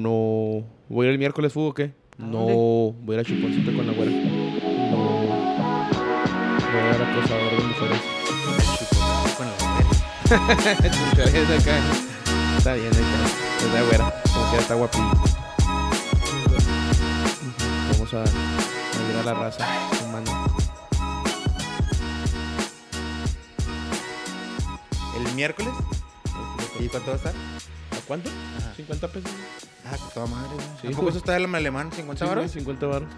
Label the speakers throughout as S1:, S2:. S1: No. ¿Voy a ir el miércoles, Fugo, o qué?
S2: ¿A
S1: No.
S2: dónde?
S1: Voy a ir a chuponcito con la güera. No. Voy a ir a acosador de mujeres.
S2: Con la mujer.
S1: Chuchones acá. Está bien, ahí está. Es la güera. Como que está guapillo. Vamos a ayudar a la raza humana.
S2: El miércoles. ¿Y cuánto va a estar?
S1: ¿A cuánto?
S2: Ajá.
S1: ¿50 pesos?
S2: Ah, con toda madre, güey.
S1: Sí,
S2: ¿A poco
S1: güey.
S2: eso está el alemán? ¿50
S1: Sí, güey,
S2: baros?
S1: 50 baros.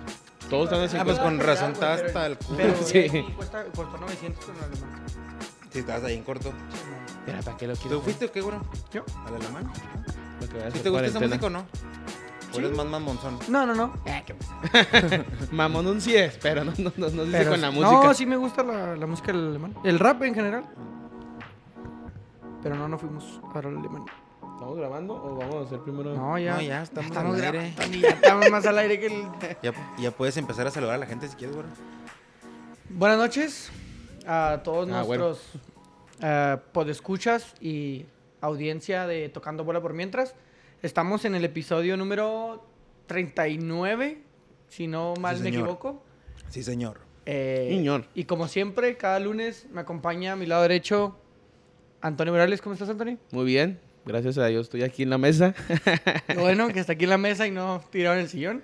S1: Todos están de
S2: Ah,
S1: 50
S2: pues con razón
S3: Pero-
S2: estabas hasta el culo.
S3: Pero
S1: Sí.
S3: sí. cuesta, costó 900 con el alemán.
S2: Si estabas ahí en corto.
S1: Espera, ¿para qué lo
S2: ¿Tú
S1: quiero?
S2: fuiste o qué, güey?
S3: ¿Yo?
S2: ¿Al alemán?
S1: Lo que voy a
S2: ¿Sí
S1: hacer
S2: te gusta esa
S1: cuarentena.
S2: música o no? ¿O Pues eres más mamonzón?
S3: No, no, no.
S1: Mamón, un sí es, pero no, no, no, no dice
S3: Pero
S1: con la
S3: sí-
S1: música.
S3: No, sí me gusta la, la música del alemán. El rap en general. Pero no, no fuimos para el alemán.
S1: ¿Estamos grabando o vamos a hacer primero?
S3: No, ya.
S2: No, ya estamos
S3: estamos
S2: al aire.
S3: grabando y ya estamos más al aire que el...
S2: Ya, ya puedes empezar a saludar a la gente si quieres, güey.
S3: Buenas noches a todos
S1: Ah, bueno.
S3: nuestros eh, podescuchas y audiencia de Tocando Bola por Mientras. Estamos en el episodio número 39, si no mal me
S2: señor.
S3: equivoco.
S2: Sí, señor.
S3: Eh,
S1: Niñón.
S3: Y como siempre, cada lunes me acompaña a mi lado derecho Antonio Morales. ¿Cómo estás, Antonio?
S1: Muy bien, gracias a Dios estoy aquí en la mesa.
S3: Qué bueno que está aquí en la mesa y no tirado en el sillón.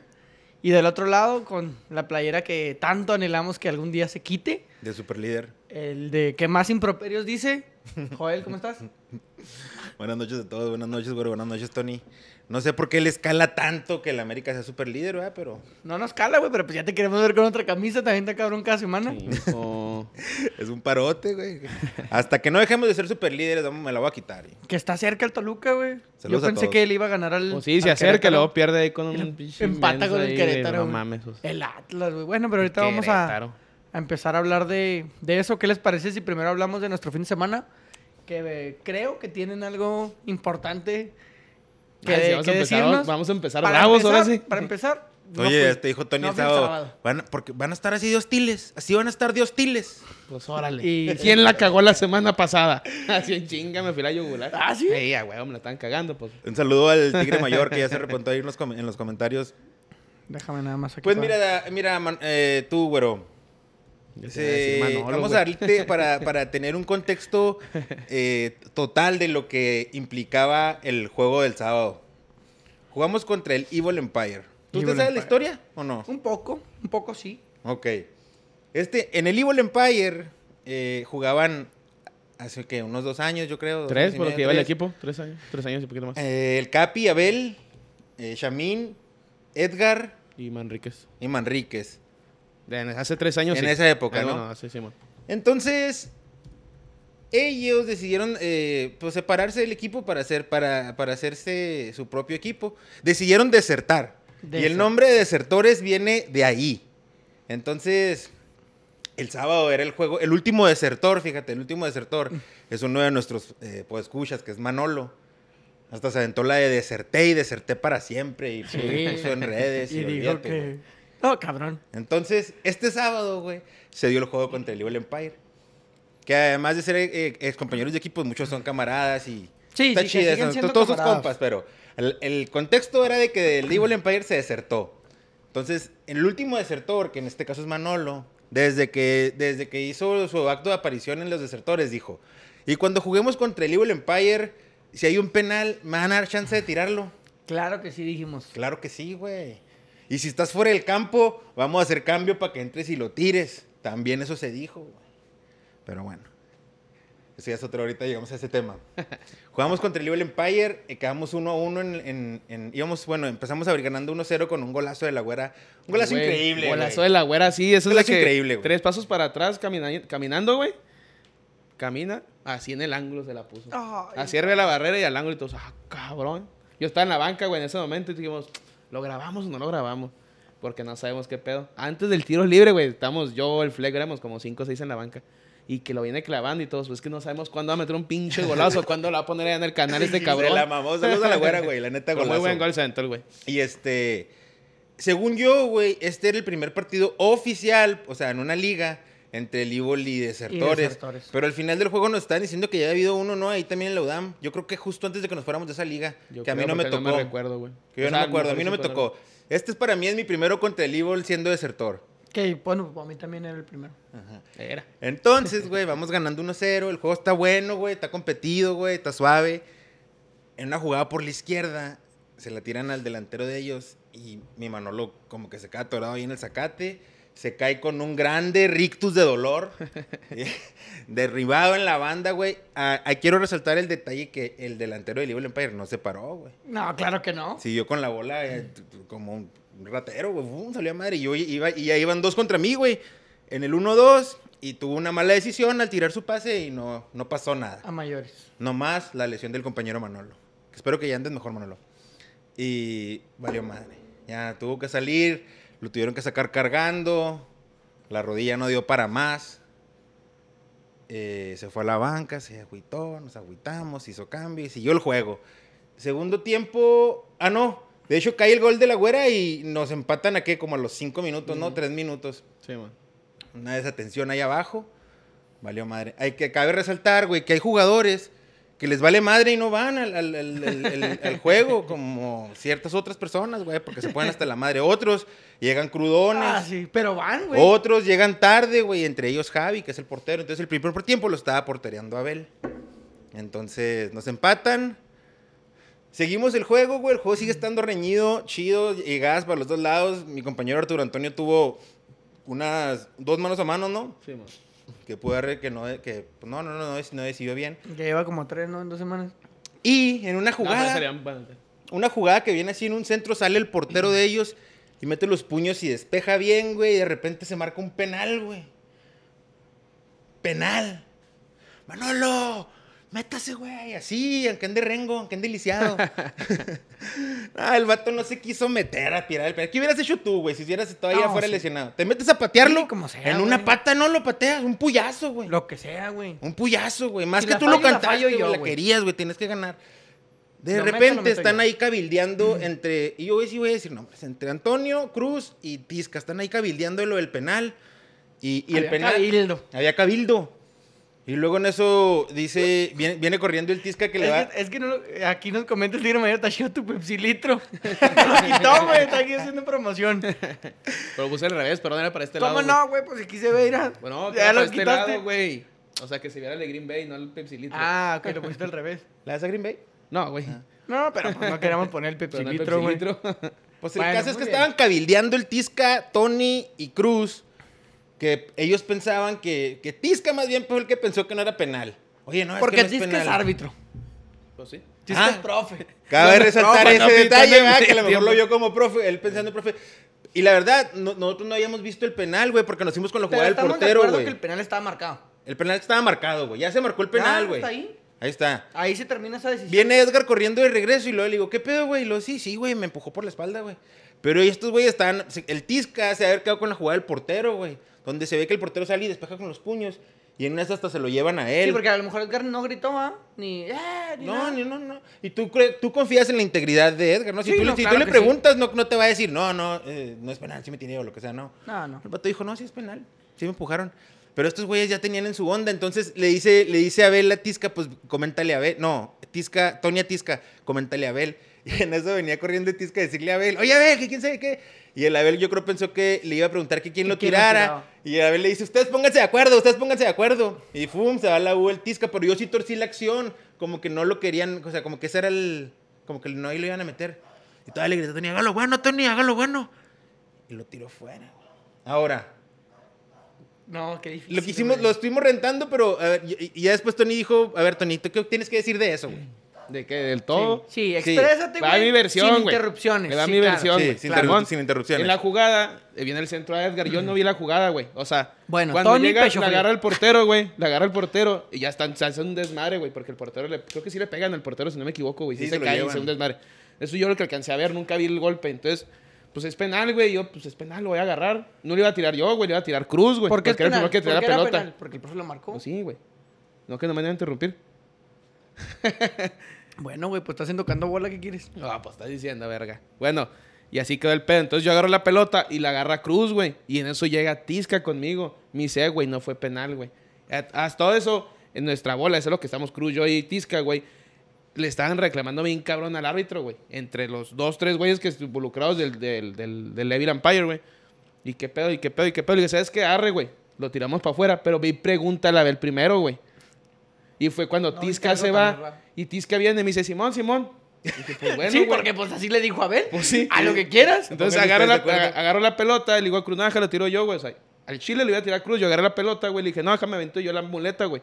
S3: Y del otro lado, con la playera que tanto anhelamos que algún día se quite,
S2: De superlíder.
S3: el de que más improperios dice. Joel, ¿cómo estás?
S2: Buenas noches a todos. Buenas noches, güey. Buenas noches, Tony. No sé por qué le escala tanto que el América sea superlíder, ¿verdad? Pero
S3: No nos cala, güey, pero pues ya te queremos ver con otra camisa. También te cabrón cada semana.
S1: Oh,
S2: es un parote, güey. Hasta que no dejemos de ser superlíderes, vamos, me la voy a quitar. eh. y-
S3: Que está cerca el Toluca, güey. Yo
S2: Saludos a
S3: pensé
S2: todos.
S3: que él iba a ganar al.
S1: pues sí, se
S3: al
S1: acerca,
S3: Querétaro.
S1: luego pierde ahí con
S3: Y
S1: un
S3: lo-
S1: pinche
S3: empata con
S1: inmenso
S3: el
S1: ahí de-
S3: Querétaro,
S1: No
S3: güey.
S1: mames. o sea,
S3: El Atlas, güey. Bueno, pero ahorita vamos a,
S1: Querétaro.
S3: a empezar a hablar de, de eso. ¿Qué les parece si primero hablamos de nuestro fin de semana? Que eh, creo que tienen algo importante que,
S1: Ay, Ah, sí, vamos,
S3: que
S1: a empezar,
S3: decirnos.
S1: vamos a empezar
S3: Para
S1: bravos
S3: empezar,
S1: ahora sí.
S3: Para empezar. no
S2: Oye,
S3: fui-
S2: este dijo Tony
S3: no
S2: el
S3: fui el
S2: sábado,
S3: sábado.
S2: Van, porque van a estar así de hostiles. Así van a estar de hostiles.
S1: Pues órale.
S3: Y-
S1: ¿Quién la cagó la semana pasada? Así en chinga me fui la yugular.
S3: Ah, ¿sí?
S1: Ey, a huevo, me la están cagando, pues.
S2: Un saludo al Tigre Mayor que ya se repuntó ahí en los, com- en los comentarios.
S3: Déjame nada más aquí.
S2: Pues
S3: para-
S2: mira, da- mira man- eh, tú, güero.
S1: Yo te iba a
S2: Ese-
S1: decir Manolo,
S2: vamos
S1: güey.
S2: a darte para, para tener un contexto eh, total de lo que implicaba el juego del sábado. Jugamos contra el Evil Empire. ¿Tú te
S3: Evil
S2: sabes la
S3: Empire.
S2: historia o no?
S3: Un poco, un poco sí.
S2: Ok. Este, en el Evil Empire eh, jugaban hace que unos dos años, yo creo. dos
S1: Tres,
S2: años y
S1: por lo
S2: medio,
S1: que lleva el
S2: tres.
S1: equipo. Tres años, tres años y un poquito más.
S2: Eh, el Capi, Abel, eh, Shamin, Edgar
S1: Y Manríquez.
S2: y Manríquez.
S1: En- hace tres años.
S2: En
S1: sí.
S2: esa época,
S1: Ah,
S2: ¿no?
S1: sí, sí, man.
S2: Entonces, ellos decidieron eh, pues, separarse del equipo para, hacer, para, para hacerse su propio equipo. Decidieron desertar. Y
S3: Desertar.
S2: el nombre de desertores viene de ahí. Entonces, el sábado era el juego. El último desertor, fíjate, el último desertor es uno de nuestros eh, escuchas, que es Manolo. Hasta se aventó la de deserté y deserté para siempre. Y puso en redes. Y,
S3: Y dijo
S2: olvídate, güey.
S3: que. No, cabrón.
S2: Entonces, este sábado, güey, se dio el juego contra el Evil Empire. Que además de ser eh, ex compañeros de equipo, muchos son camaradas y.
S3: Sí,
S2: está
S3: sí, que
S2: chida,
S3: siguen
S2: son
S3: siendo
S2: todos sus
S3: camaradas.
S2: compas, pero el, el contexto era de que el Evil Empire se desertó. Entonces, el último desertor, que en este caso es Manolo, desde que, desde que hizo su acto de aparición en los desertores, dijo: Y cuando juguemos contra el Evil Empire, si hay un penal, me van a dar chance de tirarlo.
S3: Claro que sí dijimos.
S2: Pues Claro que sí, güey. Y si estás fuera del campo, vamos a hacer cambio para que entres y lo tires. También eso se dijo, güey. Pero bueno. Eso ya es otro, ahorita llegamos a ese tema. Jugamos contra el Evil Empire, y quedamos 1-1 en, en- en- íbamos, bueno, empezamos a ir ganando 1-0 con un golazo de la güera. Un golazo
S1: Güey,
S2: increíble,
S1: Golazo
S2: güey.
S1: de la güera, sí. Eso es la
S2: Golazo
S1: que.
S2: increíble, güey.
S1: Tres pasos para atrás camina- caminando, güey. Camina. Así en el ángulo se la puso.
S3: Ay.
S1: Así arriba de la barrera y al ángulo y todos, ah, cabrón. Yo estaba en la banca, güey, en ese momento y dijimos, ¿lo grabamos o no lo grabamos? Porque no sabemos qué pedo. Antes del tiro libre, güey, estamos yo, el Fleck, éramos como 5 o 6 en la banca. Y que lo viene clavando y todos, pues es que no sabemos cuándo va a meter un pinche golazo, cuándo lo va a poner allá en el canal este cabrón.
S2: Se la mamó. Saludos a la güera, güey. La neta,
S1: Pero
S2: golazo.
S1: Muy buen gol se aventó el güey.
S2: Y este, según yo, güey, este era el primer partido oficial, o sea, en una liga, entre el Ivol y desertores.
S3: desertores.
S2: Pero al final del juego nos están diciendo que ya ha habido uno, ¿no? Ahí también en la UDAM. Yo creo que justo antes de que nos fuéramos de esa liga,
S1: Yo
S2: que a mí
S1: creo,
S2: no me
S1: porque
S2: tocó.
S1: No me recuerdo, güey.
S2: que yo
S1: O
S2: no
S1: sea,
S2: me acuerdo, a mí no me
S1: parece que
S2: tocó. Este es para mí es mi primero contra el Evil siendo desertor.
S3: Que bueno, para mí también era el primero.
S1: Era.
S2: Entonces, güey, vamos ganando 1-0. El juego está bueno, güey. Está competido, güey. Está suave. En una jugada por la izquierda, se la tiran al delantero de ellos. Y mi Manolo, como que se queda atorado ahí en el zacate. Se cae con un grande rictus de dolor. ¿sí? Derribado en la banda, güey. Ah, ah, quiero resaltar el detalle que el delantero del Evil Empire no se paró, güey.
S3: No, claro que no.
S2: Siguió con la bola eh, t- t- como un un ratero, güey. ¡fum! Salió a madre. Y yo iba, y ya iban dos contra mí, güey. En el 1-2. Y tuvo una mala decisión al tirar su pase y no, no pasó
S3: A
S2: nada.
S3: mayores.
S2: Nomás la lesión del compañero Manolo. Que Espero que ya andes mejor, Manolo. Y valió madre. Ya tuvo que salir. Lo tuvieron que sacar cargando. La rodilla no dio para más. Eh, se fue a la banca, se agüitó, nos agüitamos, hizo cambios, siguió el juego. Segundo tiempo, ah, no. De hecho, cae el gol de la güera y nos empatan a qué, como a los cinco minutos, ¿no? Tres minutos.
S1: Sí, man.
S2: Una desatención ahí abajo. Valió madre. Hay que cabe resaltar, güey, que hay jugadores que les vale madre y no van al, al- al- al- al- al juego, como ciertas otras personas, güey, porque se ponen hasta la madre. Otros llegan crudones.
S3: Ah, sí, pero van, güey.
S2: Otros llegan tarde, güey, entre ellos Javi, que es el portero. Entonces el primer tiempo lo estaba portereando Abel. Entonces nos empatan. Seguimos el juego, güey. El juego sigue estando reñido, chido. Llegadas para los dos lados. Mi compañero Arturo Antonio tuvo unas dos manos a mano, ¿no?
S1: Sí, man.
S2: Que pude arre- que no, que no, no, no, no, no decidió bien.
S3: Ya lleva como tres, ¿no? En dos semanas.
S2: Y en una
S1: No, pero
S2: jugada.
S1: serían pan-
S2: Una jugada que viene así en un centro, sale el portero de ellos y mete los puños y despeja bien, güey, y de repente se marca un penal, güey. Penal. Manolo, métase, güey, así, aunque ande rengo, aunque ande lisiado. ah, el vato no se quiso meter a tirar el penal. ¿Qué hubieras hecho tú, güey, si hubieras estado ahí
S3: No,
S2: afuera
S3: sí.
S2: lesionado? Te metes a patearlo,
S3: Sí, como sea,
S2: en una
S3: güey.
S2: pata no lo pateas, un puyazo, güey.
S3: Lo que sea, güey.
S2: Un puyazo, güey. Más
S3: Si
S2: que
S3: la
S2: tú
S3: fallo,
S2: lo
S3: la
S2: cantaste,
S3: fallo
S2: güey.
S3: yo,
S2: La
S3: güey.
S2: querías, güey. Tienes que ganar. De
S3: Lo meto,
S2: repente
S3: lo meto
S2: están
S3: yo.
S2: ahí cabildeando entre. Y yo güey, sí voy a decir nombres. Entre Antonio, Cruz y Tisca. Están ahí cabildeando lo del penal. Y, y el
S3: Había
S2: penal.
S3: cabildo.
S2: Había cabildo. Y luego en eso dice. Viene, viene corriendo el Tisca que le va.
S3: Es que, es que no lo- aquí nos comenta el tigre mayor, está chido tu Pepsi litro. lo quitó, güey, está aquí haciendo promoción.
S1: Pero puse al revés, perdón, era para este lado.
S3: ¿Cómo
S1: güey.
S3: no, güey? Pues aquí se ve, mira.
S1: Bueno, que
S3: ya
S1: era
S3: lo
S1: para este
S3: quitaste.
S1: lado, güey. O sea, que se viera el de Green Bay, no el Pepsi Litro.
S3: ah, ok, lo pusiste al revés.
S2: ¿La hace Green Bay?
S1: No, güey.
S3: No, pero pues, no queríamos poner el Pepsi
S1: Pero no el Pepsi
S3: litro, güey.
S1: Litro.
S2: Pues el
S3: Bueno,
S2: caso es que
S3: muy
S2: estaban cabildeando el Tisca, Tony y Cruz, que ellos pensaban que, que Tisca más bien fue el que pensó que no era penal. Oye, no,
S3: Porque
S2: es que no
S3: Tisca es
S2: penal.
S3: árbitro.
S1: Pues sí.
S3: Tisca
S2: Ah.
S3: es profe.
S2: Cabe
S3: No,
S2: resaltar
S3: profe,
S2: ese
S3: no,
S2: detalle,
S3: pitando en
S2: ¿verdad? Que a lo
S3: medio
S2: mejor lo
S3: tiempo.
S2: vio como profe, él pensando, profe. Y la verdad, no- nosotros no habíamos visto el penal, güey, porque nos fuimos con la
S3: Pero
S2: jugada del
S3: estamos de
S2: portero,
S3: acuerdo
S2: güey.
S3: que el penal estaba marcado.
S2: El penal estaba marcado, güey. Ya se marcó el
S3: Ah,
S2: penal,
S3: ¿no
S2: güey.
S3: está ahí?
S2: Ahí está.
S3: Ahí se termina esa decisión.
S2: Viene Edgar corriendo de regreso y luego le digo, ¿qué pedo, güey? Y luego, sí, sí, güey, me empujó por la espalda, güey. Pero estos güeyes están. se- El Tisca se ha haber quedado con la jugada del portero, güey. Donde se ve que el portero sale y despeja con los puños. Y en una de esas hasta se lo llevan a él.
S3: Sí, porque a lo mejor Edgar no gritó, ¿ah? Ni, "Eh", ni
S2: No,
S3: nada.
S2: no, no, no. Y tú, cre- tú confías en la integridad de Edgar, ¿no? Si
S3: Sí,
S2: tú, le-
S3: no,
S2: si tú
S3: claro
S2: le
S3: que sí.
S2: preguntas, no, no te va a decir, no, no, eh, no es penal, sí me tiré o lo que sea, no.
S3: No, no.
S2: El vato dijo, no, sí es penal, sí me empujaron. Pero estos güeyes ya tenían en su onda, entonces le dice, le dice a Abel a Tisca, pues coméntale a Abel, no, Tisca, Tonia Tisca, coméntale a Abel. Y en eso venía corriendo Tisca a decirle a Abel, oye Abel, que quién sabe qué. Y el Abel yo creo pensó que le iba a preguntar que quién
S3: Que
S2: lo
S3: quién lo
S2: tirara.
S3: tiraba.
S2: Y Abel le dice, ustedes pónganse de acuerdo, ustedes pónganse de acuerdo. Y fum, se va la U el Tisca, pero yo sí torcí la acción. Como que no lo querían, o sea, como que ese era el... Como que no ahí lo iban a meter. Y todavía le gritó, Tony, hágalo bueno, Tony, hágalo bueno. Y lo tiró fuera. güey. Ahora,
S3: No, qué difícil.
S2: lo que hicimos,
S3: güey.
S2: lo estuvimos rentando, pero a ver, y, y ya después Tony dijo, a ver, Tony, ¿tú qué tienes que decir de eso, güey?
S1: ¿De qué? ¿Del todo?
S3: Sí,
S2: Sí.
S3: exprésate, güey.
S1: Va mi versión, güey.
S3: Sin interrupciones.
S1: Me va
S3: sí,
S1: mi
S3: claro.
S1: versión,
S2: Sí,
S1: güey.
S2: sin
S1: Simón.
S2: interrup- sin interrupciones.
S1: En la jugada, eh, viene el centro a Edgar. Yo no vi la jugada, güey. O sea,
S3: Bueno,
S1: cuando
S3: Tony
S1: llega,
S3: Pecho
S1: la
S3: Frío.
S1: agarra el portero, güey. La agarra el portero y ya están, se hace un desmadre, güey. Porque el portero, le, creo que sí le pegan al portero, si no me equivoco, güey. Sí,
S2: Sí, se
S1: se
S2: lo
S1: cae y
S2: llevan.
S1: se un desmadre. Eso yo lo que alcancé a ver, nunca vi el golpe. Entonces, pues es penal, güey. Yo, pues es penal, lo voy a agarrar. No le iba a tirar yo, güey. Le iba a tirar Cruz, güey.
S3: ¿Por qué es
S1: porque era el primero
S3: penal?
S1: que
S3: ¿Por
S1: tenía la
S3: qué era
S1: pelota.
S3: penal? Porque el profe lo marcó.
S1: Pues sí, güey. No, que no me van a interrumpir.
S3: Bueno, güey, pues estás tocando bola, ¿qué quieres?
S1: No, pues estás diciendo, verga. Bueno, Y así quedó el pedo. Entonces yo agarro la pelota y la agarra Cruz, güey. Y en eso llega Tisca conmigo. Me dice, "Eh, güey, no fue penal, güey. A- Hasta todo eso, en nuestra bola, eso es lo que estamos Cruz, yo y Tisca, güey. Le estaban reclamando bien cabrón al árbitro, güey. Entre los dos, tres güeyes que estuvieron involucrados del, del, del, del Evil Empire, güey. Y qué pedo, y qué pedo, y qué pedo. Y dije, ¿sabes qué? Arre, güey. Lo tiramos para afuera. Pero vi pregúntale a ver primero, güey. Y fue cuando
S3: No,
S1: Tisca
S3: viste
S1: se
S3: algo tan
S1: va.
S3: raro.
S1: Y Tisca viene y me dice, Simón, Simón. Y dije, pues bueno,
S3: sí,
S1: güey.
S3: porque pues así le dijo a ver.
S1: Pues sí.
S3: A lo que quieras.
S1: Entonces
S2: Pónganse
S1: agarro la,
S2: ustedes de acuerdo.
S1: aga- agarro la pelota, le digo a Cruz, no, déjala, tiro yo, güey. O sea, al Chile le iba a tirar a Cruz, yo agarré la pelota, güey, le dije, no, déjame avento yo la muleta, güey.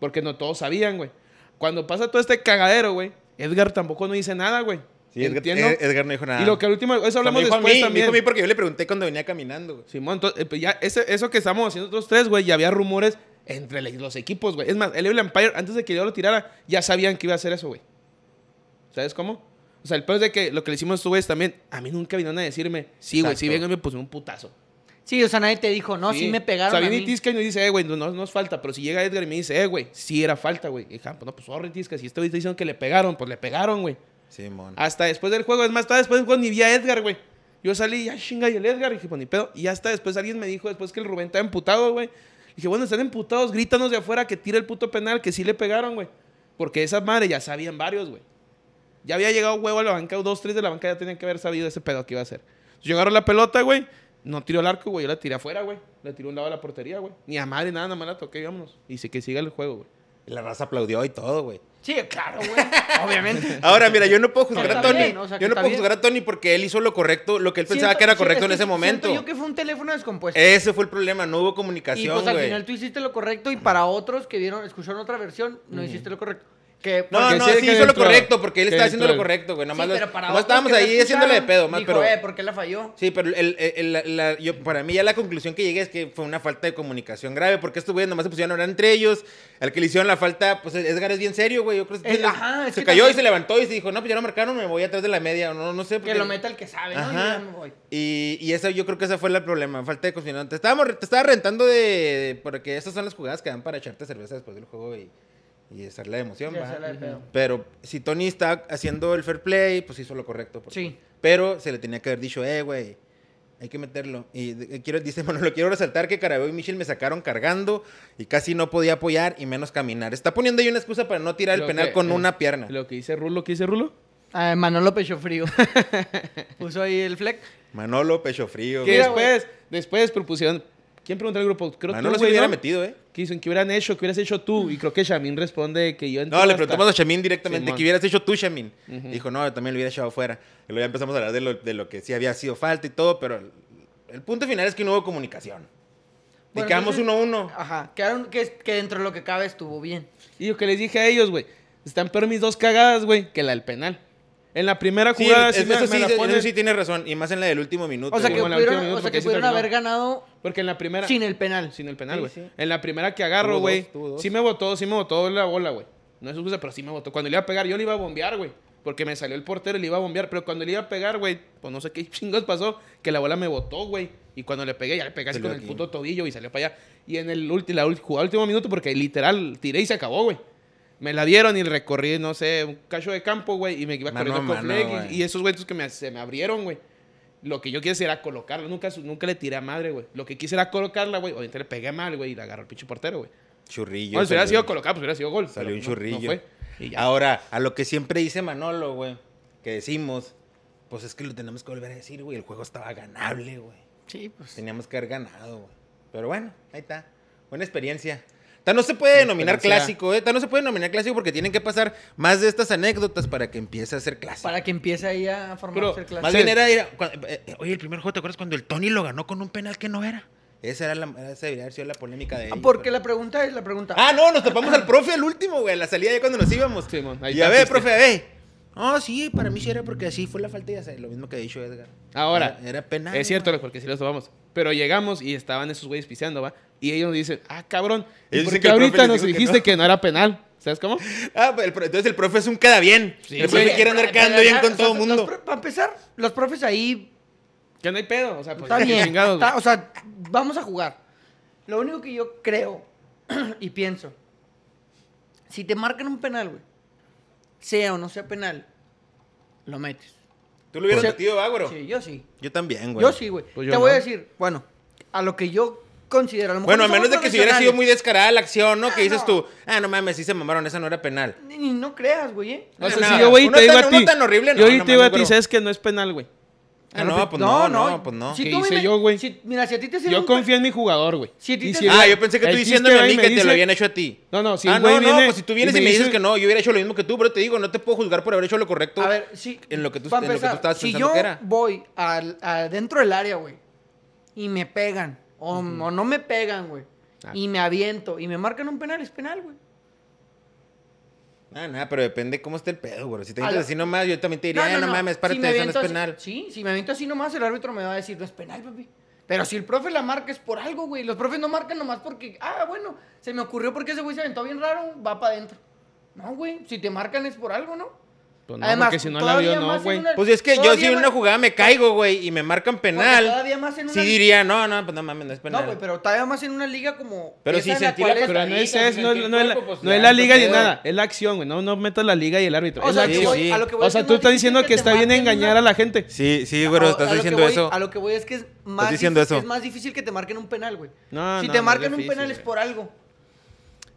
S1: Porque no todos sabían, güey. Cuando pasa todo este cagadero, güey, Edgar tampoco no dice nada, güey.
S2: Sí, Edgar,
S1: Entiendo.
S2: Ed- Edgar no dijo nada.
S1: Y lo que al último, eso
S2: O sea, me
S1: hablamos
S2: dijo a
S1: después
S2: mí, me
S1: también.
S2: dijo a mí porque yo le pregunté cuando venía caminando, güey.
S1: Simón, entonces, eh, pues ya ese- eso que estábamos haciendo otros tres, güey, ya había rumores entre le- los equipos, güey. Es más, el Evil Empire, antes de que yo lo tirara, ya sabían que iba a hacer eso, güey. ¿Sabes cómo? O sea, el peor es de que lo que le hicimos a estos güeyes también, a mí nunca vinieron a decirme, sí, güey, sí
S2: Exacto.
S1: vengo y me pusieron un putazo.
S3: Sí, o sea, nadie te dijo, no, sí, me pegaron.
S1: O sea,
S3: a
S1: viene
S3: mí.
S1: Tisca y nos dice, eh, güey, no, no, no es falta. Pero si llega Edgar y me dice, eh, güey, sí era falta, güey. Y dije, ah, pues no, pues sorry, Tisca. Si este güey está diciendo que le pegaron, pues le pegaron, güey.
S2: Simón.
S1: Hasta después del juego, es más, hasta después del juego ni vi a Edgar, güey. Yo salí, ya chinga, y el Edgar, y dije, pues ni pedo. Y hasta después alguien me dijo, después que el Rubén está emputado, güey. Dije, bueno, están emputados, grítanos de afuera que tire el puto penal, que sí le pegaron, güey. Porque esa madre ya sabían varios, güey. Ya había llegado huevo a la banca, o dos, tres de la banca ya tenían que haber sabido ese pedo que iba a hacer. Yo agarro la pelota, güey. No tiró el arco, güey. Yo la tiré afuera, güey. La tiré a un lado de la portería, güey. Ni a madre, nada, nada más la toqué, vámonos. Y sí que siga el juego, güey.
S2: Y la raza aplaudió y todo, güey.
S3: Sí, claro, güey. Obviamente.
S2: Ahora, mira, yo no puedo juzgar
S3: Está
S2: a Tony.
S3: bien, o sea, que
S2: yo no
S3: está
S2: puedo
S3: bien.
S2: juzgar a Tony porque él hizo lo correcto, lo que él pensaba
S3: Siento-
S2: que era
S3: sí,
S2: correcto
S3: es
S2: en
S3: que
S2: ese momento.
S3: Siento yo que fue un teléfono descompuesto.
S2: Ese fue el problema, no hubo
S3: y
S2: comunicación,
S3: pues al
S2: güey.
S3: final tú hiciste lo correcto y para otros que vieron, escucharon otra versión, no hiciste lo correcto. Que
S2: No,
S1: Porque
S2: no,
S1: sí,
S2: sí
S1: que
S2: hizo lo
S1: dentro-
S2: correcto porque él
S1: que
S2: estaba
S1: dentro
S2: haciendo lo
S1: del-
S2: correcto, güey.
S3: Sí,
S2: Nomás, los-
S3: pero para
S2: nomás
S3: otros
S2: estábamos
S3: que no
S2: ahí haciéndole de
S3: escucharon,
S2: pedo, más,
S3: dijo,
S2: pero.
S3: "Eh, ¿por qué la falló?
S2: Sí, pero el- el- el- la- la- yo, para mí ya la conclusión que llegué es que fue una falta de comunicación grave, porque estos güeyes nomás se pusieron a hablar entre ellos. Al que le hicieron la falta, pues Edgar es bien serio, güey. Yo creo que
S3: El-
S2: se,
S3: ajá, es
S2: se
S3: que
S2: cayó
S3: también-
S2: y se levantó y se dijo, no, pues ya lo marcaron, me voy atrás de la media, no, no sé.
S3: Que
S2: porque-
S3: lo meta el que sabe, ¿no? Yo ya
S2: Ajá.
S3: me voy.
S2: Y, y esa, yo creo que ese fue el problema, falta de cocinante. Te, estábamos, re- te estaba rentando de, Porque esas son las jugadas que dan para echarte cerveza después del juego y, y hacer la emoción,
S3: Ya
S2: ¿va?
S3: hacerla de pedo.
S2: Pero si Tony está haciendo el fair play, pues hizo lo correcto. porque-
S3: Sí.
S2: Pero se le tenía que haber dicho, eh, güey, hay que meterlo. Y de- eh, quiero, dice, bueno, lo quiero resaltar que Carabeo y Michel me sacaron cargando y casi no podía apoyar y menos caminar. Está poniendo ahí una excusa para no tirar el
S1: Lo
S2: penal
S1: que-
S2: con
S1: eh,
S2: una pierna.
S1: Lo que dice Rulo, ¿qué dice Rulo?
S3: Ah, Manolo Pecho Frío. Puso ahí el fleck.
S2: Manolo, pecho frío.
S1: Que
S2: güey.
S3: Mira, güey.
S1: después, después propusieron. ¿Quién preguntó al grupo? Creo
S2: Manolo
S1: tú,
S2: se
S1: güey,
S2: hubiera
S1: ¿no?
S2: metido, eh.
S1: Que dicen, ¿qué hubieran hecho? ¿Qué hubieras hecho tú? Y creo que Shamin responde que yo
S2: No, le preguntamos a Shamin directamente,
S1: Simón.
S2: ¿qué hubieras hecho tú, Shamin? Dijo, no, yo también lo hubiera echado fuera. Y luego ya empezamos a hablar de lo, de lo que sí había sido falta y todo, pero el, el punto final es que no hubo comunicación. Y
S3: Bueno,
S2: quedamos
S3: entonces-
S2: uno a uno.
S3: Ajá. Quedaron que, que dentro de lo que cabe estuvo bien.
S1: Y yo que les dije a ellos, güey. Están peor mis dos cagadas, güey, que la del penal. En la primera
S2: Sí,
S1: jugada sí,
S2: es-
S1: me,
S2: eso,
S1: me
S2: sí
S1: la
S2: eso
S1: ponen.
S2: sí tiene razón. Y más en la del último minuto.
S3: O sea
S1: Sí,
S3: que
S1: como en la última
S3: pudieron,
S1: minuto,
S3: o sea
S1: porque
S3: que
S1: sí
S3: pudieron
S1: terminó.
S3: haber ganado
S1: Porque en la primera.
S3: sin el penal.
S1: Sin el penal,
S2: Sí,
S1: güey.
S2: sí.
S1: En la primera que
S2: Tuvo
S1: agarro,
S2: dos,
S1: güey.
S2: tuvo dos.
S1: Sí me botó, sí me botó la bola, güey. No es excusa, pero sí me botó. Cuando le iba a pegar, yo le iba a bombear, güey. Porque me salió el portero y le iba a bombear. Pero cuando le iba a pegar, güey, pues no sé qué chingos pasó, que la bola me botó, güey. Y cuando le pegué, ya le pegué así
S2: Salió
S1: con el
S2: aquí.
S1: puto tobillo y salió para allá. Y en el ulti, la ulti- jugada último minuto, porque literal tiré y se acabó, güey. Me la dieron y recorrí, no sé, un cacho de campo, güey. Y me iba
S2: Mano a
S1: corriendo con
S2: mano,
S1: Fleck y-
S2: güey.
S1: y, esos güeyes que me- se me abrieron, güey. Lo que yo quise era colocarla. Nunca, su- nunca le tiré a madre, güey. Lo que quise era colocarla, güey. Obviamente le pegué mal, güey, y la agarró el pinche portero, güey.
S2: churrillo.
S1: Bueno, si hubiera
S2: salió-
S1: sido colocada, pues hubiera sido gol.
S2: Salió
S1: pero
S2: un
S1: no-
S2: churrillo.
S1: No fue. Y ya.
S2: Ahora, a lo que siempre dice Manolo, güey, que decimos, pues es que lo tenemos que volver a decir, güey. El juego estaba ganable, güey.
S3: Sí, pues.
S2: Teníamos que haber ganado, güey. Pero bueno, ahí está. Buena experiencia. Ta no se puede denominar
S1: experiencia.
S2: clásico, ¿eh? Ta no se puede denominar clásico porque tienen que pasar más de estas anécdotas para que empiece a ser clásico.
S3: Para que empiece ahí a formarse
S1: Pero,
S3: el
S2: Más
S1: Sí.
S3: clásico.
S2: bien era, era- cua- eh, eh, oye, el primer juego, ¿te acuerdas cuando el Tony lo ganó con un penal que no era? Esa era la, esa debería haber sido la polémica de
S3: Ah,
S2: ellos,
S3: Porque
S2: pero-
S3: la pregunta es la pregunta.
S2: Ah, no, nos topamos al profe al último, güey, a la salida ya cuando nos íbamos.
S1: Sí, mon, ahí
S2: y a
S1: está,
S2: ver,
S1: triste.
S2: profe, a ver. No, sí, para mí sí era porque así fue la falta y ya sé, lo mismo que ha dicho Edgar.
S1: Ahora,
S2: Era, era penal.
S1: es cierto,
S2: güey.
S1: güey, porque si los tomamos. Pero llegamos y estaban esos güeyes piseando, va. Y ellos dicen, ah, cabrón. ¿y
S2: Ellos
S1: ¿Por
S2: dicen
S1: qué
S2: que el profe
S1: ahorita
S2: les
S1: nos
S2: dijo que
S1: dijiste
S2: no?
S1: que no era penal? ¿Sabes cómo?
S2: Ah, pues, el pro- entonces el profe es un queda bien.
S1: Sí,
S2: el profe
S1: sí.
S2: quiere andar quedando bien con todo el mundo.
S3: Para empezar, los profes ahí
S1: Que no hay pedo. O sea, pues,
S3: Está
S1: qué
S3: bien.
S1: chingados,
S3: está-
S1: güey.
S3: o sea, vamos a jugar. Lo único que yo creo y pienso, si te marcan un penal, güey, sea o no sea penal, lo metes.
S2: Tú lo hubieras
S3: Sí.
S2: metido, va, güero?
S3: Sí, yo sí.
S2: Yo también, güey.
S3: Yo sí, güey.
S1: Pues yo
S3: Te voy a
S1: no.
S3: decir, bueno, a lo que yo considero. A lo mejor
S2: Bueno, a
S3: no somos
S2: menos de que se hubiera sido muy
S3: profesionales.
S2: descarada la acción, ¿no? Que
S3: Ah,
S2: dices
S3: no.
S2: tú, ah, no mames, sí se mamaron, esa no era penal.
S3: Ni, ni- no creas, güey, ¿eh?
S1: O
S2: No,
S1: sea,
S2: no,
S1: si yo voy y
S2: uno
S1: te digo
S2: tan-
S1: a ti.
S2: uno tan horrible,
S1: yo
S2: no,
S1: ahí
S2: no
S1: te digo a
S2: mames,
S1: ti,
S2: bro.
S1: sabes que no es penal, güey.
S2: Ah, no, pues no, no, pues no.
S3: Si
S1: ¿Qué
S3: tú
S1: hice
S3: me-
S1: yo, güey?
S3: si- mira, si a ti te sirve
S1: Yo
S3: un-
S1: confío en mi jugador, güey.
S3: Si a ti
S1: Y
S3: te-
S1: el
S2: Ah,
S1: güey-
S2: yo pensé que
S1: el
S2: tú
S1: chiste
S2: diciéndome
S1: va
S2: a
S1: y
S2: mí
S1: me
S2: que te
S1: dice-
S2: lo habían hecho a ti.
S1: No, no, si
S2: ah,
S1: el güey
S2: no, no,
S1: viene
S2: pues si tú vienes y me, dices que no, yo hubiera hecho lo mismo que tú, pero te digo, no te puedo juzgar por haber hecho lo correcto
S3: A ver, sí.
S2: en lo que tú,
S3: pa'
S2: en lo que tú
S3: empezar,
S2: estabas
S3: si
S2: pensando
S3: yo
S2: que era.
S3: voy al, a- dentro del área, güey, y me pegan, o, o no me pegan, güey,
S1: Ah.
S3: y me aviento, y me marcan un penal, es penal, güey.
S2: Ah, nada, pero depende cómo esté el pedo, güey. Si te
S3: A
S2: dices
S3: la-
S2: así nomás, yo también te diría, ah, no, mames,
S3: Si
S2: párate,
S3: me
S2: eso no
S3: aviento
S2: es
S3: así-
S2: penal.
S3: sí, si me aviento así nomás, el árbitro me va a decir, no es penal, papi. Pero si el profe la marca es por algo, güey. Los profes no marcan nomás porque, ah, bueno, se me ocurrió porque ese güey se aventó bien raro, va para adentro. No, güey, si te marcan es por algo, ¿no?
S1: Pues no,
S3: Además,
S1: porque si no la
S3: todavía
S1: vio,
S3: más
S1: no,
S3: en
S1: güey.
S3: una-
S2: Pues es que yo
S3: Todavía
S2: si en
S3: más-
S2: una jugada me caigo, güey, y me marcan penal.
S3: Porque todavía más en una
S2: Sí
S3: liga-
S2: diría, no, no, pues no mames, no es penal.
S3: No, güey, pero todavía más en una liga como.
S2: Pero
S3: esa
S2: sí
S3: en
S2: sentí
S3: cual
S2: la
S3: es-
S1: Pero no es
S2: Ahí,
S1: eso, no,
S2: pues,
S1: no es la,
S2: el cuerpo, pues,
S1: no es
S2: ya,
S1: la
S2: no
S1: liga ni
S2: pedo.
S1: nada, es la acción, güey. No, no metas la liga y el árbitro.
S3: O
S1: es la
S3: sea,
S2: Sí,
S3: que
S1: acción.
S3: voy-
S2: sí.
S3: a lo que voy
S1: O
S3: es
S1: sea,
S3: que
S1: tú
S3: no
S1: estás
S3: dicen
S1: diciendo que
S3: te
S1: está bien
S3: marquen una-
S1: engañar a la gente.
S2: Sí, sí,
S3: a-
S2: güey, estás
S3: a lo que
S2: diciendo
S3: voy-
S2: eso.
S3: A lo que voy es que es más,
S2: diciendo
S3: dif-
S2: eso.
S3: es más difícil que te marquen un penal, güey.
S1: No,
S3: si
S1: no,
S3: te
S1: no,
S3: marcan
S1: es
S3: un penal es
S1: difícil,
S3: por algo.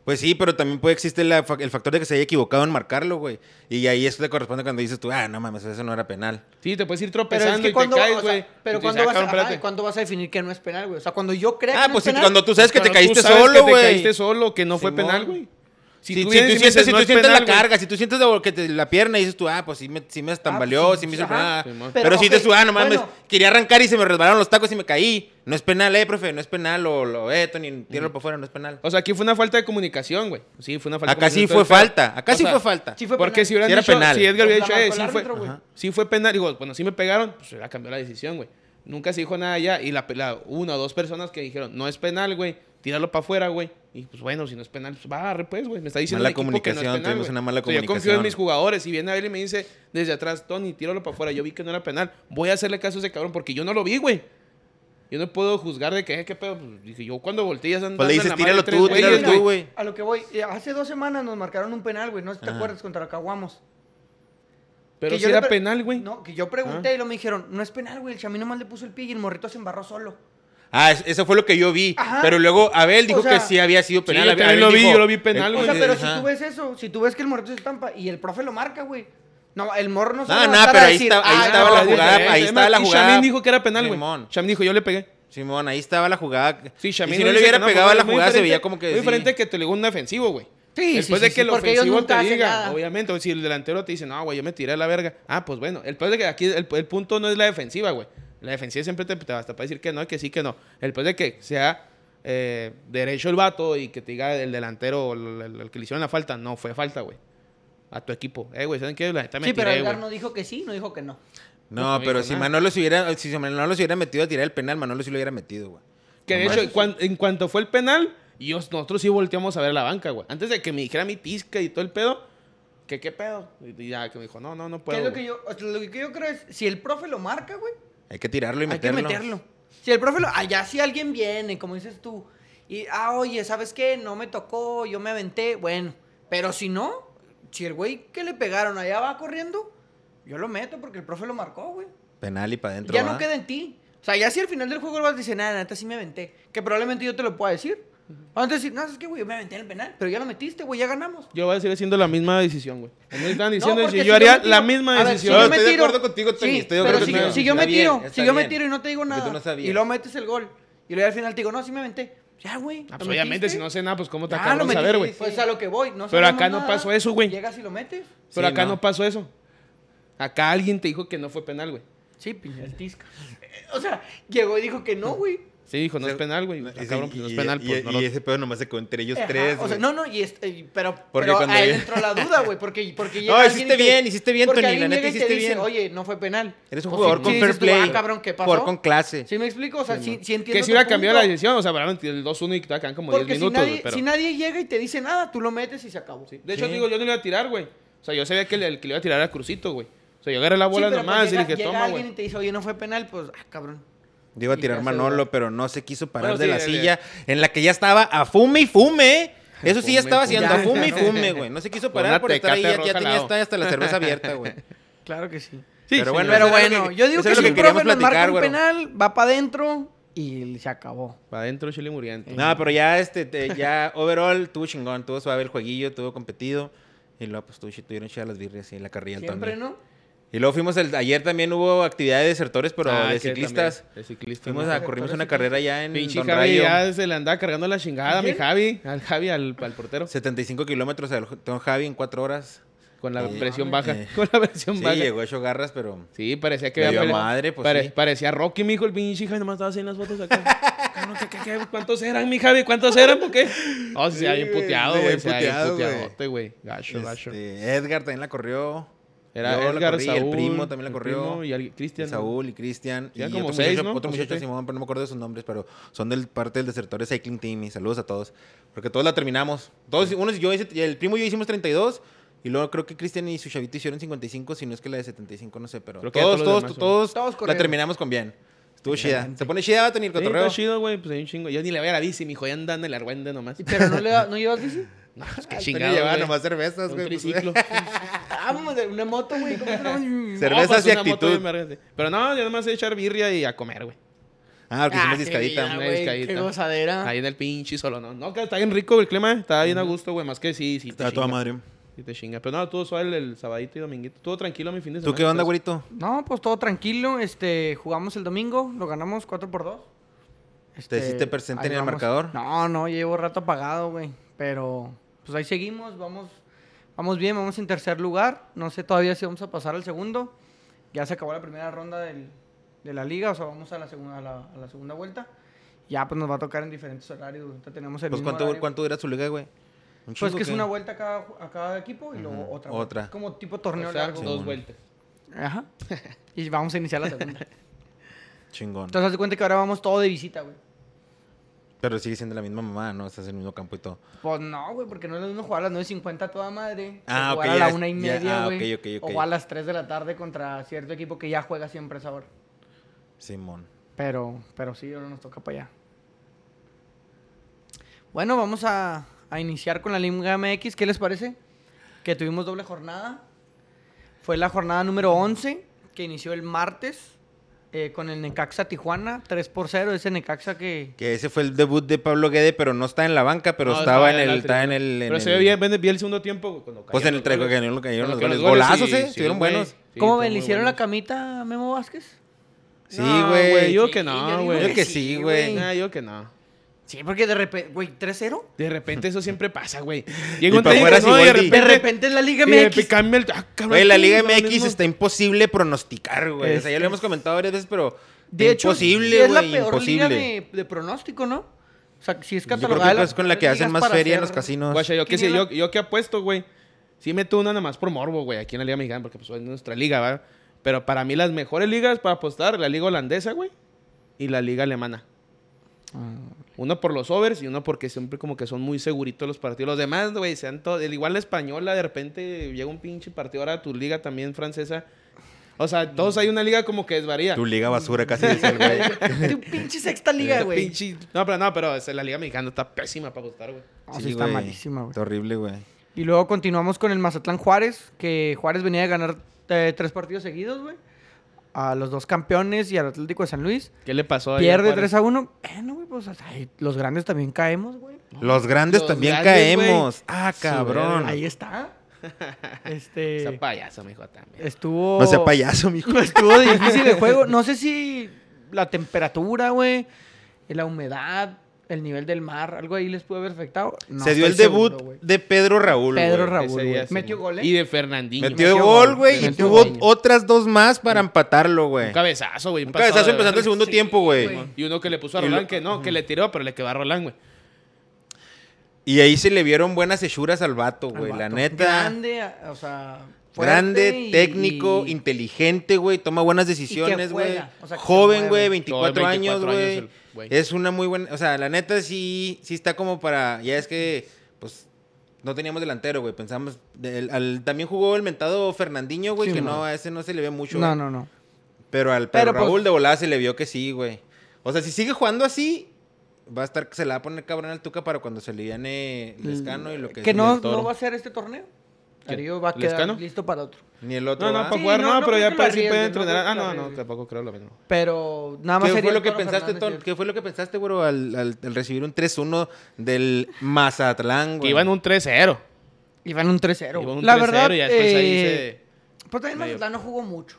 S2: Pues sí, pero también puede existir la fa- el factor de que se haya equivocado en marcarlo, güey. Y ahí eso te corresponde cuando dices tú, ah, no mames, eso no era penal.
S1: Sí, te puedes ir
S3: Pero
S1: tropezando
S3: es que
S1: y te
S3: cuando,
S1: caes,
S3: o sea,
S1: güey.
S3: pero
S1: Y tú dices,
S3: cuando
S1: "Ah,
S3: vas,
S1: cabrón,
S3: a,
S1: espérate".
S3: ay, ¿cuándo vas a definir que no es penal, güey? O sea, cuando yo crea
S2: Ah,
S3: que no
S2: pues
S3: es
S2: si,
S3: penal.
S2: cuando tú sabes que te
S1: Cuando tú
S2: caíste
S1: sabes que
S2: solo,
S1: Te
S2: güey.
S1: caíste solo, que no fue
S2: Simón.
S1: penal, güey.
S2: Si, si tú,
S1: vienes y me
S2: sientes,
S1: dices,
S2: si
S1: "No
S2: tú
S1: es
S2: sientes
S1: penal,
S2: la
S1: güey".
S2: carga, si tú sientes la, que te- la pierna y dices tú, ah, pues sí me, sí me tambaleó,
S3: pues sí,
S2: sí me
S3: sí,
S2: hizo
S3: ajá.
S2: penal.
S1: Simón.
S2: Pero,
S3: Pero,
S2: si
S3: ok,
S2: dices tú, ah, no mames,
S3: bueno.
S2: quería arrancar y se me resbalaron los tacos y me caí. No es penal, eh, profe, no es penal. O lo, eh, Tony, tíralo para afuera, no es penal.
S1: O sea, aquí fue una falta de comunicación, güey. Sí, fue una falta
S2: Acá
S1: de
S2: sí
S1: comunicación,
S2: fue
S1: todo el
S2: falta, acá
S1: O
S2: sí
S1: sea,
S2: fue falta.
S3: Sí fue
S1: Porque
S3: penal.
S1: si hubieran
S2: Sí era
S1: dicho-
S2: penal.
S1: si Edgar hubiera
S3: Pues
S1: dicho,
S3: la
S1: eh,
S3: marcó
S1: sí
S3: el
S1: fue,
S3: árbitro, güey. Ajá.
S1: sí fue penal, digo, bueno, sí me pegaron, pues hubiera cambiado la decisión, güey. Nunca se dijo nada ya y la, la una o dos personas que dijeron, no es penal, güey, tíralo para afuera, güey. Y pues bueno, si no es penal, pues va, arre, pues, güey. Me está diciendo
S2: Mala
S1: el equipo que no es
S2: comunicación,
S1: penal,
S2: tuvimos
S1: güey.
S2: una mala
S1: Entonces, Yo confío en
S2: comunicación.
S1: mis jugadores y viene a él y me dice desde atrás, Tony, tíralo para afuera. Yo vi que no era penal. Voy a hacerle caso a ese cabrón porque yo no lo vi, güey. Yo no puedo juzgar de que, eh, qué pedo. Pues, dije, yo cuando volteé ya se andaban
S2: Pues, dices,
S1: a la madre
S2: "Tíralo
S1: tres
S2: tú,
S1: güeyes,
S2: tíralo
S1: güey".
S2: tú, güey.
S3: A lo que voy, eh, hace dos semanas nos marcaron un penal, güey. No sé si te
S2: Ajá.
S3: acuerdas contra Caguamos.
S1: Pero
S3: Que
S1: si
S3: yo le
S1: era
S3: pre-
S1: penal, güey.
S3: No, que yo pregunté
S2: Ah.
S3: y lo me dijeron, no es penal, güey. El chamino nomás le puso el pie y el morrito se embarró solo.
S2: Ah, es- eso fue lo que yo vi.
S3: Ajá.
S2: Pero luego Abel dijo
S3: O sea,
S2: que sí había sido penal.
S1: yo
S2: Abel-
S1: también lo
S2: Abel
S1: vi,
S2: dijo-
S1: yo lo vi penal,
S3: O
S1: güey.
S3: sea, pero
S2: Ajá.
S3: si tú ves eso, si tú ves que el morrito se estampa y el profe lo marca, güey. No, el morro no se va
S2: Ah,
S3: a
S2: no,
S3: levantar
S2: pero
S3: a
S2: ahí,
S3: decir,
S2: está- ahí
S3: "Ah,
S2: estaba
S3: no,
S2: la
S3: güey".
S2: jugada.
S1: diferente.
S2: Ahí
S1: Es
S2: estaba
S1: más,
S2: la
S1: y
S2: jugada.
S1: Shamin dijo que era penal, güey.
S2: Simón.
S1: Shamin dijo, yo le pegué.
S2: Simón, ahí estaba la jugada.
S1: Sí,
S2: Y
S1: Shamin
S2: si no le
S1: dice
S2: hubiera
S1: que
S2: pegado a
S1: porque
S2: la
S1: es muy
S2: jugada, se
S1: diferente-
S2: veía como que.
S1: Muy
S2: sí.
S1: diferente que te le diga un defensivo, güey.
S3: Sí,
S1: Después
S3: sí,
S1: de
S3: sí,
S1: que
S3: sí,
S1: el
S3: porque ellos
S1: ofensivo
S3: nunca
S1: te
S3: hacen
S1: diga,
S3: nada.
S1: obviamente, o si el delantero te dice, no, güey, yo me tiré a la verga. Ah, pues bueno, el peor de que aquí el, el punto no es la defensiva, güey. La defensiva siempre te, te basta para decir que no, que sí, que no. El peor de que sea eh, derecho el vato y que te diga el delantero o el, el- el que le hicieron la falta, no, fue falta, güey. A tu equipo. Eh, güey, ¿saben qué? La neta me
S3: Sí, pero
S1: tiré,
S3: Edgar
S1: güey.
S3: no dijo que sí, no dijo que no.
S1: No,
S2: No,
S1: no
S2: pero
S1: dijo
S2: si
S1: nada.
S2: Manolo se hubiera, si Manolo se hubiera metido a tirar el penal, Manolo sí lo hubiera metido, güey.
S1: Que de
S2: Nomás
S1: hecho, cuan- en cuanto fue el penal, yo- nosotros sí volteamos a ver la banca, güey. Antes de que me dijera mi tisca y todo el pedo, que qué pedo. Y ya que me dijo, no, no, no
S3: ¿Qué
S1: puedo.
S3: es lo
S1: güey.
S3: que yo, o sea, lo que yo creo es, si el profe lo marca, güey,
S2: Hay que tirarlo y
S3: hay que
S2: meterlo.
S3: meterlo. Si el profe lo, allá si alguien viene, como dices tú, y, ah, oye, ¿sabes qué? No me tocó, yo me aventé, bueno, pero si no, si el güey que le pegaron allá va corriendo, yo lo meto porque el profe lo marcó, güey.
S2: Penal y para adentro.
S3: Ya
S2: ¿va?
S3: no queda en ti. O sea, ya si al final del juego vas a decir, nada, neta, sí me aventé. Que probablemente yo te lo pueda decir. Vamos a decir, no, es que, güey, yo me aventé en el penal, pero ya lo metiste, güey, ya ganamos.
S1: Yo voy a seguir haciendo la misma decisión, güey. A mí Me están diciendo
S3: porque
S1: si
S3: si
S1: yo
S3: yo
S1: haría
S3: me tiro-
S1: la
S3: a
S1: misma
S3: ver,
S1: decisión.
S3: si yo
S2: No,
S3: me
S2: estoy de
S3: tiro-
S2: acuerdo contigo, Tony,
S3: Sí,
S2: estoy de
S3: pero
S2: acuerdo
S3: si,
S2: contigo.
S3: si yo
S2: Está
S3: me
S2: bien,
S3: tiro,
S2: está
S3: si yo me
S2: bien.
S3: tiro y no te digo
S2: Porque
S3: nada,
S2: tú no sabías.
S3: y luego metes el gol, y luego al final te digo, no, sí me aventé. Ya, güey.
S1: Ah,
S3: ¿lo
S1: pues, obviamente,
S3: metiste?
S1: si no sé nada, pues cómo te
S3: Ya,
S1: acabo
S3: lo
S1: de saber,
S3: metiste,
S1: güey.
S3: Pues a lo que voy, no
S1: Pero
S3: sabemos
S1: acá no
S3: nada.
S1: pasó eso, güey.
S3: Llegas y lo metes.
S1: Pero
S2: Sí,
S1: acá no.
S2: no.
S1: pasó eso. Acá alguien te dijo que no fue penal, güey.
S3: Sí, pinche el tisca. O sea, llegó y dijo que no, güey.
S1: Sí, dijo, no
S2: O sea,
S1: es penal, güey. Ah,
S2: Y-
S1: Cabrón, pues no es
S2: y-
S1: penal,
S2: y-
S1: pues
S2: y-
S1: no lo-
S2: Y ese pedo nomás se quedó entre ellos
S3: Ajá,
S2: tres.
S3: o sea,
S2: güey.
S3: no, no, y este, y- pero,
S2: Porque
S3: pero
S2: cuando
S3: a él
S2: llega-
S3: entró la duda, güey, porque, porque llega
S2: No,
S3: alguien
S2: hiciste
S3: y te-
S2: bien, hiciste bien,
S3: porque
S2: Tony,
S3: alguien
S2: la neta
S3: llega y te
S2: hiciste
S3: dice,
S2: bien.
S3: Oye, no fue penal.
S2: Eres un
S3: O
S2: jugador
S3: sí,
S2: con
S3: sí
S2: fair
S3: dices tú, ah,
S2: play.
S3: cabrón, ¿qué pasó?
S2: Jugador con clase.
S3: Sí me explico, o sea, sí, sí entiendo
S1: Que si
S3: tu
S1: hubiera cambiado la
S3: punto,
S1: decisión, o sea, probablemente el 2-1 y te quedan como 10
S3: Porque si
S1: minutos,
S3: nadie,
S1: güey. pero-
S3: si nadie llega y te dice nada, tú lo metes y se acabó. Sí,
S1: De hecho,
S2: Sí.
S1: digo, yo no le iba a tirar, güey. O sea, yo sabía que el, el que le iba a tirar era Crucito, güey. O sea, yo agarré la bola
S3: pero
S1: nomás
S3: pues llega-
S1: y le dije,
S3: llega
S1: toma,
S3: alguien
S1: güey.
S3: y te dice, oye, no fue penal, pues, ah, cabrón.
S2: Yo iba a
S3: Y
S2: tirar
S3: ya se
S2: Manolo,
S3: duró.
S2: pero no se quiso
S1: Bueno,
S2: parar de
S1: sí,
S2: la
S1: dale.
S2: silla en la que ya estaba a fume y fume. ¿eh? Eso
S1: Fume
S2: sí, ya
S1: y
S2: estaba
S1: fume.
S2: haciendo a
S3: Ya,
S2: fume y
S3: ya,
S2: fume, güey. No se quiso
S1: Con una
S2: parar por estar ahí.
S1: Tecate
S2: Ya,
S1: roja
S2: ya
S1: al
S2: tenía
S1: lado.
S2: hasta, hasta la cerveza abierta, güey.
S3: Claro que sí.
S2: Pero bueno,
S3: Pero
S2: eso era lo
S3: bueno,
S2: que-
S3: yo digo
S2: eso
S3: que
S2: era
S3: si
S2: lo que
S3: un
S2: queríamos
S3: profe nos marca
S2: platicar,
S3: un
S2: güey.
S3: penal, va para adentro y se acabó.
S1: Para adentro, chile muriente.
S2: No, pero ya, este, te- ya, overall, tuvo chingón, tuvo suave el jueguillo, tuvo competido. Y luego, pues, tuvo, chi- tuvieron chidas las birrias y la carrilla
S3: Siempre,
S2: también.
S3: ¿no?
S2: Y luego fuimos, el, ayer también hubo actividad de desertores, pero
S1: Ah,
S2: de
S1: que
S2: ciclistas.
S1: también, De ciclistas.
S2: Fuimos
S1: ¿no?
S2: a, corrimos una carrera ya en
S1: Pinche
S2: Don
S1: Javi
S2: Rayo.
S1: ya se le andaba cargando la chingada a mi
S3: ¿Quién?
S1: Javi. Al Javi, al, al portero.
S2: 75 kilómetros al Don Javi en 4 horas.
S1: Con la
S2: Sí.
S1: presión
S2: Mames.
S1: baja.
S2: Eh.
S1: Con la presión
S2: Sí,
S1: baja.
S2: llegó hecho garras, pero...
S1: Sí, parecía que
S2: Le
S1: había
S2: dio
S1: peleado.
S2: madre, pues, sí.
S1: Parecía Rocky, mijo, el pinche Javi. Nomás estaba haciendo las fotos acá. Cabrón, ¿qué- qué- qué? ¿Cuántos eran, mi Javi? ¿Cuántos eran? ¿Por qué? Oh, sí, se había bien
S2: güey,
S1: puteado,
S2: se
S1: güey.
S2: había
S1: Se había bien
S2: puteado, güey.
S1: puteadote, güey. Gacho, gacho.
S2: Este, Edgar también la corrió.
S1: Era
S2: Yo la
S1: Edgar,
S2: corrí,
S1: Saúl.
S2: el primo también la
S1: el
S2: corrió.
S1: primo y al
S2: Y
S1: Cristian. ¿no?
S2: Saúl y Cristian. Y
S1: Ya como
S2: otro
S1: seis,
S2: muchacho,
S1: ¿no?
S2: otro
S1: ¿O
S2: muchacho,
S1: siete?
S2: Simón, pero no me acuerdo de sus nombres, pero son del parte del Desertores Cycling Team. Y saludos a todos. Porque todos la terminamos. Todos, unos, yo hice- el primo y yo hicimos 32. Y luego creo que Cristian y su chavito hicieron 55, si no es que la de 75, no sé, pero
S1: Creo
S2: todos,
S1: que ya
S2: todos,
S1: todos los
S2: todos,
S1: demás son-
S3: Todos
S2: la
S3: corrieron.
S2: terminamos con bien. Estuvo chida.
S3: Excelente.
S2: Se pone chida, va a tener
S1: Sí,
S2: cotorreo.
S1: está chido, güey. Pues hay un chingo. Yo ni le voy a la bici, mijo. Ya andan en la argüende nomás.
S3: Y- Pero no, le da- ¿no llevas bici.
S1: No, pues qué
S2: Ay,
S1: chingado,
S2: Tony llevaba
S1: güey.
S2: nomás cervezas,
S1: Un
S2: güey. pues,
S1: triciclo.
S3: Vamos, Ah, pues, de una moto, güey. ¿cómo te la vas?
S2: Cervezas
S1: No, pues,
S2: y
S1: una moto
S2: actitud.
S1: bien verga, sí. Pero no, yo nomás sé echar birria y a comer, güey.
S2: Ah, porque
S3: Ah,
S2: hicimos
S3: qué vida,
S2: discadita.
S1: una
S3: güey, Qué
S1: discadita.
S3: gozadera.
S1: Ahí en el pinche solo, ¿no? No, que está bien rico el clima, está bien a gusto, güey. Más que sí, sí te
S2: Está toda
S1: chinga,
S2: madre.
S1: Sí te chinga. Pero no, todo suave el, el sabadito y dominguito. Todo tranquilo mi fin de semana.
S2: ¿Tú qué onda,
S1: pues.
S2: güerito?
S3: No, pues todo tranquilo. Este, jugamos el domingo, lo ganamos 4 por 2
S2: hiciste presente en el marcador?
S3: No, no, ya llevo rato apagado, güey. Pero, pues ahí seguimos, vamos, vamos bien, vamos en tercer lugar. No sé todavía si vamos a pasar al segundo. Ya se acabó la primera ronda del- de la liga, o sea, vamos a la segunda, a la, a la segunda vuelta. Ya, pues nos va a tocar en diferentes horarios. güey. Ahorita tenemos el
S2: Pues,
S3: mismo
S2: ¿cuánto,
S3: horario.
S2: ¿Cuánto dura su liga, güey? ¿Un
S3: Pues
S2: chingo
S3: que es
S2: qué?
S3: una vuelta a cada, ju- a cada equipo y luego
S2: Ujú,
S3: otra. vuelta.
S2: otra.
S3: Es como tipo
S1: O
S3: torneo
S1: sea,
S3: largo.
S1: dos
S2: Sí.
S1: vueltas.
S3: Ajá. Y vamos a iniciar la segunda.
S2: Chingón.
S3: Entonces, haz de cuenta que ahora vamos todo de visita, güey.
S2: Pero sigue siendo la misma mamá, ¿no? Estás en el mismo campo y todo.
S3: Pues no, güey, porque no es lo mismo jugar a las 9.50 a toda madre. que
S2: Ah,
S3: jugar
S2: ok,
S3: a
S2: ya-
S3: la una y
S2: ya-
S3: media,
S2: ah,
S3: güey.
S2: ok, ok, ok.
S3: O a las 3 de la tarde contra cierto equipo que ya juega siempre a esa hora.
S2: Simón.
S3: Pero, pero sí, ahora nos toca para allá. Bueno, vamos a, a iniciar con la Liga MX. ¿Qué les parece? Que tuvimos doble jornada. Fue la jornada número 11, que inició el martes eh, con el Necaxa Tijuana, 3 por 0. Ese Necaxa que...
S2: Que ese fue el debut de Pablo Guede, pero no está en la banca, pero
S1: No,
S2: estaba en
S1: ya la
S2: el, está en
S1: tribuna.
S2: el. en
S1: Pero se
S2: el-
S1: ve bien, ven- vi el segundo tiempo, güey. cuando
S2: Pues en
S1: cayeron
S2: el
S1: los
S2: traigo que
S1: goles.
S2: cayeron
S1: Cuando
S2: los
S1: cayeron
S2: goles. Golazos,
S1: sí,
S2: ¿eh?
S1: sí,
S2: Estuvieron
S1: güey.
S2: buenos.
S1: Sí,
S3: ¿Cómo
S1: muy
S3: ven? ¿Le hicieron la
S1: buenos.
S3: camita a Memo Vázquez?
S2: Sí, güey.
S1: yo
S3: Sí,
S1: que
S3: yo
S1: no,
S3: digo
S1: güey.
S2: Yo que sí, güey.
S1: Ah, yo que no.
S3: Sí, porque de repente, güey, 3-0.
S1: De repente eso siempre pasa, güey. Llega un
S2: pa'
S1: técnico,
S2: fuera
S1: no, y de
S2: Siboldi.
S1: repente...
S3: De repente es la Liga
S1: y de repente
S3: MX.
S1: cambia el... ah, cabrón,
S2: Güey, la Liga este,
S1: lo
S2: MX
S1: mismo.
S2: está imposible pronosticar, güey. O sea, ya lo
S3: Es-
S2: hemos comentado varias veces, pero.
S3: De hecho, sí
S2: imposible,
S3: es la
S2: güey.
S3: peor liga
S2: Imposible.
S3: de, de pronóstico, ¿no? O sea, si es
S2: Yo
S3: catalogada.
S2: creo que
S3: de
S2: es
S3: las
S2: con la que
S3: peores
S2: hacen
S3: ligas
S2: más
S3: para
S2: feria en
S3: hacer-
S2: los casinos.
S1: Guacha, yo que, sí,
S3: Quiniela.
S1: yo, yo que apuesto, güey. Sí meto una nada más por morbo, güey, aquí en la Liga Mexicana, porque pues es nuestra liga, ¿va? Pero para mí las mejores ligas para apostar, la Liga Holandesa, güey, y la Liga Alemana.
S3: Ah,
S1: Uno por los overs y uno porque siempre como que son muy seguritos los partidos. Los demás, güey, sean todo... el- Igual la española, de repente llega un pinche partido. Ahora tu liga también francesa. O sea, todos hay una liga como que desvaría.
S2: Tu liga basura casi dice el güey.
S3: Tu pinche sexta liga,
S1: Esta
S3: güey.
S1: pinche- No, pero no, pero esa- la liga mexicana está pésima para apostar, güey.
S3: No, sí, está
S2: güey.
S3: malísima, güey.
S2: Está horrible, güey.
S3: Y luego continuamos con el Mazatlán Juárez, que Juárez venía de ganar eh, tres partidos seguidos, güey. A los dos campeones y al Atlético de San Luis.
S1: ¿Qué le pasó ahí a
S3: Pierde
S1: Juárez?
S3: 3 a 1. Bueno, güey, pues ay, los grandes también caemos, güey.
S2: Los grandes
S1: Los
S2: también
S1: grandes, güey.
S2: caemos. Ah, cabrón.
S3: Ahí está.
S1: Esa
S3: Este.
S1: payaso, mijo, también.
S3: Estuvo.
S2: No sea payaso, mijo.
S3: Estuvo difícil el juego. No sé si la temperatura, güey, la humedad, el nivel del mar, algo ahí les pudo haber afectado. No
S2: Se dio el
S3: estoy
S2: debut
S3: seguro, güey.
S2: de Pedro Raúl.
S3: Pedro
S2: güey.
S3: Raúl,
S1: Ese día
S3: güey.
S1: sí,
S3: Metió ¿eh?
S1: güey.
S3: goles.
S1: Y de Fernandinho.
S2: Metió
S3: Metió
S2: gol,
S3: gol,
S2: güey, y
S3: metió
S2: tuvo
S3: gol.
S2: otras dos más para empatarlo, güey.
S1: Un cabezazo, güey.
S2: Un
S1: pasado
S2: cabezazo
S1: de
S2: empezando
S1: verga.
S2: el segundo
S3: Sí,
S2: tiempo, güey.
S3: güey.
S1: Y uno que le puso a
S2: Y lo-
S1: Rolán, que no, que le tiró, pero le quedó a Rolán, güey.
S2: Y ahí se le vieron buenas hechuras al vato,
S3: Al
S2: güey. La
S3: vato.
S2: neta. Grande,
S3: Grande, a- o sea. fuerte y-
S2: técnico,
S3: y-
S2: inteligente, güey. Toma buenas decisiones, güey.
S3: juega, o sea, que se
S2: Joven, güey,
S3: mueve.
S2: 24
S1: No,
S2: años,
S1: 24 años
S2: güey.
S1: el güey.
S2: Es una muy buena. O sea, la neta sí, sí está como para. Ya es que, pues. No teníamos delantero, güey. Pensamos. del- al- también jugó el mentado Fernandinho, güey.
S3: Sí,
S2: que
S3: man.
S2: no, a ese no se le ve mucho.
S3: No,
S2: güey.
S3: no, no.
S2: Pero al
S3: Pero,
S2: Pedro
S3: pues-
S2: Raúl de volada se le vio que sí, güey. O sea, si sigue jugando así, va a estar, se la va a poner cabrón al Tuca para cuando se liviane el escano y lo que
S3: Que
S2: es
S3: no,
S2: el toro.
S3: no va a ser este torneo.
S1: ¿Quién?
S3: Darío va a quedar
S1: ¿Lescano?
S3: listo para otro.
S2: Ni el otro.
S1: No, no,
S2: ¿va?
S1: para
S3: Sí,
S1: jugar
S3: no,
S1: no,
S3: no
S1: pero
S3: creo
S1: ya
S3: que
S1: para
S3: la
S1: sí
S3: rieguen,
S1: puede
S3: no
S1: entrenar.
S3: creo
S1: Ah,
S3: que la
S1: no, no,
S3: rieguen.
S1: tampoco creo lo mismo.
S3: Pero nada más
S2: ¿Qué
S3: sería
S2: fue
S3: el
S2: lo que
S3: Toro
S2: pensaste,
S3: Fernández,
S2: Tol? ¿Qué fue lo que pensaste, güero, al, al- al recibir un 3-1 del Mazatlán,
S1: Que
S2: güey?
S1: iban un 3-0.
S3: y- Iban un 3-0.
S1: Iban un
S3: La verdad,
S1: 3-0 y ya después ahí
S3: eh,
S1: se-
S3: Pues también
S1: Medio.
S3: Mazatlán no jugó mucho.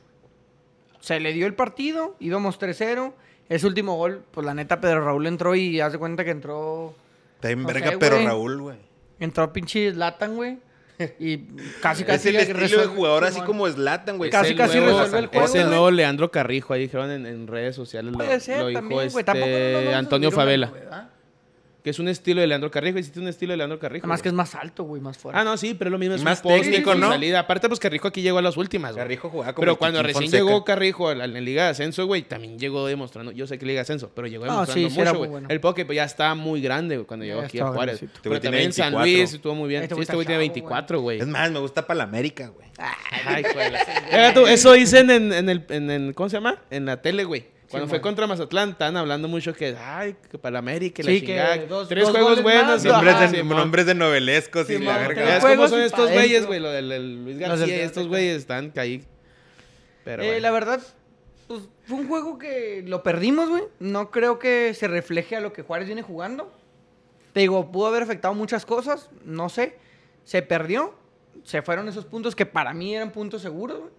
S3: Se le dio el partido, íbamos 3-0. Ese último gol, pues la neta, Pedro Raúl entró y hace cuenta que entró.
S2: Está en
S3: No
S2: verga,
S3: sé,
S2: pero
S3: güey.
S2: Raúl, güey.
S3: Entró pinche Latan, güey. Y casi,
S2: Es
S3: casi.
S2: el
S3: le
S2: estilo de
S3: resuelve-
S2: jugador así
S3: Simón.
S2: como Zlatan, güey.
S3: Casi,
S1: Es
S3: casi
S1: nuevo-
S3: resolvió el
S1: Es
S3: juego,
S1: el
S3: güey.
S1: nuevo Leandro Carrijo, ahí dijeron en, en redes sociales. Lo,
S3: Puede ser
S1: lo dijo
S3: también, güey. Tampoco no nos vamos
S1: este,
S3: a
S1: Antonio
S3: subir una,
S1: Favela.
S3: güey, ¿verdad?
S1: Que es un estilo de Leandro Carrijo. Hiciste un estilo de Leandro Carrijo.
S3: Además que
S1: güey.
S3: es más alto, güey, más fuerte.
S1: Ah, no, sí, pero es lo mismo. Es
S2: Más
S1: un poste
S2: técnico,
S1: con
S2: ¿no?
S1: salida. Aparte, pues Carrijo aquí llegó a las últimas, güey.
S2: Carrijo jugaba como el
S1: Pero cuando
S2: Kikín
S1: recién
S2: Fonseca.
S1: llegó Carrijo a la- en la Liga de Ascenso, güey, también llegó demostrando. Yo sé que Liga de Ascenso, pero llegó
S3: Ah,
S1: demostrando
S3: sí, sí, era
S1: mucho,
S3: muy
S1: güey.
S3: bueno.
S1: El Poke pues, ya estaba muy grande güey, cuando llegó
S3: Ya
S1: aquí a
S3: estaba
S1: Juárez.
S3: grandecito.
S1: Pero
S2: Este güey tiene
S1: también en San
S2: 24.
S1: Luis estuvo muy bien.
S3: Este
S1: sí,
S3: güey
S1: este güey
S3: está
S1: tiene
S3: chavo,
S1: 24, güey.
S2: Es más, me gusta para la América, güey.
S3: Ah,
S1: Ay, hijo de la- Deja tú, eso dicen en, en el, en el- ¿cómo se llama? En la tele, güey. Cuando
S3: Sí,
S1: fue
S3: man.
S1: contra Mazatlán, estaban hablando mucho que, ay, que para la América y la
S3: Sí, que
S1: chingada.
S3: dos-
S1: Tres
S3: dos
S1: juegos
S3: goles
S1: buenos.
S3: más,
S1: y-
S2: Nombres
S1: Ajá,
S2: de,
S1: Simón.
S2: nombres de novelescos y
S3: ah,
S2: la
S3: Simón,
S1: Ya
S2: verga.
S1: ves
S3: Juegos
S1: cómo son
S3: y
S1: estos
S3: pa'
S1: güeyes,
S3: dentro.
S1: güey. Lo del el Luis
S3: del
S1: García y
S3: Tecate.
S1: estos güeyes están caí. Pero
S3: Eh,
S1: bueno.
S3: La verdad, pues, fue un juego que lo perdimos, güey. No creo que se refleje a lo que Juárez viene jugando. Te digo, pudo haber afectado muchas cosas, no sé. Se perdió, se fueron esos puntos que para mí eran puntos seguros, güey.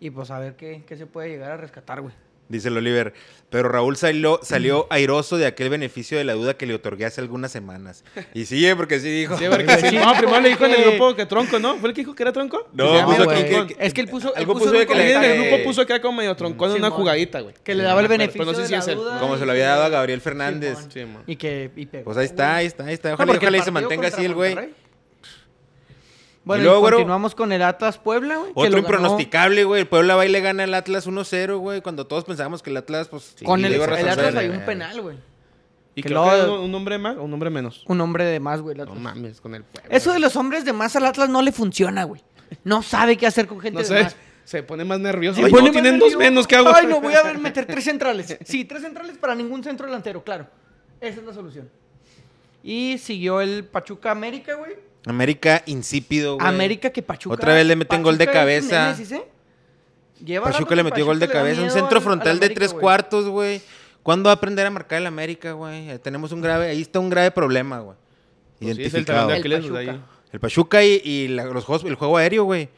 S3: Y pues a ver qué, qué se puede llegar a rescatar, güey.
S2: Dice el Oliver, pero Raúl salió,
S3: Mm.
S2: salió airoso de aquel beneficio de la duda que le otorgué hace algunas semanas. Y sí, eh, porque sí dijo.
S1: Sí, porque Pues sí, no, primero le dijo en el
S3: que-
S1: grupo que tronco, ¿no? ¿Fue el que dijo que era tronco?
S2: No,
S1: Que se
S2: puso
S1: llama
S2: que-
S1: troncón.
S2: que-
S3: Es que él puso. él
S2: algo
S3: puso en
S2: puso
S3: un
S2: de que le-
S1: Alguien
S3: comentario
S1: en el grupo
S2: eh,
S1: puso que era como medio troncón en una
S3: Simón.
S1: jugadita, güey.
S3: que le daba el
S1: Pero- pero
S3: beneficio
S1: no sé
S3: de
S1: si
S3: la
S1: es él.
S3: duda
S2: Como
S3: y
S2: se lo
S3: que-
S2: había dado a Gabriel Fernández.
S3: Simón.
S1: Simón.
S3: Y que. y pegó,
S2: Pues
S3: güey.
S2: ahí está, ahí está, ahí está.
S3: No,
S2: Ojalá,
S3: porque el
S2: ojalá y se
S3: partido
S2: mantenga
S3: contra
S2: así el güey.
S3: Monterrey. Bueno, y
S2: luego, güero,
S3: continuamos con el Atlas Puebla, güey. que
S2: Otro
S3: lo ganó
S2: impronosticable, güey. El Puebla va y le gana al Atlas 1-0, güey. Cuando todos pensábamos que el Atlas, pues.
S3: Con
S2: le
S3: el,
S2: iba a
S3: el
S2: resolver.
S3: Atlas hay un penal, güey.
S1: Y
S3: Que
S1: creo
S3: luego-
S1: que era un- un hombre más, un hombre menos.
S3: Un hombre de más, güey. el
S1: No
S3: Atlas.
S1: mames, con el pueblo.
S3: Eso de los hombres de más al Atlas no le funciona, güey. No sabe qué hacer con gente
S1: No
S3: de
S1: sé,
S3: más.
S1: se pone más nervioso.
S3: Se
S1: Ay,
S3: pone
S1: no,
S3: más
S1: tienen
S3: nervioso.
S1: dos menos, ¿qué hago?
S3: Ay, no, voy a ver meter tres centrales. Sí, tres centrales para ningún centro delantero, claro. Esa es la solución. Y siguió el Pachuca América, güey.
S2: América insípido, güey.
S3: América que Pachuca.
S2: Otra vez le meten gol de
S3: Pachuca es un
S2: cabeza.
S3: némesis, ¿eh? Lleva rato
S2: Pachuca
S3: que
S2: le metió gol de
S3: Pachuca le da
S2: cabeza. Un
S3: miedo
S2: centro
S3: al-
S2: frontal
S3: al
S2: de
S3: América,
S2: tres
S3: güey.
S2: cuartos, güey. ¿Cuándo va a aprender a marcar el América, güey? Eh, Tenemos un grave. Ahí está un grave problema, güey.
S1: Pues sí, es el talón
S2: Identificado.
S1: de
S3: El
S1: Aquiles de
S3: Pachuca.
S1: ahí.
S2: El Pachuca y, y la- los juegos, el juego aéreo, güey.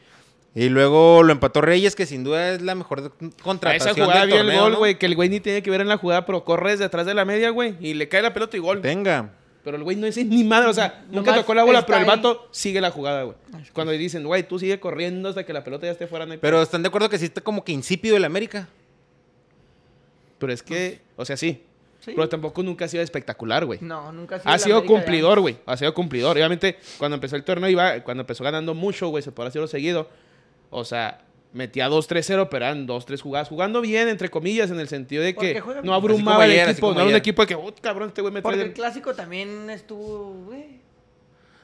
S2: Y luego lo empató Reyes, que sin duda es la mejor
S1: A
S2: contratación
S1: esa jugada
S2: del
S1: vio el
S2: torneo,
S1: gol,
S2: ¿no?
S1: güey, que el güey ni tiene que ver en la jugada, pero corre desde atrás de la media, güey, y le cae la pelota y gol.
S2: Tenga.
S1: Pero el güey no dice ni madre, o sea, nunca
S3: Nomás
S1: tocó la bola,
S3: está
S1: pero el
S3: ahí.
S1: vato sigue la jugada, güey. Cuando dicen, güey, tú sigue corriendo hasta que la pelota ya esté fuera, no hay
S2: Pero están de acuerdo que sí está como que insípido el América.
S1: Pero es que, o sea, sí.
S3: Sí.
S1: Pero tampoco nunca ha sido espectacular, güey.
S3: No, nunca
S1: ha
S3: el
S1: sido
S3: América de
S1: cumplidor, güey. Ha sido cumplidor. Obviamente, cuando empezó el torneo, iba, cuando empezó ganando mucho, güey, se podrá hacerlo seguido. O sea, metía 2-3-0, pero eran 2-3 jugadas. Jugando bien, entre comillas, en el sentido de
S3: Porque
S1: que
S3: juega
S1: no
S3: bien.
S2: Así como
S1: abrumaba el
S2: ayer, así
S1: equipo.
S2: como
S1: No era un
S2: ayer.
S1: equipo de que, "Oh, cabrón, este güey me
S3: Porque el
S1: trae...
S3: clásico también estuvo, güey.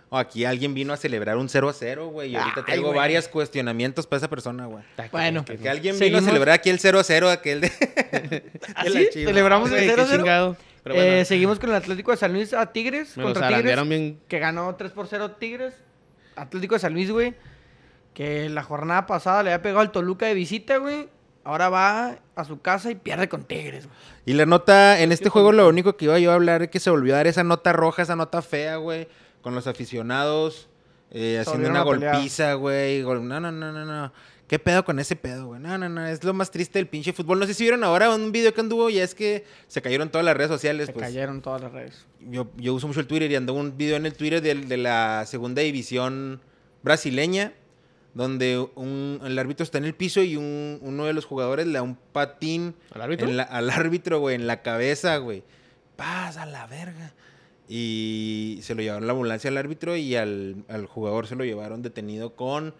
S2: O aquí alguien vino a celebrar un 0 a 0, güey. Y ahorita
S3: Ay,
S2: traigo
S3: güey.
S2: varios cuestionamientos para esa persona, güey.
S1: Está
S3: Bueno.
S1: cabrón,
S2: Que
S1: que no".
S2: alguien
S3: Seguimos.
S2: vino a celebrar aquí el 0 a 0, aquel de.
S3: Así ¿Ah, celebramos el
S1: Güey, qué
S3: 0-0.
S1: chingado. Pero bueno,
S3: Eh, seguimos con el Atlético de San Luis a Tigres
S1: me los
S3: contra Tigres.
S1: zarandearon bien.
S3: Que ganó 3 por 0 Tigres. Atlético de San Luis, güey. Que la jornada pasada le había pegado al Toluca de visita, güey. Ahora va a su casa y pierde con Tigres, güey.
S2: Y la nota, en este juego lo único que iba yo a hablar es que se volvió a dar esa nota roja, esa nota fea, güey, con los aficionados, eh, haciendo
S3: volvieron
S2: una
S3: a pelear.
S2: golpiza, güey. gol- No, no, no, no, no. ¿Qué pedo con ese pedo, güey? No, no, no, es lo más triste del pinche fútbol. No sé si vieron ahora un video que anduvo y es que se cayeron todas las redes sociales.
S3: Se
S2: pues.
S3: cayeron todas las redes.
S2: Yo, yo uso mucho el Twitter y anduvo un video en el Twitter del- de, la segunda división brasileña, donde un, el árbitro está en el piso y un- uno de los jugadores le da un patín
S1: ¿Al árbitro?
S2: en la- al árbitro, güey, en la cabeza, güey. Pasa la verga. Y se lo llevaron la ambulancia al árbitro y al, al jugador se lo llevaron detenido con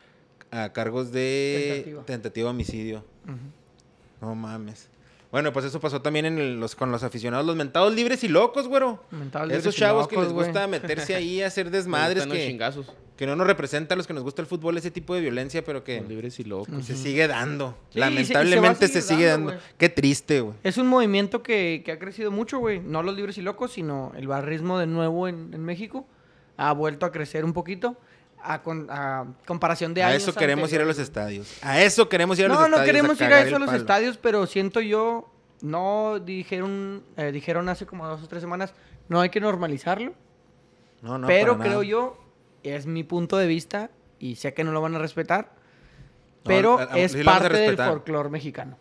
S2: a cargos de
S3: Tentativa.
S2: tentativa de homicidio. No mames. Bueno, pues eso pasó también en el- los, con los aficionados, los mentados libres y locos, güero.
S3: Mentados libres
S2: Esos
S3: y
S2: chavos que
S3: locos,
S2: les
S3: güey.
S2: gusta meterse ahí a hacer
S1: Me
S2: desmadres,
S1: gustan los
S2: que,
S1: chingazos.
S2: que no nos representa a los que nos gusta el fútbol, ese tipo de violencia, pero que pues,
S1: Los libres y
S3: Mm,
S1: locos.
S2: se sigue dando.
S3: Sí, y se- y se va a
S2: Lamentablemente se,
S3: seguir
S2: sigue
S3: dando,
S2: dando.
S3: güey.
S2: Qué triste, güey.
S3: Es un movimiento que, que ha crecido mucho, güey. No los libres y locos, sino el barrismo de nuevo en, en México. Ha vuelto a crecer un poquito. a, con- a comparación de
S2: a
S3: años
S2: eso queremos ir a los
S3: anteriores.
S2: estadios. A eso queremos ir a los
S3: No,
S2: estadios.
S3: no queremos ir a
S2: cagar
S3: eso a
S2: el
S3: los
S2: palo.
S3: estadios, pero siento yo, no dijeron, eh, dijeron hace como dos o tres semanas, no hay que normalizarlo,
S2: No, no,
S3: pero
S2: para
S3: creo
S2: nada.
S3: yo, es mi punto de vista y sé que no lo van a respetar,
S2: No,
S3: pero
S2: a- a-
S3: es
S2: sí lo vamos a
S3: parte del
S2: respetar.
S3: folclore mexicano.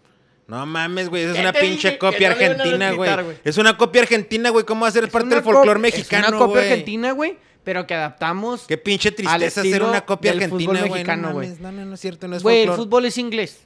S2: No mames, güey. Esa es
S3: Ya
S2: una
S3: te
S2: pinche
S3: dije que
S2: copia
S3: no le iban a
S2: argentina, güey.
S3: respetar, güey.
S2: Es una copia argentina, güey. ¿Cómo va a ser
S3: Es
S2: parte
S3: una
S2: del
S3: cop-
S2: folclore
S3: Es
S2: mexicano,
S3: una copia
S2: güey?
S3: argentina, güey, pero que adaptamos.
S2: Qué pinche tristeza ser
S3: estilo
S2: una copia
S3: del
S2: argentina,
S3: fútbol
S2: güey. No
S3: mexicano, güey.
S2: mames, No, no, no es cierto, no es
S3: Güey, el
S2: folclore.
S3: fútbol es inglés.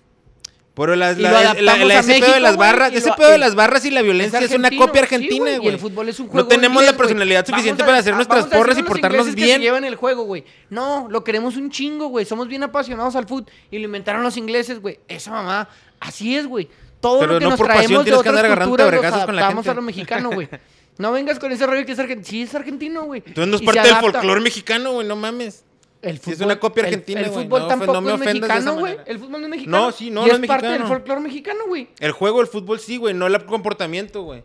S2: Pero la,
S3: Y
S2: la-
S3: lo
S2: la-
S3: adaptamos
S2: la-
S3: a
S2: ese pedo
S3: México,
S2: de las
S3: güey,
S2: barras,
S3: y lo-
S2: ese pedo de
S3: y-
S2: las barras y la violencia es una
S3: argentino,
S2: copia
S3: sí,
S2: argentina,
S3: güey, y
S2: güey.
S3: el fútbol es un
S2: No
S3: juego.
S2: tenemos
S3: inglés,
S2: la
S3: güey.
S2: personalidad
S3: Vamos
S2: suficiente
S3: a-
S2: para hacer
S3: a-
S2: nuestras
S3: vamos a
S2: porras y
S3: hacer unos
S2: portarnos
S3: ingleses Que se
S2: bien.
S3: llevan el juego, güey. No, lo queremos un chingo, güey. Somos bien apasionados al fútbol y lo inventaron los ingleses, güey. Esa mamá, así es, güey. Todo
S2: Pero
S3: lo que
S2: no
S3: nos
S2: por pasión
S3: traemos de
S2: tienes que andar
S3: otras
S2: agarrándote
S3: culturas
S2: a
S3: los
S2: vergazos con la
S3: adaptamos
S2: gente.
S3: a lo mexicano, güey. No vengas con ese rollo que es argentino. Sí, es argentino, güey.
S2: Entonces no es
S3: Y se
S2: parte del
S3: adapta.
S2: folclore mexicano, güey, no mames.
S3: El
S2: Sí, es una copia
S3: el-
S2: argentina,
S3: El,
S2: güey.
S3: fútbol
S2: No, fe-
S3: tampoco
S2: no me
S3: es
S2: ofendas de esa
S3: mexicano, güey.
S2: manera.
S3: El fútbol no es mexicano.
S2: No, sí, no,
S3: y
S2: no
S3: es,
S2: es
S3: parte del
S2: mexicano.
S3: folclore mexicano, güey.
S2: El juego, el fútbol sí, güey, no el comportamiento, güey.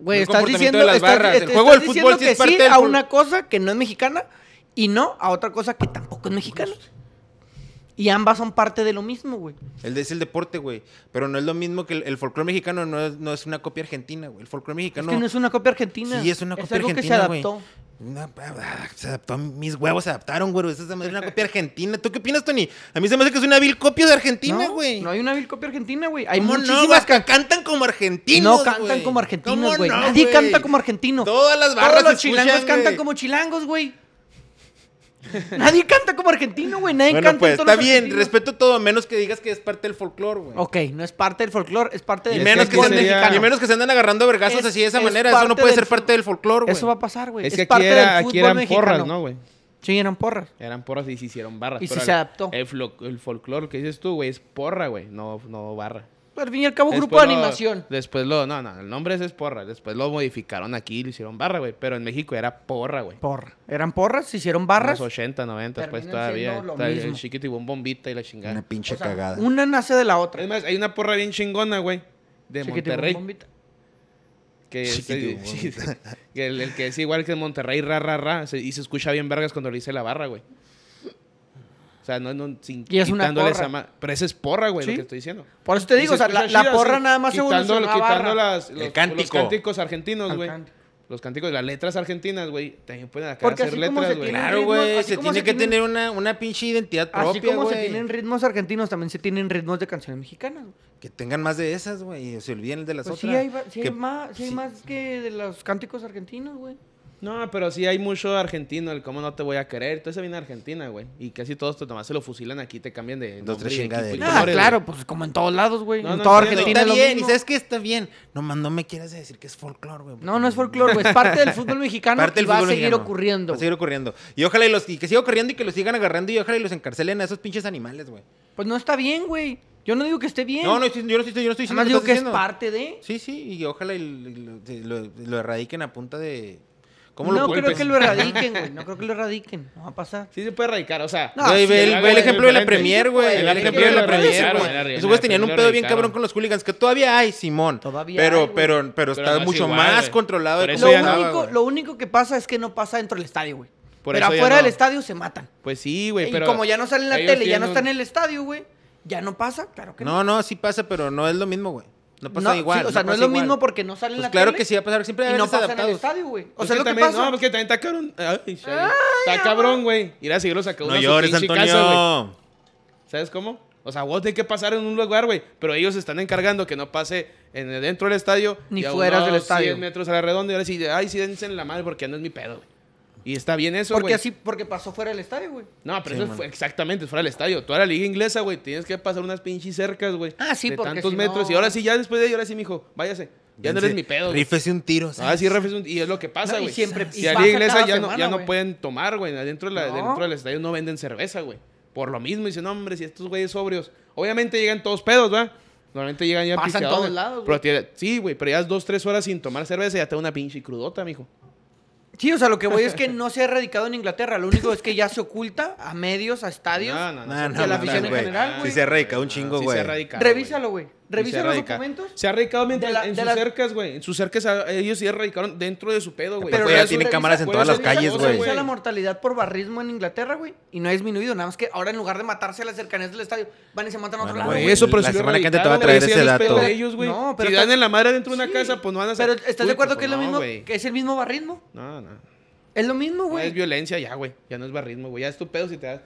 S3: Güey,
S2: El
S3: estás
S2: comportamiento
S3: diciendo,
S2: de las
S3: estás-
S2: barras.
S3: est-
S2: El juego
S3: estás
S2: del
S3: diciendo
S2: fútbol sí
S3: que
S2: es parte
S3: sí
S2: del
S3: a
S2: fútbol.
S3: una cosa que no es mexicana y no a otra cosa que tampoco es mexicana.
S2: Pues,
S3: Y ambas son parte de lo mismo, güey.
S2: El de- es el deporte, güey. Pero no es lo mismo que el, el folclore mexicano, no es, no es una copia argentina, güey. El folclore
S3: Es
S2: mexicano.
S3: que no es una copia argentina.
S2: Sí, es una copia
S3: algo
S2: argentina,
S3: que
S2: güey.
S3: se adaptó.
S2: Una- ah, se adaptó, mis huevos se adaptaron, güey. Esa es una copia argentina. ¿Tú qué opinas, Tony? A mí se me hace que es una vil copia de Argentina,
S3: no,
S2: güey.
S3: no hay una vil copia argentina, güey. Hay
S2: ¿Cómo
S3: muchísimas
S2: no, güey?
S3: can-
S2: Hasta cantan como argentinos,
S3: No cantan
S2: güey.
S3: como argentinos,
S2: ¿Cómo
S3: güey.
S2: no,
S3: Nadie
S2: güey?
S3: canta como argentino.
S2: Todas las barras
S3: Todos los
S2: se escuchan,
S3: chilangos cantan
S2: güey.
S3: como chilangos, güey. Nadie canta como argentino, güey. Nadie
S2: Bueno,
S3: canta
S2: pues
S3: en
S2: está
S3: tonos
S2: bien,
S3: argentinos.
S2: respeto todo, menos que digas que es parte del folclore, güey.
S3: Ok, no es parte del folclore, es parte
S2: Y
S3: del
S2: menos,
S1: que
S2: que
S3: fútbol
S2: se anden-
S1: sería-
S2: y menos que se andan agarrando a vergazos
S3: Es-
S2: así de esa
S3: es
S2: manera. Eso no
S3: parte
S2: puede
S3: del
S2: ser
S3: fu-
S2: parte del folclore, güey.
S3: Eso va a pasar, güey.
S1: Es que aquí,
S3: parte
S1: era-
S3: del
S1: aquí
S3: fútbol
S1: eran porras,
S3: mexicano.
S1: ¿no, güey?
S3: Sí, eran porras.
S1: Eran porras y se hicieron barras.
S3: Y sí
S1: pero
S3: se
S1: el-
S3: adaptó.
S1: El, flo- el folclore que dices tú, güey, es porra, güey, no, no barra.
S3: Al fin y al cabo, grupo
S1: Después
S3: de
S1: lo-
S3: animación.
S1: Después lo, no, no, el nombre ese es porra. Después lo modificaron aquí y lo hicieron barra, güey. Pero en México era porra, güey.
S3: Porra. Eran porras, se hicieron barras.
S1: Unos 80, 90, pues
S3: Terminan
S1: todavía.
S3: siendo lo
S1: Todavía
S3: mismo.
S1: El chiquito y un bombita y la chingada.
S2: Una pinche cagada.
S3: Una nace de la otra.
S1: Es más, hay una porra bien chingona, güey. De
S3: Chiquitibum
S1: Monterrey.
S3: bombita.
S1: Que,
S2: Chiquitibum
S1: sí, sí, sí. Que el, el que es igual que en Monterrey, ra, ra, ra. se- y se escucha bien vergas cuando le dice la barra, güey. O sea, no, no sin
S3: Y es una
S1: quitándole
S3: porra.
S1: esa ma- Pero esa es porra, güey,
S3: Sí.
S1: lo que estoy diciendo.
S3: Por eso te
S1: Y
S3: digo, o
S1: se
S3: sea, la,
S1: escucha
S3: la
S1: chida,
S3: porra
S1: sí,
S3: nada más se
S1: quitando,
S3: evolucionó a barra.
S1: quitando las,
S2: El
S1: los, los
S2: cántico.
S1: cánticos argentinos,
S3: Al
S1: güey.
S3: cántico.
S1: Los cánticos, las letras argentinas, güey. También pueden acá
S3: Porque
S1: hacer
S3: así como se
S1: letras, güey.
S3: tiene-
S2: Claro,
S3: ritmos,
S2: güey.
S3: así
S2: Se
S3: como
S2: tiene
S3: se
S2: que
S3: tienen-
S2: tener una, una pinche identidad propia, güey.
S3: Así como se tienen ritmos argentinos, también se tienen ritmos de canciones mexicanas. güey.
S2: Que tengan más de esas, güey. y Se olviden de las
S3: Pues sí
S2: otras.
S3: hay, va- sí hay
S2: Que-
S3: más, sí hay
S2: sí.
S3: más que de los cánticos argentinos, güey.
S1: No, pero sí hay mucho argentino, el cómo no te voy a querer. Todo eso viene de Argentina, güey. Y casi todos te nomás se lo fusilan aquí, te cambian de.
S2: Dos,
S1: nombre
S2: tres
S1: y de equipo y
S2: chingaderas.
S3: Ah,
S1: colores,
S3: claro, pues como en todos lados, güey.
S1: No,
S3: en
S1: no
S3: toda
S1: entiendo.
S3: Argentina
S2: Está
S3: es lo
S2: bien, y
S3: mismo.
S2: sabes que está bien. Nomás no me quieras decir que es folclore, güey.
S3: No, no es folclore, güey. Es parte del fútbol mexicano
S2: Parte
S3: y
S2: del
S3: va a
S2: fútbol
S3: seguir
S2: mexicano.
S3: ocurriendo.
S2: Va a seguir ocurriendo. Y ojalá y los y que siga ocurriendo y que los sigan agarrando y ojalá y los encarcelen a esos pinches animales, güey.
S3: Pues no está bien, güey. Yo no digo que esté bien.
S2: No, no, yo no estoy, yo no estoy diciendo
S3: Además digo
S2: estás
S3: que
S2: diciendo.
S3: es parte de.
S2: Sí, sí, y ojalá y lo, lo- lo erradiquen a punta de ¿Cómo
S3: no
S2: lo
S3: creo
S2: culpes?
S3: que lo erradiquen, güey. No creo que lo erradiquen. No va a pasar.
S1: Sí se puede erradicar, o sea.
S3: No,
S2: Güey,
S3: sí,
S2: ve, el,
S1: algo
S2: ve el ejemplo de la
S1: diferente.
S2: Premier, güey.
S1: El
S2: El, ejemplo
S1: ejemplo
S2: de la
S1: lo
S2: Premier,
S1: erradicaron, lo
S2: güey. Esos
S1: erradicaron,
S2: güeyes tenían un
S1: lo
S2: pedo bien
S1: erradicaron.
S2: cabrón con los hooligans, que todavía hay, Simón.
S3: Todavía
S2: pero,
S3: hay, güey.
S2: pero, pero
S1: Pero
S2: está
S1: no es
S2: mucho
S1: igual,
S2: más
S1: güey.
S2: controlado. de
S1: Por eso
S2: cómo
S3: Lo
S2: se
S1: ya no,
S2: daba,
S3: único,
S2: güey.
S3: lo único que pasa es que no pasa dentro del estadio, güey.
S1: Por
S3: Pero
S1: eso ya
S3: afuera
S1: no.
S3: del estadio se matan.
S1: Pues sí, güey, pero.
S3: y como ya no sale en la
S1: ellos
S3: tele, ya no
S1: tienen
S3: está en
S1: un-
S3: el estadio, güey. Ya no pasa, claro que no.
S2: No, no, sí pasa, pero no es lo mismo, güey. No pasa
S3: No,
S2: igual.
S3: sí, o sea, no, es
S2: pasa
S3: lo
S2: igual.
S3: mismo porque no sale en
S2: Pues
S3: la
S2: claro
S3: tele.
S2: que sí va a pasar, siempre va a
S3: y
S2: haber
S3: no pasa en el
S2: desadaptados.
S3: estadio, güey. O
S1: Pues
S3: sea,
S1: que
S3: lo que
S1: también,
S3: pasa.
S1: No, pues que también está cabrón. Ay, Shaggy.
S3: Ay,
S1: está cabrón, güey. Ir a seguirlo sacó
S2: No
S1: uno a su
S2: llores,
S1: pinche casa, güey.
S2: Antonio.
S1: ¿Sabes cómo? O sea, vos tenés que pasar en un lugar, güey. Pero ellos se están encargando que no pase en el- dentro del estadio.
S3: Ni
S1: y a
S3: fuera
S1: unos
S3: del estadio.
S1: 100 metros a la redonda. Y ahora sí, ay, sí, dense en la madre porque no es mi pedo, güey. Y está bien eso, güey.
S3: porque así, porque pasó fuera del estadio, güey.
S1: No, pero
S2: Sí,
S1: eso
S2: man.
S1: fue exactamente, fuera del estadio. Toda la liga inglesa, güey, tienes que pasar unas pinches cercas, güey.
S3: Ah, sí,
S1: de
S3: porque
S1: tantos
S3: si
S1: metros.
S3: no-
S1: Y ahora sí, ya después de ahí, ahora sí, mijo, váyase. Ya no eres
S2: Dense-
S1: mi pedo, güey.
S2: Rífese un tiro.
S1: Ah,
S2: ¿sabes?
S1: sí, refes un- Y es lo que pasa,
S3: No, y
S1: güey.
S3: siempre- y
S1: y la
S3: pasa
S1: liga inglesa
S3: cada
S1: ya, no,
S3: semana,
S1: ya no
S3: güey.
S1: pueden tomar, güey. Adentro, de la-
S3: No.
S1: dentro del estadio no venden cerveza, güey. Por lo mismo, dicen, no, hombre, si estos güeyes sobrios. Obviamente llegan todos pedos, ¿va? Normalmente llegan ya
S3: Pasan
S1: pisteados,
S3: todos
S1: güey.
S3: lados, güey.
S1: Pero tiene- Sí, güey, pero ya es dos, tres horas sin tomar cerveza y ya te da una pinche crudota, mijo.
S3: Sí, o sea, lo que voy es que no se ha erradicado en Inglaterra. Lo único es que ya se oculta a medios, a estadios.
S2: No, no,
S3: la
S2: no,
S3: afición en
S2: güey.
S3: general,
S2: Sí
S3: güey.
S2: se erradica un chingo,
S1: Ah, sí se
S2: güey.
S1: ha erradicado, güey.
S3: Revísalo, güey. Revisa
S1: se
S3: los
S1: erradica-
S3: documentos.
S1: Se ha radicado mientras-
S3: De la-
S1: en
S3: de
S1: sus
S3: las-
S1: cercas, güey. En sus cercas ah, ellos sí erradicaron dentro de su pedo, güey.
S2: Pero
S1: Por
S2: ya
S1: eso-
S2: tiene
S3: revisa-
S2: cámaras en
S1: por
S2: todas
S1: eso
S2: las
S1: revisa
S2: calles,
S1: cosas,
S2: güey.
S3: Revisa la mortalidad por barrismo en Inglaterra, güey. Y no ha disminuido. Nada más que ahora en lugar de matarse a las cercanías del estadio, van y se matan a otro
S2: Bueno,
S1: Por
S3: lado.
S2: güey,
S3: güey.
S1: eso, pero
S2: la
S1: si lo
S2: semana que entra te
S1: erradicaron,
S2: va a traer
S1: güey, si
S2: ese
S1: es pedo
S2: dato.
S1: de ellos, güey.
S3: No, pero
S1: si
S3: está-
S1: dan en la madre dentro de una
S3: Sí.
S1: casa, pues no van a hacer.
S3: Pero ¿estás
S1: Uy,
S3: de acuerdo
S1: pues
S3: que es lo
S1: no,
S3: mismo?
S1: güey.
S3: Que es el mismo barrismo.
S1: No, no.
S3: Es lo mismo,
S1: Ya
S3: güey.
S1: es violencia ya, güey. Ya no es barrismo, güey. Ya es tu pedo si te das.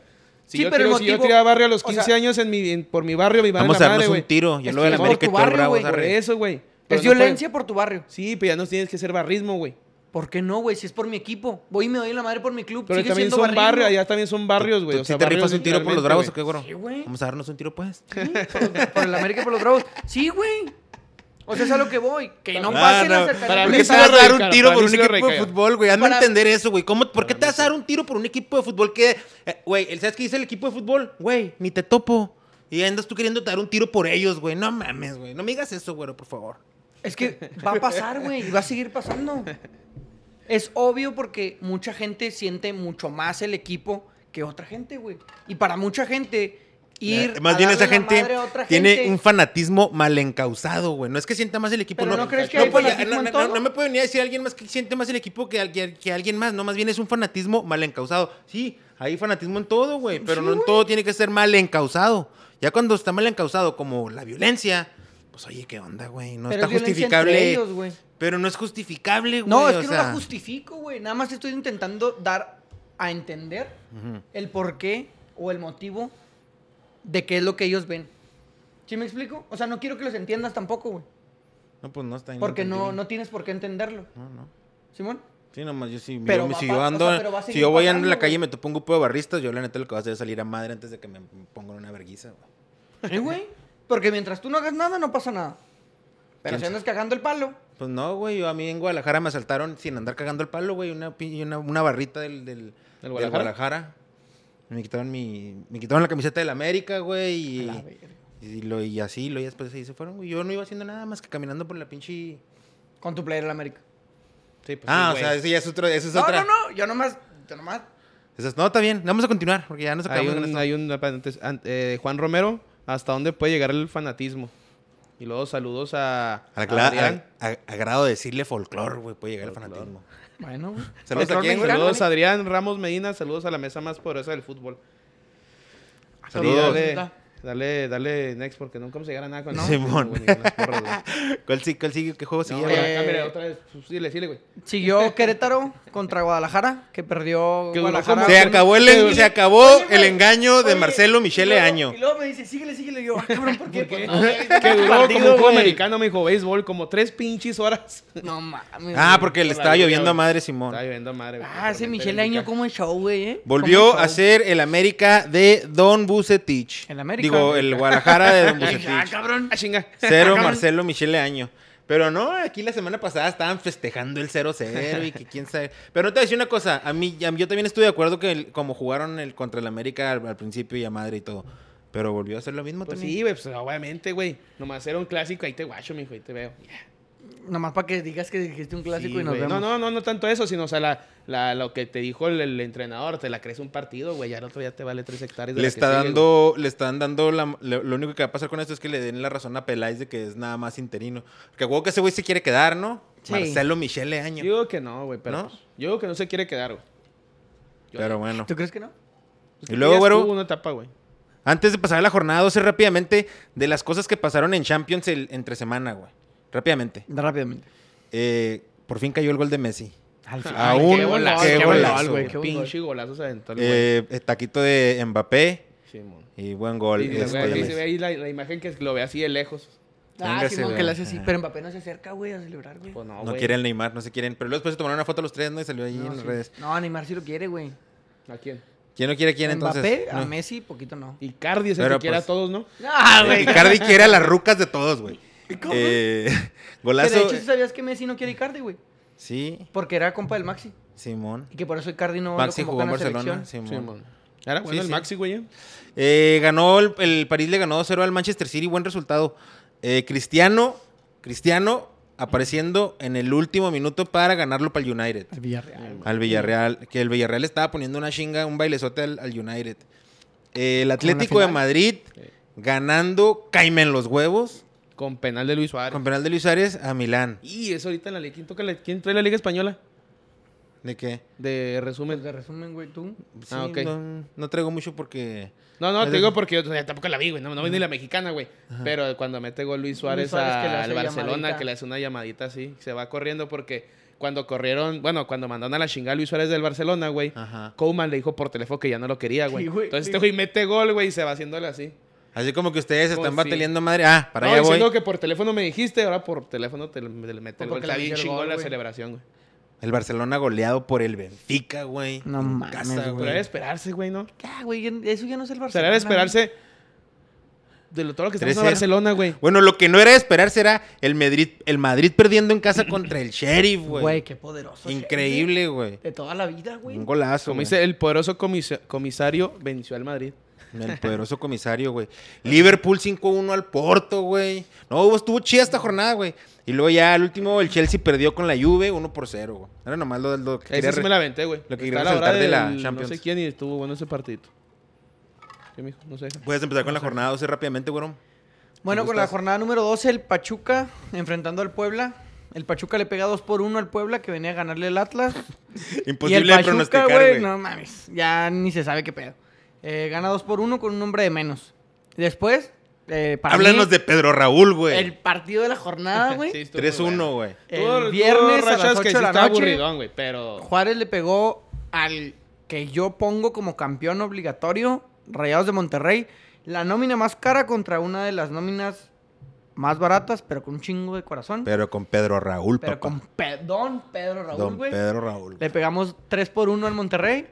S1: Si,
S3: Sí,
S1: yo,
S3: pero el
S1: tiro- si yo
S3: motivo-
S1: tiraba barrio a los
S3: o
S1: 15
S3: sea-
S1: años en mi, en- por mi barrio, mi barrio
S2: Vamos a
S1: la
S2: darnos
S1: madre,
S2: un
S1: güey.
S2: tiro. Yo
S3: Es
S2: lo de
S3: que
S2: la
S3: es por
S2: América
S3: tu
S2: y tú el
S3: barrio,
S2: Bravos,
S3: güey,
S1: Por
S2: arre.
S1: eso, güey. Pero
S3: Es
S1: no puede-
S3: violencia por tu barrio.
S1: Sí, pero ya no tienes que ser barrismo, güey.
S3: ¿Por qué no, güey? Si es por mi equipo. Voy y me doy la madre por mi club.
S1: Pero
S3: Sigue
S1: también
S3: siendo
S1: son
S3: barrismo.
S1: barrios, allá también son barrios, güey.
S2: ¿Tú
S1: O
S2: sí
S1: sea,
S2: Pues, te rifas
S1: barrios
S2: un tiro por los
S1: literalmente,
S2: Bravos o
S1: güey.
S2: qué, güey?
S3: Sí, güey.
S2: Vamos a darnos un tiro, pues.
S3: Sí, por, por el América y por los Bravos. Sí, güey. O sea, es a lo que voy. Que no
S1: Ah,
S3: pasen
S2: no,
S3: las
S1: para
S3: cercanías.
S1: mí
S2: ¿Por qué
S1: sí
S2: te
S1: lo
S2: vas a dar un
S1: radical,
S2: tiro
S1: para
S2: por
S1: mí
S2: un
S1: sí lo
S2: equipo de
S1: radical.
S2: fútbol, güey? Hazme
S3: Para-
S2: entender eso, güey. ¿Cómo, ¿Por qué
S1: Para
S2: te
S1: mí
S2: vas a dar un tiro por un equipo de fútbol que... eh, Güey, el- ¿sabes qué dice el equipo de fútbol? Güey, ni te topo. Y andas tú queriendo dar un tiro por ellos, güey. No mames, güey. No me digas eso, güey, por favor.
S3: Es que va a pasar, güey, y va a seguir pasando. Es obvio porque mucha gente siente mucho más el equipo que otra gente, güey. Y para mucha gente, ir.
S2: Eh, Más
S3: a
S2: bien
S3: darle
S2: esa
S3: la
S2: gente
S3: madre a otra
S2: tiene
S3: gente-
S2: un fanatismo mal encauzado, güey. No es que sienta más el equipo.
S3: Pero ¿no crees que hay
S2: pues, ya,
S3: fanatismo
S2: no,
S3: en
S2: no,
S3: todo?
S2: no me puede venir a decir alguien más que siente más el equipo que, al- que- que alguien más. No, más bien es un fanatismo mal encauzado. Sí, hay fanatismo en todo, güey. Pero
S3: Sí,
S2: no en
S3: güey.
S2: todo tiene que ser mal encauzado. Ya cuando está mal encauzado, como la violencia, pues oye, ¿qué onda, güey? No
S3: Pero
S2: está
S3: es violencia entre
S2: justificable.
S3: ellos, güey.
S2: pero no es justificable, güey.
S3: No, es que
S2: o
S3: no la
S2: sea.
S3: justifico, güey. Nada más estoy intentando dar a entender
S2: Ujú.
S3: el por qué o el motivo de qué es lo que ellos ven. ¿Sí me explico? O sea, no quiero que los entiendas tampoco, güey.
S2: No, pues no está ahí,
S3: Porque no,
S2: entendí.
S3: no tienes por qué entenderlo.
S2: No, no.
S3: ¿Simón?
S2: Sí, nomás yo sí.
S3: Pero
S2: yo-
S3: va
S2: si
S3: a pa-
S2: yo
S3: o
S2: ando,
S3: sea, pero va a
S2: si
S3: seguir
S2: yo voy andando en la
S3: pasando,
S2: calle y
S3: güey.
S2: me topo un grupo de barristas, yo la neta lo que voy a hacer es salir a madre antes de que me pongan una verguiza, güey.
S3: Sí, güey. Porque mientras tú no hagas nada, no pasa nada. Pero
S2: ¿Quién
S3: si
S2: sabe?
S3: andas cagando el palo.
S2: Pues no, güey. yo A mí en Guadalajara me asaltaron sin andar cagando el palo, güey. Una, pi- una, una barrita del, del, del Guadalajara?
S1: Guadalajara?
S2: Me quitaron mi. Me quitaron la camiseta del América, güey. Y,
S3: A la verga.
S2: y, lo, y así, lo, y después ahí se fueron, güey. Yo no iba haciendo nada más que caminando por la pinche.
S3: Con tu player en América.
S1: Sí, pues
S2: ah,
S1: sí,
S2: o sea,
S1: güey.
S2: eso ya es otro. Eso es
S3: no,
S2: otra.
S3: no, no. Yo nomás. Yo nomás.
S2: Eso es- no, está bien. Vamos a continuar, porque ya nos
S1: Hay
S2: acabamos con
S1: un,
S2: esto.
S1: hay un antes- an- eh, Juan Romero, ¿hasta dónde puede llegar el fanatismo? Y luego saludos a,
S2: A, la
S1: a
S2: cla-
S1: Adrián.
S2: a- a- a grado de decirle folclore, güey, puede llegar el
S1: Folclore.
S2: fanatismo.
S3: Bueno, güey.
S2: Saludos a
S3: Folclore
S2: quién, güey?
S3: mexicano,
S1: Saludos a
S3: ¿vale?
S1: Adrián Ramos Medina, saludos a la mesa más poderosa del fútbol.
S2: Ah, Saludos.
S1: Y dale, dale, dale next porque nunca vamos a llegar a nada con
S2: No.
S1: el fanatismo,
S2: Simón.
S1: güey, ni con las porras, güey.
S2: ¿Cuál sigue? ¿Cuál sigue? ¿Qué juego
S1: No,
S2: sigue?
S1: ya,
S2: güey?
S3: eh,
S1: cámbiale otra vez. Pues, dile, dile, güey.
S3: Siguió Querétaro contra Guadalajara, que perdió
S1: Que duró
S3: Guadalajara.
S1: como-
S2: se
S1: güey,
S2: acabó el,
S1: que duró-
S2: se acabó
S3: Oye, güey,
S2: el engaño de
S3: oye,
S2: Marcelo Michele
S3: y luego-
S2: Año.
S3: Y luego me dice, síguele, síguele. Y Yo, ah, cabrón, ¿por qué?
S1: Porque-
S3: No, güey.
S1: Que duró como un
S2: güey.
S1: juego americano, me dijo, béisbol, como tres pinches horas.
S3: No mames.
S2: Ah,
S3: güey.
S2: porque le
S1: Por la
S2: estaba
S1: lluvia,
S2: lloviendo a
S1: güey.
S2: madre Simón.
S1: Está lloviendo madre, güey.
S3: Ah, ese
S1: Tormenta
S3: Michele Año,
S1: eléctrica.
S3: ¿cómo es show, güey? eh?
S2: Volvió
S3: ¿Cómo
S2: a
S3: show?
S2: ser el América de Don Bucetich.
S3: El América.
S2: Digo, el Guadalajara de Don
S3: Ah,
S2: Bucetich.
S3: cabrón.
S1: Ah, chinga.
S2: Cero Marcelo Michele Año. Pero no, aquí la semana pasada estaban festejando el 0-0 y que quién sabe. Pero no te voy a decir una cosa, a mí, a mí- yo también estoy de acuerdo que el- como jugaron el contra el América al, al principio y a madre y todo. Pero volvió a hacer lo mismo
S1: Pues
S2: también.
S1: sí, güey, pues obviamente, güey. Nomás era un clásico, ahí te guacho, mijo, ahí te veo.
S3: Nomás para que digas que dijiste un clásico
S1: Sí,
S3: y nos
S1: güey. No,
S3: vemos.
S1: no, no, no tanto eso, sino, o sea, la, la- lo que te dijo el, el entrenador, te la crees un partido, güey, ya el otro ya te vale tres hectáreas. de
S2: Le
S1: la que
S2: está
S1: sigue, güey.
S2: dando, le están dando la- lo, lo único que va a pasar con esto es que le den la razón a Peláez de que es nada más interino. Porque huevo que ese güey se quiere quedar, ¿no?
S3: Sí.
S2: Marcelo Michele Año.
S1: Yo digo que no, güey, pero
S2: ¿No?
S1: pues, yo digo que no se quiere quedar, güey. yo-
S2: Pero bueno.
S3: ¿Tú crees que no?
S1: Pues,
S2: Y
S1: que
S2: luego,
S1: ya
S2: güero-
S1: estuvo una etapa, güey.
S2: Antes de pasar a la jornada 12, rápidamente, de las cosas que pasaron en Champions el, entre semana, güey. Rápidamente.
S3: Rápidamente.
S2: Eh, por fin cayó el gol de Messi.
S3: Al fin.
S2: Ah, Aún,
S1: qué golazo,
S2: qué
S1: qué
S2: golazo,
S1: golazo,
S2: güey,
S1: güey.
S3: qué buen
S1: Pinche golazo se aventó el güey.
S2: Eh, el taquito de Mbappé
S1: Sí, mon.
S2: y buen
S1: Y,
S2: gol.
S1: güey,
S2: este,
S1: ahí se ve ahí la, la imagen que lo ve así de lejos.
S3: Ah,
S2: Véngase,
S3: sí,
S2: güey.
S3: que le hace así.
S2: Ajá.
S3: Pero Mbappé no se acerca, güey, a celebrar, güey.
S1: Pues no,
S2: no
S1: güey.
S2: quiere el Neymar, no se quieren. Pero luego después se tomaron una foto los tres, ¿no? Y salió ahí
S3: No,
S2: en las
S3: sí.
S2: redes.
S3: No, Neymar sí lo quiere, güey.
S1: ¿A quién?
S2: ¿Quién no quiere a quién entonces?
S3: Mbappé, a
S2: No.
S3: Messi, poquito no.
S1: Y Cardi es el
S2: Pero,
S1: que quiere
S2: pues,
S1: a todos, ¿no?
S3: Ah, güey.
S2: Eh, Icardi quiere a las rucas de todos, güey. Eh,
S3: Que
S2: golazo.
S3: de hecho, ¿sí ¿sabías que Messi no quiere a Icardi, güey?
S2: Sí,
S3: Porque era compa del Maxi.
S2: Simón.
S3: Y que por eso Icardi no
S2: Maxi
S3: lo
S2: jugó en
S3: convocan a la
S2: Barcelona.
S3: selección.
S2: Simón.
S1: Sí, mon. Era bueno
S2: Sí,
S1: el
S2: sí.
S1: Maxi, güey. ¿eh?
S2: Eh, ganó el, el París le ganó 2-0 al Manchester City, buen resultado. Eh, Cristiano, Cristiano apareciendo en el último minuto para ganarlo para el United.
S3: Al Villarreal.
S2: Al Villarreal, que el Villarreal estaba poniendo una chinga, un bailezote al, al United. Eh, el Atlético de
S3: final.
S2: Madrid ganando, caimen los huevos,
S1: Con penal de Luis Suárez.
S2: Con penal de Luis Suárez a Milán.
S1: Y eso ahorita en la liga. ¿Quién, toca la- quién trae la liga española?
S2: ¿De qué?
S1: De
S3: Pues
S1: resumen.
S3: de resumen, güey, tú.
S2: Sí,
S1: Ah, ok.
S2: no, no traigo mucho porque...
S1: No, no,
S2: Es
S1: te
S2: de-
S1: digo porque yo o sea, tampoco la vi, güey. No, no vi ni la mexicana, güey. Pero cuando mete gol Luis Suárez,
S3: Suárez que le
S1: a-
S3: hace
S1: al Barcelona,
S3: llamadita.
S1: que le hace una llamadita así, se va corriendo porque cuando corrieron, bueno, cuando mandaron a la chingada a Luis Suárez del Barcelona, güey,
S2: Ajá.
S1: Coman le dijo por teléfono que ya no lo quería, güey.
S3: Sí, güey,
S1: Entonces
S3: sí.
S1: este güey mete gol, güey, y se va haciéndole así.
S2: Así como que ustedes
S1: Como
S2: están
S1: si-
S2: bateleando madre. Ah, para
S1: Pues no,
S2: allá voy.
S1: diciendo que por teléfono me dijiste, ahora por teléfono te, le le mete el gol.
S3: Porque le
S1: Está bien
S3: metió el
S1: chingón
S3: gol,
S1: la
S3: güey.
S1: celebración, güey.
S2: El Barcelona goleado por el Benfica, güey.
S3: No
S2: En
S3: mames,
S2: casa,
S3: güey.
S1: Pero era de esperarse, güey, ¿no?
S3: Ya, güey, eso ya no es
S1: O
S3: el
S1: sea,
S3: Barcelona.
S1: era de esperarse de lo- todo lo que está pasando en
S2: 3-0.
S1: Barcelona, güey.
S2: Bueno, lo que no era de esperar será el Madrid, el Madrid perdiendo en casa contra el Sheriff,
S3: güey.
S2: güey.
S3: Güey, qué poderoso.
S2: Increíble, güey.
S3: Sheriff. De toda la vida, güey.
S2: Un golazo.
S1: Pues, Como
S2: güey.
S1: dice el poderoso comis- comisario, venció al Madrid.
S2: El poderoso comisario, güey. Liverpool 5-1 al Porto, güey. No, hubo- estuvo chida esta jornada, güey. Y luego ya al último el Chelsea perdió con la Juve 1 por 0, güey. Era nomás lo, lo que
S1: Ese
S2: quería
S1: sí
S2: re-
S1: me la aventé, güey.
S2: lo que
S1: Está
S2: quería
S1: a hora
S2: resaltar de la
S1: del
S2: Champions.
S1: No sé quién y estuvo bueno ese partidito. ¿Qué, mijo? No sé.
S2: Puedes empezar con la jornada 12 rápidamente, güey.
S3: Bueno,
S2: Si
S3: con la
S2: gustas.
S3: jornada número 12, el Pachuca enfrentando al Puebla. El Pachuca le pega 2 por 1 al Puebla que venía a ganarle el Atlas.
S2: Imposible
S3: y el
S2: de
S3: Pachuca,
S2: pronosticar,
S3: güey,
S2: güey.
S3: no mames. Ya ni se sabe qué pedo. Eh, gana 2 por 1 con un hombre de menos. Después, eh, para
S2: Háblanos
S3: mí,
S2: de Pedro Raúl,
S3: el
S2: güey.
S3: partido de la jornada, güey.
S1: Sí, estuvo muy
S2: 3-1,
S1: bueno.
S2: güey.
S3: El
S1: Tuvo- tuvo
S3: viernes a
S1: rachas
S3: las
S1: que
S3: 8
S1: sí
S3: de la
S1: estaba
S3: noche,
S1: aburridón, güey, pero...
S3: Juárez le pegó al que yo pongo como campeón obligatorio, Rayados de Monterrey. La nómina más cara contra una de las nóminas más baratas, pero con un chingo de corazón. Pero,
S2: Pero con Pedro Raúl, papá.
S3: con pe- Don Pedro Raúl,
S2: Don
S3: güey.
S2: Pedro Raúl.
S3: Le pegamos 3 por 1 al Monterrey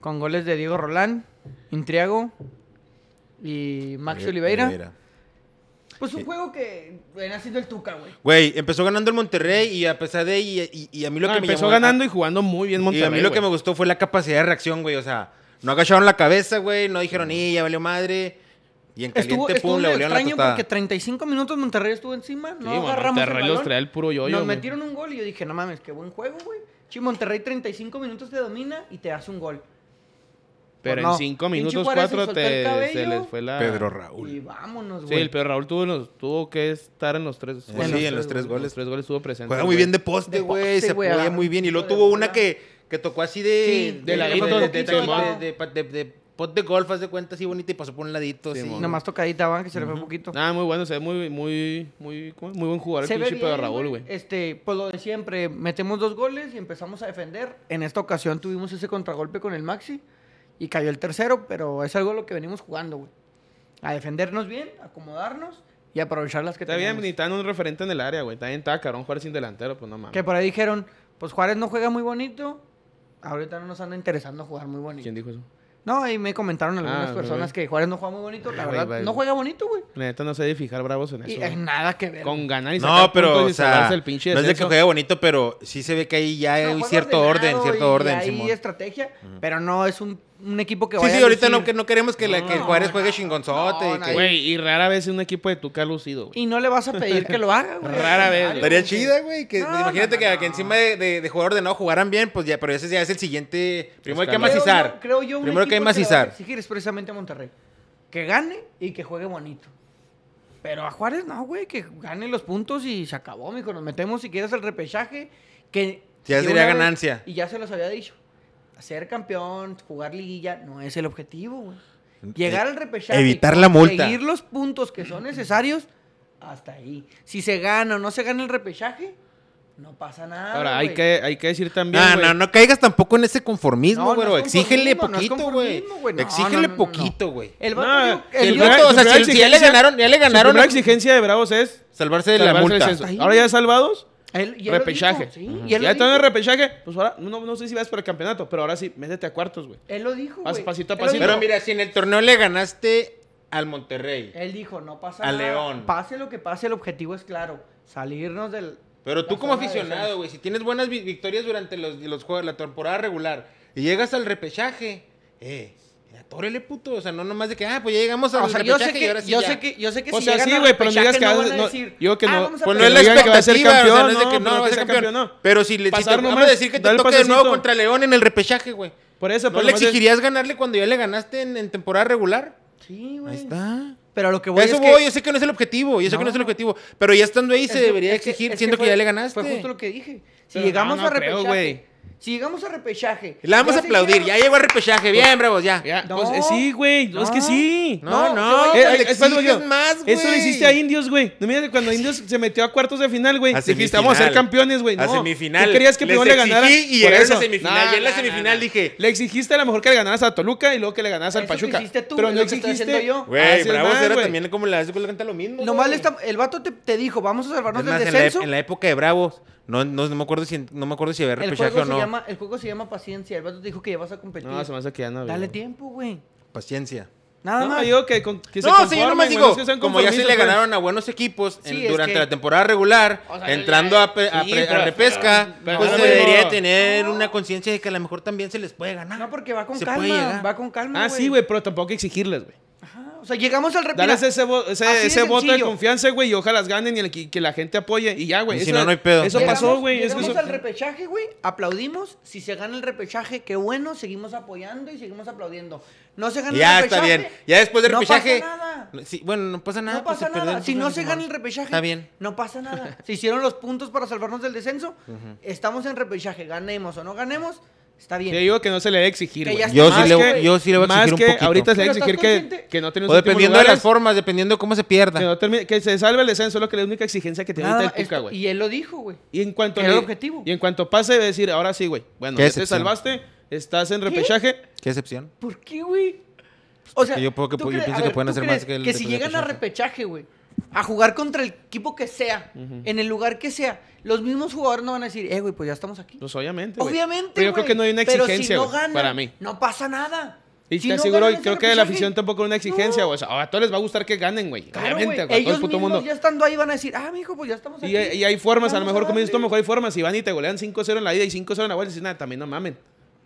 S3: con goles de Diego Rolán, Intriago y Max
S2: Eh,
S3: Oliveira.
S2: Oliveira.
S3: Pues un
S2: Sí.
S3: juego que viene haciendo el Tuca, güey.
S2: Güey, empezó ganando el Monterrey y a pesar de... Y, y- y a mí lo
S1: No,
S2: que me
S1: empezó
S2: llamó-
S1: ganando y jugando muy bien Monterrey,
S2: Y a mí lo que
S1: güey.
S2: me gustó fue la capacidad de reacción, güey. O sea, no agacharon la cabeza, güey. No dijeron, y ya valió madre. Y en
S3: Estuvo,
S2: caliente,
S3: estuvo
S2: pum, le volvieron la
S3: extraño
S2: tostada.
S3: porque 35 minutos Monterrey estuvo encima, no
S1: Sí,
S3: agarramos el
S1: Monterrey los
S3: balón.
S1: traía el puro yoyo,
S3: Nos
S1: güey.
S3: metieron un gol y yo dije, no mames, qué buen juego, güey. Chi, Monterrey 35 minutos te domina y te hace un gol.
S1: Pero
S3: Pues no.
S1: en cinco
S3: Pinche
S1: minutos,
S3: Juárez se
S1: cuatro,
S3: soltó el
S1: te- se
S3: cabello.
S1: les fue la...
S2: Pedro
S3: Y
S2: Raúl.
S3: vámonos,
S1: Sí,
S3: güey.
S1: el Pedro Raúl tuvo, los- tuvo que estar en los tres
S2: Sí,
S1: goles.
S2: en los tres
S1: Los
S2: goles.
S1: tres goles estuvo presente.
S2: Juega
S1: güey.
S2: muy bien de poste,
S3: De
S2: güey.
S3: poste,
S2: Se
S3: güey,
S2: podía
S3: agarra
S2: muy bien. Y
S3: un
S2: luego
S3: tipo de
S2: tuvo una
S3: bola.
S2: que, que tocó así de...
S3: Sí,
S1: de ladito,
S2: de, de,
S1: poquito
S2: de-
S1: de lado.
S2: de- de- de- de pot de golf, haz de cuenta, así bonita. Y pasó por un ladito,
S1: Sí,
S2: así.
S1: mon.
S3: Nomás tocadita, van, que se le fue un poquito.
S1: Nada, muy bueno, se ve muy, muy, muy, ¿cómo? muy buen jugador
S3: Se
S1: el
S3: ve
S1: pinche Pedro
S3: bien,
S1: Raúl, güey.
S3: Este, pues lo de siempre, metemos dos goles y empezamos a defender. En esta ocasión tuvimos ese contragolpe con el Maxi y cayó el tercero, pero es algo a lo que venimos jugando, güey. A defendernos bien, acomodarnos y aprovechar las que
S1: Está bien,
S3: tenemos.
S1: necesitan un referente en el área, güey. También estaba Carón Juárez sin delantero, pues no mames.
S3: Que por ahí dijeron, pues Juárez no juega muy bonito, ahorita no nos anda interesando jugar muy bonito.
S1: ¿Quién dijo eso?
S3: No, y me comentaron algunas
S1: Ah,
S3: personas
S1: güey.
S3: que Juárez no juega muy bonito, la
S1: Ah, güey,
S3: verdad,
S1: güey.
S3: no juega bonito, güey.
S1: La neta no sé de fijar bravos en
S3: Y
S1: eso.
S3: hay
S1: güey.
S3: nada que ver.
S1: Con ganar y
S2: No, pero,
S1: puntos y
S2: o sea,
S1: salvarse el
S2: no
S1: pinche
S2: es de que
S1: descenso.
S2: juegue bonito, pero sí se ve que ahí ya
S3: No,
S2: hay
S3: juega
S2: eh, cierto orden,
S3: ordenado
S2: cierto
S3: y
S2: orden,
S3: hay
S2: Simón.
S3: estrategia, pero no es un, un equipo que
S2: Sí,
S3: vaya
S2: sí,
S3: a
S2: ahorita no,
S3: lucir.
S2: que no queremos que, la, que el
S3: No,
S2: Juárez juegue
S3: no,
S2: chingonzote.
S3: no,
S2: y que-
S3: nadie.
S1: Güey, y rara vez un equipo de Tuca ha lucido, güey.
S3: Y no le vas a pedir que lo haga, güey.
S1: Rara vez,
S3: Algo
S2: Estaría
S3: que-
S2: chida, güey. Que,
S3: No,
S2: imagínate
S3: no,
S2: que,
S3: no,
S2: que
S3: no.
S2: encima de, de, de jugador de no jugaran bien, pues ya, pero ese ya es el siguiente. Primero hay que
S1: Escalón.
S2: macizar.
S3: Creo yo, creo yo un
S2: Primero que hay
S3: equipo le va a
S2: macizar.
S3: exigir es precisamente a Monterrey. Que gane y que juegue bonito. Pero a Juárez no, güey. Que gane los puntos y se acabó, mijo. Nos metemos si quieres el repechaje. Que
S2: Ya
S3: que
S2: sería
S3: una vez-
S2: ganancia.
S3: Y ya se los había dicho. Ser campeón, jugar liguilla, no es el objetivo, güey. Llegar al repechaje.
S2: Eh, evitar
S3: y
S2: la multa.
S3: conseguir los puntos que son necesarios, hasta ahí. Si se gana o no se gana el repechaje, no pasa nada.
S1: Ahora, hay
S3: güey.
S1: que, hay que decir también,
S2: No,
S1: güey,
S2: no, no caigas tampoco en ese conformismo,
S3: No, no
S2: güey.
S3: es
S2: Exígele
S3: conformismo, no es
S2: poquito, güey.
S3: conformismo, güey. No,
S2: Exígele
S3: no, no, no,
S2: poquito, güey.
S3: El vato
S1: No,
S3: dijo-
S1: si
S2: Si
S1: el
S2: el
S3: yo-
S1: vato-
S2: vato, o
S1: su
S2: sea, si,
S1: primera
S2: si ya le
S1: exigencia-
S2: ganaron, ya le
S1: su
S2: ganaron.
S1: primera exigencia de bravos es...
S2: Salvarse de la
S1: salvarse
S2: multa.
S1: del descenso.
S3: Ahí,
S1: Ahora
S3: güey.
S1: ya salvados,
S3: Él- y él lo
S1: repechaje.
S3: dijo, sí, y
S1: Ya
S3: él lo
S1: están en el
S3: dijo.
S1: repechaje, pues ahora, no, no sé si vas por el campeonato, pero ahora sí, métete a cuartos, güey.
S3: Él lo dijo,
S1: Pas-
S3: güey.
S1: pasito a
S3: Él lo
S1: pasito.
S3: dijo.
S2: Pero mira, si en el torneo le ganaste al Monterrey,
S3: Él dijo, no pasa
S2: Al
S3: nada.
S2: León.
S3: Pase lo que pase, el objetivo es claro. Salirnos del...
S2: Pero tú
S3: la
S2: como
S3: zona de
S2: aficionado,
S3: descenso.
S2: güey, si tienes buenas vi- victorias durante los, los juegos, la temporada regular, y llegas al repechaje, eh, atórele, puto. O sea, no nomás de que, ah, pues ya llegamos al
S3: O sea, yo
S2: repechaje
S3: sé
S2: y
S3: que,
S2: ahora sí
S3: yo
S2: ya.
S3: sé que, yo sé que
S1: O
S3: si
S1: sea,
S3: llegan
S1: sí,
S3: al
S1: güey, pero no digas
S3: repechaje
S1: que
S3: no
S1: hagas-
S3: van a
S1: no,
S3: decir,
S1: digo que
S3: "Ah,
S1: no,
S3: vamos a
S1: Pero
S2: Pues no es
S1: que
S2: la
S1: digan que va a ser
S2: expectativa, o sea, no es de
S1: campeón,
S2: que
S1: no,
S2: no, va a ser
S1: pero no va a ser
S2: campeón.
S1: campeón, no.
S2: Pero si le si te-
S1: Pasar
S2: vamos a
S1: nomás,
S2: decir que te
S1: dar el
S2: toque de nuevo
S1: pasecito.
S2: contra León en el repechaje, güey.
S1: Por eso,
S2: ¿No
S1: pero
S2: le
S1: nomás es-
S2: exigirías ganarle cuando ya le ganaste en, en temporada regular?
S3: Sí, güey.
S2: Ahí está.
S3: Pero a lo que voy
S2: eso
S3: es
S2: voy,
S3: que...
S2: yo sé que no es el objetivo, yo sé que no es el
S3: No.
S2: objetivo. Pero ya estando ahí se
S3: es que-
S2: debería
S3: es que-
S2: exigir,
S3: es
S2: siendo que,
S3: fue-
S2: ya le ganaste.
S3: Fue justo lo que dije. Si
S1: Pero
S3: llegamos
S1: no, no
S3: a
S1: creo,
S3: repechaje.
S1: güey.
S3: si llegamos a repechaje.
S2: La vamos
S3: ya
S2: a
S3: se
S2: aplaudir,
S3: hicieron-
S2: ya llegó el repechaje. Bien, bravos, ya.
S1: Ya,
S3: No.
S1: pues, eh, sí, güey. No, Es que
S3: No.
S1: sí.
S3: No,
S2: No, no,
S3: se
S1: Eh,
S3: va
S1: eh,
S2: le
S1: espérame,
S2: exiges
S1: yo.
S2: más, güey.
S1: Eso lo hiciste a Indios, güey. No, mira, cuando Indios se metió a cuartos de final, güey.
S2: A
S1: Dijiste,
S2: semifinal.
S1: vamos a ser campeones, güey.
S2: A
S1: No,
S2: semifinal.
S1: Tú querías que
S2: Les
S1: primero le
S2: exigí
S1: ganara.
S2: y llegaron a semifinal. y en la semifinal dije,
S1: Le exigiste a lo mejor que le ganaras a Toluca y luego que le ganaras al
S3: Eso que
S1: Pachuca.
S3: hiciste tú,
S1: pero
S3: es
S1: no
S3: lo que estoy
S1: exigiste.
S3: haciendo yo.
S2: güey,
S1: Haces
S2: bravos
S1: más,
S2: era
S1: güey.
S2: también como la hace con lo mismo.
S3: Nomás le
S2: güey.
S3: está- el vato te, te dijo, vamos a salvarnos
S2: Es
S3: del
S2: más, en, la,
S3: descenso.
S2: en la época de Bravos, no, no, no me acuerdo si no me acuerdo si había
S3: el,
S2: repechaje
S3: juego
S2: o
S3: se
S2: no.
S3: llama, el juego se llama paciencia. El vato te dijo que ya vas a competir.
S1: No, se me hace que ya no.
S3: Dale
S1: güey.
S3: tiempo, güey.
S2: Paciencia.
S3: Nada
S1: no,
S3: más.
S1: digo que, con, que se
S2: No, sí, yo nomás
S1: conformen,
S2: digo,
S1: güey, no es que sean
S2: como ya se
S1: conformistas,
S2: le
S1: pues.
S2: ganaron a buenos equipos en-
S3: Sí, es
S2: durante
S3: que-
S2: la temporada regular,
S1: O sea,
S2: entrando
S1: ya-
S2: a, pre- a
S1: sí,
S2: pre- a
S1: pero-
S2: repesca,
S1: pero-
S2: pues
S1: pero-
S2: se debería
S1: no.
S2: tener una conciencia de que a lo mejor también se les puede ganar.
S3: No, porque va con
S2: Se puede
S3: calma.
S2: llegar.
S3: Va con calma.
S1: Ah, sí, güey, pero tampoco exigirles, güey.
S3: Ajá, O sea, llegamos al
S1: Dale
S3: repechaje.
S1: ese, vo- ese,
S3: así de
S1: ese voto de
S3: sencillo.
S1: confianza, güey, y ojalá las ganen y el que, que la gente apoye. Y ya, güey.
S2: Y si
S1: eso-
S2: no, no hay pedo.
S1: Eso
S2: Llegamos-
S1: pasó, güey. es que
S3: Llegamos
S1: eso-
S3: al repechaje, güey. Aplaudimos. Si se gana el repechaje, qué bueno. Seguimos apoyando y seguimos aplaudiendo. No se gana
S2: Ya
S3: el
S2: está
S3: repechaje.
S2: bien. Ya después del
S3: no
S2: repechaje.
S3: Pasa nada.
S2: Sí, bueno, no pasa nada.
S3: No
S2: pues,
S3: pasa
S2: se
S3: nada.
S2: perdió,
S3: Si no
S2: pues,
S3: se
S2: no.
S3: gana el repechaje,
S2: Está bien.
S3: no pasa nada. Se hicieron los puntos para salvarnos del descenso. Estamos en repechaje. Ganemos o no ganemos, está bien.
S1: Yo digo que no se le debe exigir,
S3: Que
S1: güey.
S3: ya está Yo sí
S1: Más
S2: le-
S1: que-
S2: yo sí le voy a
S1: más
S2: exigir un
S1: que
S2: poquito.
S1: ahorita se le
S3: Pero
S1: debe exigir
S3: ¿estás
S1: que,
S3: consciente?
S1: que no tiene
S2: O dependiendo de las formas, dependiendo de cómo se pierda.
S1: que, no termine- que se salve el descenso, es lo que la única exigencia que tiene
S3: Nada
S1: ahorita
S3: más
S1: el Tuca,
S3: esto-
S1: güey.
S3: y él lo dijo, güey.
S1: Y en cuanto
S3: Era el
S1: le-
S3: objetivo.
S1: Y en cuanto pase, debe decir, ahora sí, güey. Bueno,
S2: Qué
S1: ya te
S2: excepción.
S1: salvaste, estás en repechaje.
S2: Qué excepción.
S3: ¿Por qué, güey? O sea,
S2: yo puedo que
S3: ¿tú
S2: pu- yo
S3: crees-
S2: pienso
S3: a
S2: que pueden
S3: ¿tú
S2: hacer más
S3: crees
S2: que el
S3: si
S2: de
S3: llegan a
S2: repechaje?
S3: repechaje, güey, a jugar contra el equipo que sea, en el lugar que sea, los mismos jugadores no van a decir, eh, güey, pues ya estamos aquí.
S1: Pues obviamente, güey.
S3: Obviamente,
S1: Pero yo creo
S3: güey.
S1: que no hay una
S3: Pero si
S1: exigencia,
S3: no
S1: güey,
S3: ganan,
S1: para mí.
S3: No pasa nada.
S1: Y
S3: Si
S1: te
S3: no
S1: aseguro,
S3: ganan ese
S1: creo que la
S3: repechaje,
S1: afición tampoco es una exigencia, güey. O sea, a todos les va a gustar que ganen, güey.
S3: claro,
S1: Obviamente,
S3: güey.
S1: güey. a todo
S3: Ellos
S1: el puto
S3: mismos
S1: mundo.
S3: ya estando ahí van a decir, ah, mijo, pues ya estamos aquí.
S1: Y, y hay formas, a lo
S3: Vamos
S1: mejor, como
S3: darle".
S1: dices tú, a lo mejor hay formas. Si van y te golean 5-0 en la ida y 5-0 en la vuelta, dices, nada, también no mamen.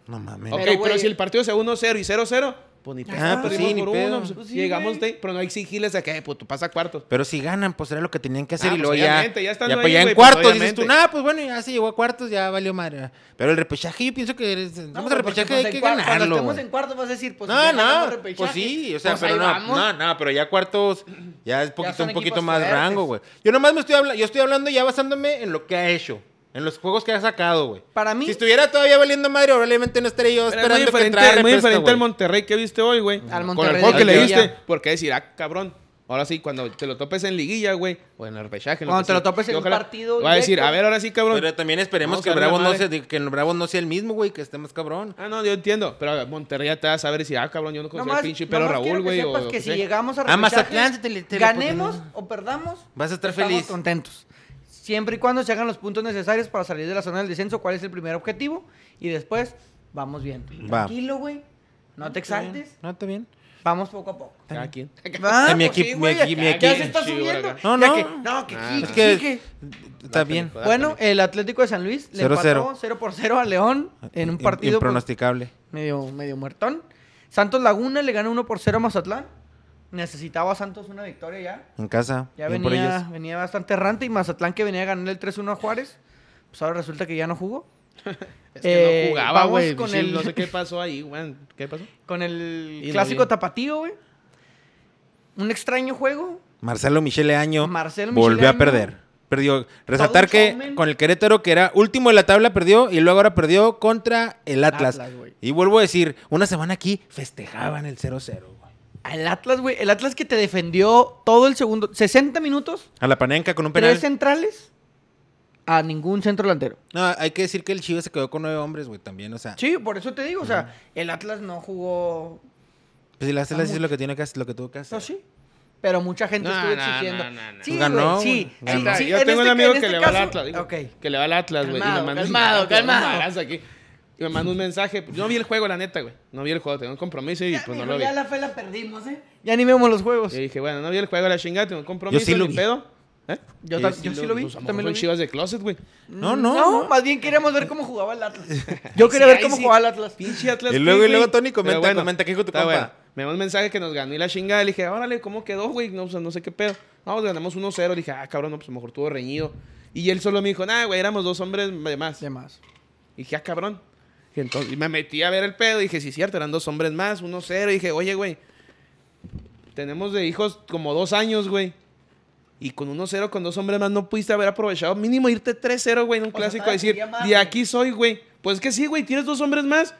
S2: No mames.
S1: ok,
S3: Pero,
S1: pero
S3: güey-
S1: si el partido sea 1-0 y 0-0, pues ni pedo.
S2: Ah, pues
S1: perdimos
S2: sí, ni
S1: por
S2: pedo.
S1: uno, pues,
S3: Pues sí,
S1: llegamos,
S3: güey.
S1: de- pero no exigirles a que, pues tú pasa a cuartos.
S2: Pero si ganan, pues era lo que tenían que hacer
S1: Ah,
S2: y
S1: pues,
S2: luego ya.
S1: obviamente, ya
S2: ya
S1: estando
S2: pues,
S1: ahí,
S2: ya en
S1: güey, pues,
S2: cuartos dices tú,
S1: obviamente.
S2: nada, pues bueno, ya se llegó a cuartos, ya valió madre. Pero el repechaje, yo pienso que eres-
S3: No,
S2: vamos a
S3: güey, porque,
S2: repechaje,
S3: pues,
S2: hay
S3: en
S2: que
S3: cuar- Cuando
S2: ganarlo.
S3: estemos
S2: güey.
S3: en cuarto vas a decir, pues
S2: no,
S3: ya ganamos
S2: no,
S3: repechaje.
S2: pues sí, o sea,
S3: Pues,
S2: pero
S3: ahí
S2: no,
S3: vamos.
S2: no, no, pero ya cuartos, ya es poquito,
S3: son
S2: un poquito
S3: equipos
S2: más
S3: fuertes.
S2: rango, güey. Yo nomás me estoy hablando, yo estoy hablando ya basándome en lo que ha hecho, en los juegos que ha sacado, güey.
S3: Para mí-
S2: Si estuviera todavía valiendo madre, probablemente no estaría
S1: Era
S2: yo esperando
S1: muy
S2: que
S1: diferente,
S2: entrara
S1: muy
S2: repesca,
S1: diferente al
S2: güey.
S1: Monterrey que viste hoy, güey.
S3: Al
S1: Con
S3: Monterrey
S1: el juego
S2: de
S1: que le
S2: Liguilla.
S1: diste. Porque decir, ah, cabrón. Ahora sí, cuando te lo topes en liguilla, güey. O en el repechaje.
S3: Cuando
S1: que
S3: te lo
S1: sea,
S3: topes en
S1: yo
S3: un partido
S1: Va a decir,
S3: directo.
S1: a ver, ahora sí, cabrón.
S2: Pero también esperemos
S1: Vamos
S2: que
S1: a
S2: el,
S1: darle
S2: Bravo no
S1: madre.
S2: sea, que el Bravo no sea el mismo, güey, que esté más cabrón.
S1: Ah, no, yo entiendo. Pero Monterrey ya te va a saber decir, ah, cabrón, yo no considero
S3: Nomás-
S1: pinche pero
S3: nomás quiero
S1: Raúl,
S3: que
S1: güey. o
S3: sepas
S1: yo
S3: que
S1: qué
S3: si
S1: sé.
S3: llegamos a
S2: A Mazatlán
S3: repechaje,
S2: se Ah, te- te le
S3: ganemos
S2: ponen-
S3: o perdamos,
S2: Vas a estar
S3: estamos
S2: feliz.
S3: contentos. Siempre y cuando se hagan los puntos necesarios para salir de la zona del descenso, cuál es el primer objetivo y después vamos viendo.
S2: Va.
S3: Tranquilo, güey. No te exaltes.
S2: No, está bien.
S3: Vamos poco a poco.
S1: Cada quien.
S3: Ah,
S2: mi
S3: pues sí,
S2: equipo- mi
S3: güey,
S2: equi- mi
S3: ya- ya
S2: equi-
S3: se está
S1: Sí,
S3: subiendo.
S1: acá.
S2: No,
S3: Ya
S2: no.
S3: que- no, que
S1: Ah,
S3: sí,
S2: Es que
S3: sí, que-
S2: está bien.
S3: Bueno, el Atlético de San Luis le
S2: Cero,
S3: empató
S2: cero.
S3: 0 por 0 a León en un partido pues,
S2: impronosticable.
S3: medio, medio muertón. Santos Laguna le gana 1 por 0 a Mazatlán. Necesitaba Santos una victoria ya.
S2: En casa.
S3: Ya
S2: bien por ellos.
S3: venía, venía bastante errante y Mazatlán que venía a ganar el 3-1 a Juárez. Pues ahora resulta que ya no jugó.
S1: Es que
S3: Eh,
S1: no jugaba,
S3: vamos
S1: güey.
S3: con
S1: sí,
S3: el-
S1: No sé qué pasó ahí, güey. ¿Qué pasó?
S3: Con el
S1: Y no
S3: clásico
S1: bien.
S3: tapatío, güey. Un extraño juego.
S2: Marcelo Michele Año
S3: Marcelo Michele
S2: volvió a
S3: Año.
S2: perder. Perdió. Resaltar
S3: un
S2: que
S3: showman.
S2: con el Querétaro, que era último de la tabla, perdió y luego ahora perdió contra el Atlas.
S3: Atlas, güey.
S2: y vuelvo a decir, una semana aquí festejaban el 0-0. güey.
S3: Al Atlas, güey. El Atlas que te defendió todo el segundo. 60 minutos.
S2: A la panenca con un penal.
S3: Tres centrales. A ningún centro delantero.
S2: No, hay que decir que el Chivas se quedó con nueve hombres, güey, también. O sea,
S3: Sí, por eso te digo. O sea, el Atlas no jugó.
S2: pues el Atlas
S3: Ah,
S2: hizo
S3: mucho.
S2: lo que, tiene que, hacer- lo que tuvo que hacer.
S3: No, sí. Pero mucha gente
S1: No,
S3: estuvo
S1: no,
S3: exigiendo.
S1: no, no, no.
S3: Sí,
S2: Ganó,
S3: güey,
S2: güey.
S3: sí, sí,
S2: Ganó.
S3: sí,
S1: yo
S3: en
S1: tengo
S3: este-
S1: un amigo
S3: en
S1: que
S3: este
S1: le va al
S3: caso-
S1: Atlas. digo,
S3: Ok.
S1: Que le va al Atlas, güey. y me
S3: Calmado,
S1: manda un-
S3: calmado,
S1: me manda un
S3: calmado.
S1: madrazo aquí. Y me manda un mensaje. Yo no vi el juego, la neta, güey. No vi el juego, tenía un compromiso y
S3: Ya,
S1: pues no
S3: mijo,
S1: lo vi.
S3: ya la fe la perdimos, ¿eh? Ya ni vemos los juegos.
S1: Yo dije, bueno, no vi el juego, la chingada, tengo un compromiso.
S2: Yo sí lo
S1: ni
S2: vi.
S1: pedo. ¿Eh?
S3: Yo, ta- yo sí lo vi.
S1: Pues, a lo mejor
S3: también lo
S1: son
S3: vi.
S1: chivas de closet, güey.
S2: No,
S3: Mm,
S2: no,
S3: No,
S2: no.
S3: más bien queríamos ver cómo jugaba el Atlas. Yo quería
S1: Sí,
S3: ver
S1: ahí
S3: cómo
S1: sí.
S3: jugaba el Atlas.
S1: Pinche Atlas.
S2: Y luego-
S1: Pi,
S2: y luego
S1: güey.
S2: Tony comenta,
S1: Pero
S2: comenta, ¿qué dijo tu
S1: está
S2: compa?
S1: Me mandó un mensaje que nos ganó y la chingada. Le dije, órale, ¿cómo quedó, güey? No, o sea, no sé qué pedo. No, pues, ganamos 1-0. Le dije, ah, cabrón, no, pues a lo mejor estuvo reñido. Y él solo me dijo, nah, güey, éramos dos hombres de más.
S3: De más.
S1: Y dije, ah, cabrón. Y, entonces, y me metí a ver el pedo. Y dije, sí, cierto, eran dos hombres más, 1-0. Y dije, oye, güey, Tenemos de hijos como dos años, güey. Y con 1-0, con dos hombres más, no pudiste haber aprovechado. Mínimo irte 3-0, güey, en un
S3: O sea,
S1: clásico a
S3: todavía
S1: decir,
S3: quería más,
S1: de
S3: güey".
S1: aquí soy, güey. Pues es que sí, güey, tienes dos hombres más.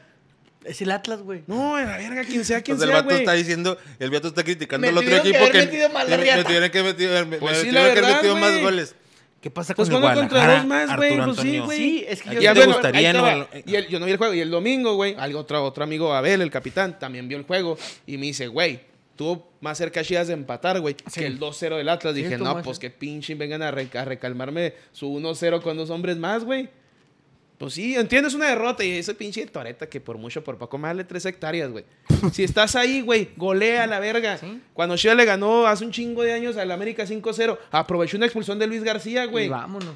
S3: Es el Atlas, güey.
S1: No, a la verga, quien sea, quien
S2: Entonces Pues el
S1: sea,
S2: vato
S1: güey.
S2: está diciendo, el vato está criticando
S3: Me
S2: al otro
S3: tuvieron que
S2: equipo
S3: haber
S2: que,
S3: metido más la
S2: me- me
S3: riata.
S2: tuvieron que metido, me-
S1: Pues
S2: me
S1: sí, la
S2: tuvieron que haber
S1: verdad,
S2: metido más
S1: güey.
S2: goles. ¿Qué pasa
S1: Pues
S2: con el
S1: juega contra
S2: Guadalajara,
S1: dos más, güey,
S2: Arturo
S1: pues sí,
S2: Antonio?
S1: güey.
S3: Sí, es que
S2: ¿A
S3: yo
S1: Y
S2: quién
S1: ya
S2: te
S1: bueno,
S2: gustaría
S1: ahí
S2: en
S1: te va.
S2: Guadalajara?
S1: Y el- yo no vi el juego. Y el domingo, güey, al- otro, otro amigo, Abel, el capitán, también vio el juego. Y me dice, güey, tuvo más cerca Chivas de empatar, güey,
S3: Sí.
S1: que el 2-0 del Atlas.
S3: Sí,
S1: Dije,
S3: estuvo
S1: no,
S3: más
S1: pues qué
S3: cerca.
S1: pinche, vengan a, reca- a recalmarme su 1-0 con dos hombres más, güey. Pues sí, entiendes una derrota y ese pinche Toreta que por mucho, por poco, más le tres hectáreas, güey. si estás ahí, güey, golea la verga.
S3: Sí.
S1: Cuando Chivas le ganó hace un chingo de años al América 5-0, aprovechó una expulsión de Luis García,
S3: güey.
S1: güey.
S3: Vámonos.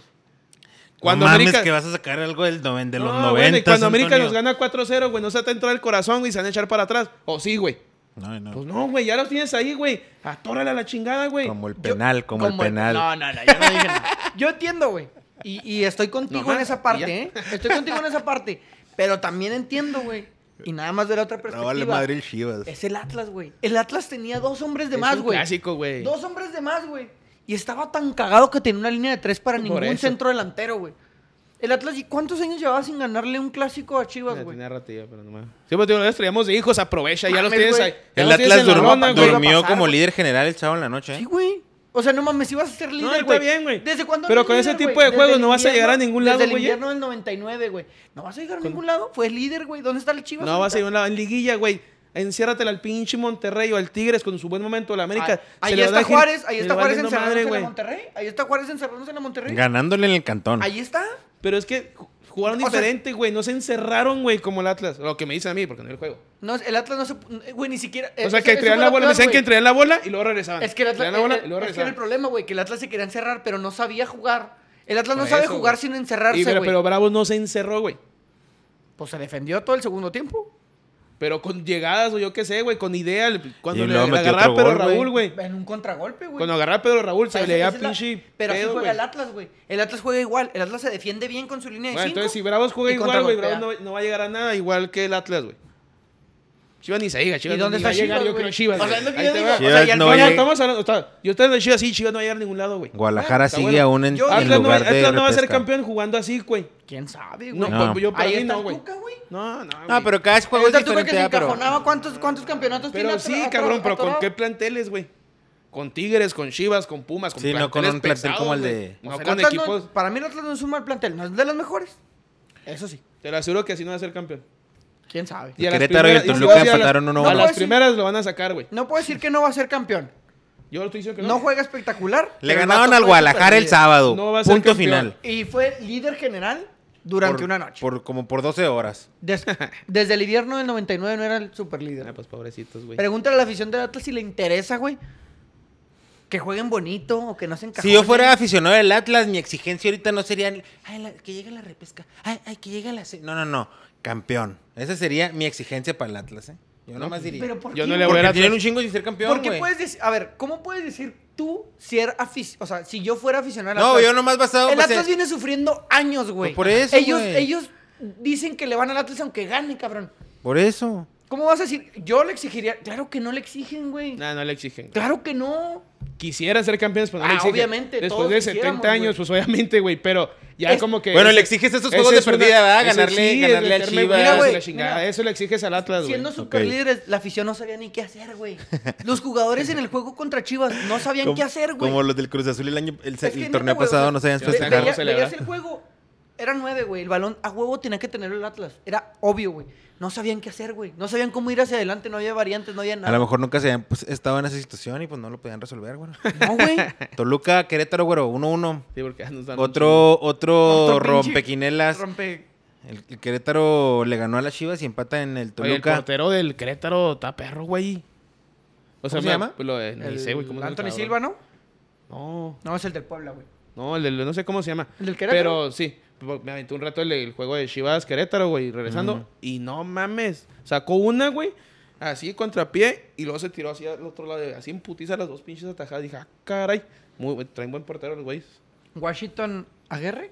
S1: Cuando
S2: no mames
S1: América-
S2: que vas a sacar algo del noven- de los
S1: No,
S2: 90.
S1: bueno, y cuando América nos gana 4-0, güey, no se te entra el corazón y se van a echar para atrás. O sí, güey.
S2: No, no.
S1: Pues no, güey, ya los tienes ahí, güey. Atórala a la chingada, güey.
S2: como el penal, como, el penal.
S3: No, no, no, yo no dije nada. Yo entiendo, güey. Y, y estoy contigo
S1: Nomás,
S3: en esa
S1: y ya.
S3: parte, ¿eh? Estoy contigo en esa parte. Pero también entiendo, güey. Y nada más de la otra
S2: No,
S3: perspectiva.
S2: vale madre el Chivas.
S3: Es el Atlas, güey. El Atlas tenía dos hombres de
S1: Es
S3: más,
S1: un
S3: güey.
S1: clásico, güey.
S3: Dos hombres de más, güey. Y estaba tan cagado que tenía una línea de tres para
S1: Por
S3: ningún
S1: eso.
S3: centro delantero, güey. El Atlas, ¿y cuántos años llevaba sin ganarle un clásico a Chivas,
S1: Ya
S3: güey?
S1: tenía ratillo, pero nomás. Siempre te pues, digo, los traíamos de hijos, aprovecha, ya los
S3: Mames,
S1: tienes
S3: güey.
S1: ahí. ya
S2: El
S1: los tienes en
S2: Atlas
S1: la
S2: durm-
S1: lona, güey.
S3: durmió.
S2: durmió
S3: pasar,
S2: como
S3: güey.
S2: líder general el sábado en la noche. ¿eh?
S3: Sí, güey. O sea, no mames, ibas a ser líder,
S1: está
S3: güey.
S1: bien, güey.
S3: ¿Desde cuándo
S1: Pero
S3: eres
S1: con ese
S3: líder,
S1: tipo
S3: güey?
S1: de
S3: Desde
S1: juegos
S3: el
S1: no vas a
S3: invierno-
S1: llegar a ningún lado,
S3: Desde el
S1: güey, ¿eh?
S3: invierno del 99, güey. No vas a llegar a ningún lado. Fue líder, güey. ¿Dónde está el Chivas?
S1: No vas a ir
S3: ahorita?
S1: a una en liguilla, güey. Enciérratela al pinche Monterrey o al Tigres con su buen momento. La América.
S3: Ah,
S1: se
S3: Ahí
S1: le va a
S3: está
S1: dar gir-
S3: Juárez, ahí
S1: se le
S3: está
S1: va
S3: Juárez
S1: valiendo
S3: encerrándose
S1: madre,
S3: en la
S1: güey.
S3: Monterrey. Ahí está Juárez encerrándose en la Monterrey.
S2: Ganándole en el cantón.
S3: Ahí está.
S1: Pero es que jugaron
S3: O sea-
S1: diferente, güey. No se encerraron, güey, como el Atlas. Lo que me dicen a mí, porque no vi el juego.
S3: No, el Atlas no se. eh, Güey, ni siquiera.
S1: O sea, que traían la bola, decían que traían la bola y luego regresaban.
S3: Es que el Atlas.
S1: Traían la bola
S3: el-
S1: y luego
S3: es que era
S1: regresaban.
S3: el problema, güey, que el Atlas se quería encerrar, pero no sabía jugar. El Atlas no
S1: Por
S3: sabe
S1: eso,
S3: jugar
S1: güey.
S3: sin
S1: Y
S3: encerrarse,
S1: pero,
S3: güey.
S1: pero Bravos no se encerró, güey.
S3: Pues se defendió todo el segundo tiempo.
S1: Pero con llegadas o yo qué sé, güey, con idea. el- Cuando
S2: Y
S1: le,
S2: luego
S1: le
S2: metió
S1: agarraba
S2: otro
S1: Pedro
S2: gol,
S1: Raúl, güey.
S3: En un contragolpe, güey.
S1: Cuando agarraba Pedro Raúl,
S3: O sea,
S1: se
S3: esa-
S1: le veía
S3: esa es la-
S1: pinche.
S3: Pero así
S1: pedo,
S3: juega
S1: güey.
S3: el Atlas, güey. El Atlas juega igual. El Atlas se defiende bien con su línea de
S1: Bueno,
S3: 5.
S1: entonces si Bravos juega
S3: y
S1: igual, güey,
S3: contragolpea.
S1: Bravos no, no va a llegar a nada igual que el Atlas, güey. Chivas ni se diga, Chivas.
S3: ¿Y dónde
S1: ni
S3: está
S1: va a llegar,
S3: Chivas,
S1: yo
S3: güey?
S1: creo Chivas.
S3: O sea,
S1: güey.
S3: es lo que
S1: Ahí
S3: yo
S1: te
S3: digo.
S1: va.
S3: O sea, y al
S2: No
S1: No,
S3: final-
S1: ya
S2: llega-
S1: estamos hablando. Está, yo ustedes de Chivas, sí, Chivas no va a llegar a ningún lado, güey.
S2: Guadalajara
S1: Está
S2: Ah, sigue
S1: bueno.
S2: aún en,
S3: Yo-
S2: en
S1: Atlas, no,
S2: lugar de.
S1: Atlas no va a ser
S2: repesca.
S1: campeón jugando así, güey.
S3: ¿Quién sabe,
S1: No,
S3: güey?
S2: No.
S1: pues, yo para
S3: Ahí
S1: mí
S3: está
S1: no,
S3: el
S1: güey.
S3: Tuca, güey.
S1: No, no.
S2: Ah,
S1: güey.
S2: pero cada
S3: Ahí
S2: juego es
S3: está el Tuca que
S2: diferente.
S3: se
S2: ah, pero-
S3: encajonaba. ¿Cuántos, ¿Cuántos campeonatos tiene
S1: Pero
S3: atro-
S1: sí,
S3: atro-
S1: cabrón, pero ¿con
S3: atorado?
S1: qué planteles, güey? Con Tigres, con Chivas, con Pumas, con
S2: Sí, no con
S1: planteles
S2: un plantel
S1: pesados,
S2: como el
S1: güey.
S2: de-
S1: No
S3: Pues el
S1: con
S3: Atlas no-
S1: equipos.
S3: para mí el Atlas no es un mal plantel, no es de los mejores. Eso sí,
S1: Te lo aseguro que así no va a ser campeón.
S3: quién sabe.
S1: a las
S2: Querétaro y el
S1: primeras- si
S2: Toluca
S1: vas a las-
S2: empataron uno a
S1: A
S3: uno.
S1: las
S3: pues Sí.
S1: primeras lo van a sacar, güey.
S3: No puedo decir que no va a ser campeón.
S1: Yo lo estoy diciendo que no.
S3: No juega espectacular.
S2: Le
S3: pero el
S2: ganaron
S3: vato
S2: al
S3: fue
S2: Guadalajara el
S3: superlíder.
S2: sábado.
S1: No va a ser
S2: punto
S1: campeón.
S2: final.
S3: Y fue líder general durante
S2: Por-
S3: una noche.
S2: Por, como por 12 horas.
S3: Des- desde el invierno del 99 no era el superlíder.
S1: Ah, pues pobrecitos, güey.
S3: Pregúntale a la afición del Atlas si le interesa, güey. Que jueguen bonito o que no se encajonen.
S2: Si yo fuera aficionado del Atlas, mi exigencia ahorita no sería ay, la- que llegue la repesca, ay, ay, que llegue la... se-". No, no, no, campeón. Esa sería mi exigencia para el Atlas, ¿eh? Yo nomás diría.
S3: Pero ¿por
S1: Yo
S3: qué,
S1: no le
S3: güey?
S1: voy al
S2: Porque
S1: Atlas.
S2: tienen un chingo de ser campeón,
S3: Porque
S2: güey.
S3: puedes decir, a ver, ¿cómo puedes decir tú si era aficionado? O sea, si yo fuera aficionado al
S2: No,
S3: Atlas-
S2: yo nomás basado...
S3: El
S2: pues,
S3: Atlas
S2: eh,
S3: viene sufriendo años, güey.
S2: Pues por eso,
S3: Ellos,
S2: güey.
S3: ellos dicen que le van al Atlas aunque gane, cabrón.
S2: Por eso.
S3: ¿Cómo vas a decir? Yo le exigiría. Claro que no le exigen, güey.
S1: Nah, no le exigen. güey.
S3: Claro que no.
S1: Quisieran ser campeones, pues no
S3: Ah,
S1: le exigen.
S3: obviamente,
S1: Después
S3: todos
S1: de
S3: quisiéramos,
S1: 70 años,
S3: güey.
S1: pues obviamente, güey, pero ya
S3: Es-
S1: como que...
S2: Bueno,
S1: ese-
S2: le exiges estos
S1: ese
S2: juegos de
S1: es una-
S2: perdida, ¿verdad?
S1: ese
S2: Ganarle-
S1: es
S2: ganarle al
S1: meterme
S2: Chivas.
S1: goles,
S3: Mira, güey,
S1: la chingada.
S3: mira.
S1: Eso le exiges al Atlas, güey.
S3: Siendo superlíderes, la afición no sabía ni qué hacer, güey. Los jugadores en el juego contra Chivas no sabían qué hacer, güey.
S2: Como los del Cruz Azul el año... El,
S3: Es que
S2: el
S3: neta,
S2: torneo
S3: güey, o
S2: pasado
S3: sea,
S2: no sabían
S1: sí,
S3: ve-
S1: festejar,
S3: veía-
S1: no celebrar.
S3: veías el juego. Era nueve, güey. El balón a huevo tenía que tenerlo el Atlas. Era obvio, güey. No sabían qué hacer, güey. No sabían cómo ir hacia adelante. No había variantes, no había
S2: A lo
S3: nada.
S2: mejor nunca se habían pues, estado en esa situación y pues no lo podían resolver, güey.
S3: No, güey.
S2: Toluca, Querétaro, güero, 1-1.
S1: Sí, porque ya nos dan un
S2: Otro, otro
S3: Otro pinche-
S2: rompequinelas.
S3: Rompe.
S2: El, el Querétaro le ganó a las Chivas y empata en el
S1: Oye, el
S2: Toluca.
S1: portero del Querétaro está perro, güey. O
S2: ¿Cómo se
S1: me-
S2: llama?
S1: Lo, de- ni
S3: El
S1: sé, güey, cómo se llama el
S3: Anthony
S1: cabrón.
S3: Silva, ¿no?
S1: No,
S3: No, es el del Puebla, güey.
S1: no, el del- no sé cómo se llama.
S3: ¿El del Querétaro?
S1: Pero sí, po- me aventé un rato el, el juego de Chivas Querétaro, güey, regresando. Y no mames, sacó una, güey, así contrapié y luego se tiró hacia el otro lado, así en putiza las dos pinches atajadas. Dije, ah, caray, muy, buen- traen buen portero los güeyes.
S3: Washington Aguerre.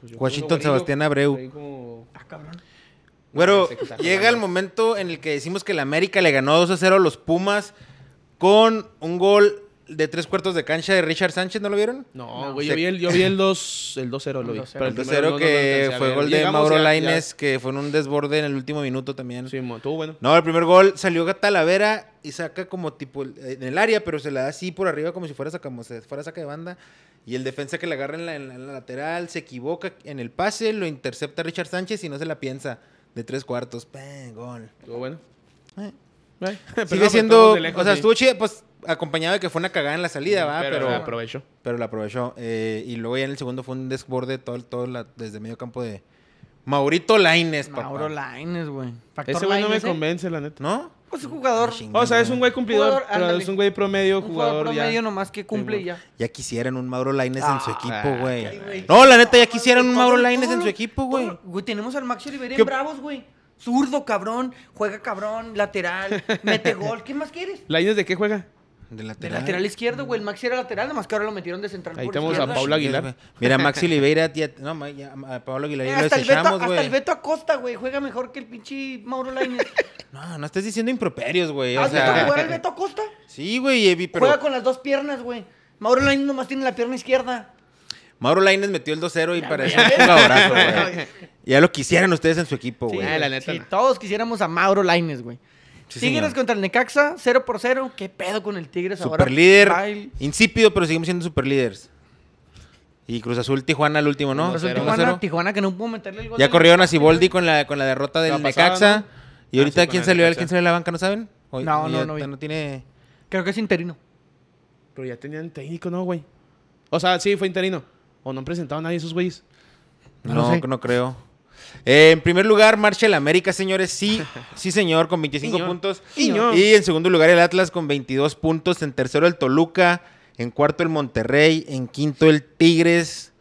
S1: Pues yo
S2: Washington
S1: como güerito,
S2: Sebastián Abreu.
S1: ahí como-
S3: Ah, cabrón.
S2: Güero,
S1: Ese que está
S2: llega
S1: jugando.
S2: el momento en el que decimos que la América le ganó 2 a 0 a los Pumas. con un gol de tres cuartos de cancha de Richard Sánchez, ¿no lo vieron?
S1: No,
S3: No.
S1: güey,
S2: Se-
S1: yo vi el, yo vi el 2 el 2-0 lo vi.
S3: El
S1: pero
S2: El
S1: primero
S2: 2-0
S1: no- no lo
S2: que
S1: alcancé a
S2: fue
S1: ver.
S2: gol de
S1: Llegamos
S2: Mauro
S1: ya- ya-
S2: Laines, que fue en un desborde en el último minuto también.
S1: Sí, mo- estuvo bueno.
S2: No, el primer gol salió Talavera y saca como tipo el- en el área, pero se la da así por arriba como si fuera, saca, como si fuera saca de banda. Y el defensa que la agarra en la, en la- en la lateral se equivoca en el pase, lo intercepta Richard Sánchez y no se la piensa. De tres cuartos, ¡pam! gol.
S1: Estuvo bueno.
S2: Eh.
S1: Ay, pero no,
S2: Sigue
S1: pero
S2: siendo,
S1: estamos de lejos,
S2: o sea,
S1: sí.
S2: estuvo chida, pues acompañado de que fue una cagada en la salida, va,
S1: Pero,
S2: pero,
S1: la
S2: pero,
S1: aprovechó.
S2: la aprovechó. Eh, y luego ya en el segundo fue un desborde todo, todo la- desde medio campo de Maurito Laines, papá.
S3: Mauro Laines, güey. Factor
S1: Ese güey no me
S3: Lainez, ¿eh?
S1: convence, la neta.
S2: ¿No?
S3: Pues un jugador.
S2: Chingón,
S1: O sea, es un güey cumplidor,
S3: Jugador,
S1: pero
S3: ándale.
S1: es un güey promedio,
S3: Un jugador
S1: jugador, ya.
S3: promedio nomás que cumple y ya.
S2: Ya quisieran un Mauro Laines en su
S3: Ah,
S2: equipo,
S3: ay,
S2: güey.
S3: güey.
S2: No, la neta, ya quisieran un
S3: Todo-
S2: Mauro
S3: todo-
S2: Laines en
S3: todo-
S2: su equipo, güey.
S3: todo- Güey, tenemos al Max Olivera
S2: ¿Qué-
S3: en Bravos, güey. Zurdo, cabrón. Juega cabrón. Lateral. Mete gol. ¿Qué más quieres?
S1: ¿Laines de qué juega?
S2: De
S3: De
S2: lateral.
S3: lateral izquierdo, güey. El Maxi era lateral, nomás que ahora lo metieron de central.
S1: Ahí
S3: por
S1: tenemos
S3: izquierda.
S1: a Pablo Aguilar.
S2: Mira, Maxi Oliveira, tía- no, ma- ya, a Pablo Aguilar
S3: Eh,
S2: ya lo
S3: hasta, el Beto,
S2: desechamos,
S3: hasta el
S2: güey.
S3: Beto Acosta, güey. Juega mejor que el pinche Mauro Lainez.
S2: No, no estés diciendo improperios, güey. O
S3: ¿Has visto
S2: sea,
S3: jugar al Ah, Beto Acosta?
S2: sí, güey, Evi, pero
S3: Juega con las dos piernas, güey. Mauro Lainez nomás tiene la pierna izquierda.
S2: Mauro Laines metió el 2-0 y parece un
S3: ves.
S2: jugadorazo, güey. Ya lo quisieran ustedes en su equipo,
S3: Sí,
S2: güey.
S1: Ah, la neta,
S3: si
S1: no.
S3: todos quisiéramos a Mauro Laines, güey.
S2: Sí,
S3: Tigres
S2: señor.
S3: contra el Necaxa, 0 por 0. ¿Qué pedo con el Tigres ahora?
S2: Superlíder,
S3: Ay,
S2: insípido, pero seguimos siendo superlíderes. Y Cruz Azul, Tijuana, el último, ¿no?
S1: Cruz Azul,
S2: 1-0.
S3: Tijuana, Tijuana que no pudo meterle el gol.
S2: Ya
S3: del-
S2: corrieron a Siboldi con la, con la derrota del
S1: La pasada,
S2: Necaxa.
S1: ¿no?
S2: Y
S1: Ah,
S2: ahorita,
S1: sí, con
S2: ¿quién,
S1: el
S2: salió,
S1: Necaxa.
S2: ¿quién salió de la banca? ¿No saben? O-
S3: No,
S2: y
S3: no,
S2: ya
S3: no vi.
S2: No tiene...
S3: Creo que es interino.
S1: Pero ya tenían técnico, ¿no, güey? O sea, sí, fue interino. O no han presentado a nadie esos güeyes.
S2: No,
S3: No
S2: no,
S3: lo sé.
S2: creo. Eh, en primer lugar, marcha el América, señores. Sí, sí, señor, con 25
S1: Señor.
S2: puntos.
S1: Señor.
S2: Y en segundo lugar, el Atlas con 22 puntos. En tercero, el Toluca. En cuarto, el Monterrey. En quinto, el Tigres.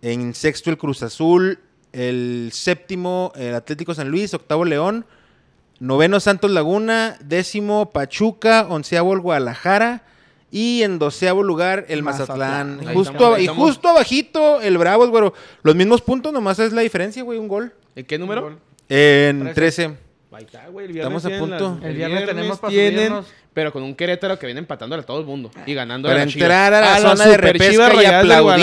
S2: En sexto, el Cruz Azul. El séptimo, el Atlético San Luis. Octavo, León. Noveno, Santos Laguna. Décimo, Pachuca. Onceavo, el Guadalajara. Y en doceavo lugar, el Mazatlán.
S3: Mazatlán.
S1: Ahí
S2: Justo,
S1: estamos,
S2: ab-
S1: ahí
S2: y
S1: estamos.
S2: justo abajito, el Bravos, güero. Los mismos puntos, nomás es la diferencia, güey, un gol.
S1: ¿En qué número?
S2: En
S3: Trece.
S2: 13.
S1: Ahí está, güey. El
S2: Estamos
S1: viernes
S2: a
S1: tienen
S2: punto.
S1: las-
S3: El viernes tenemos para
S1: tienen,
S3: subirnos.
S1: pero con un Querétaro que viene empatándole a todo el mundo y ganando
S2: Para entrar
S1: Ah,
S2: a la zona de repesca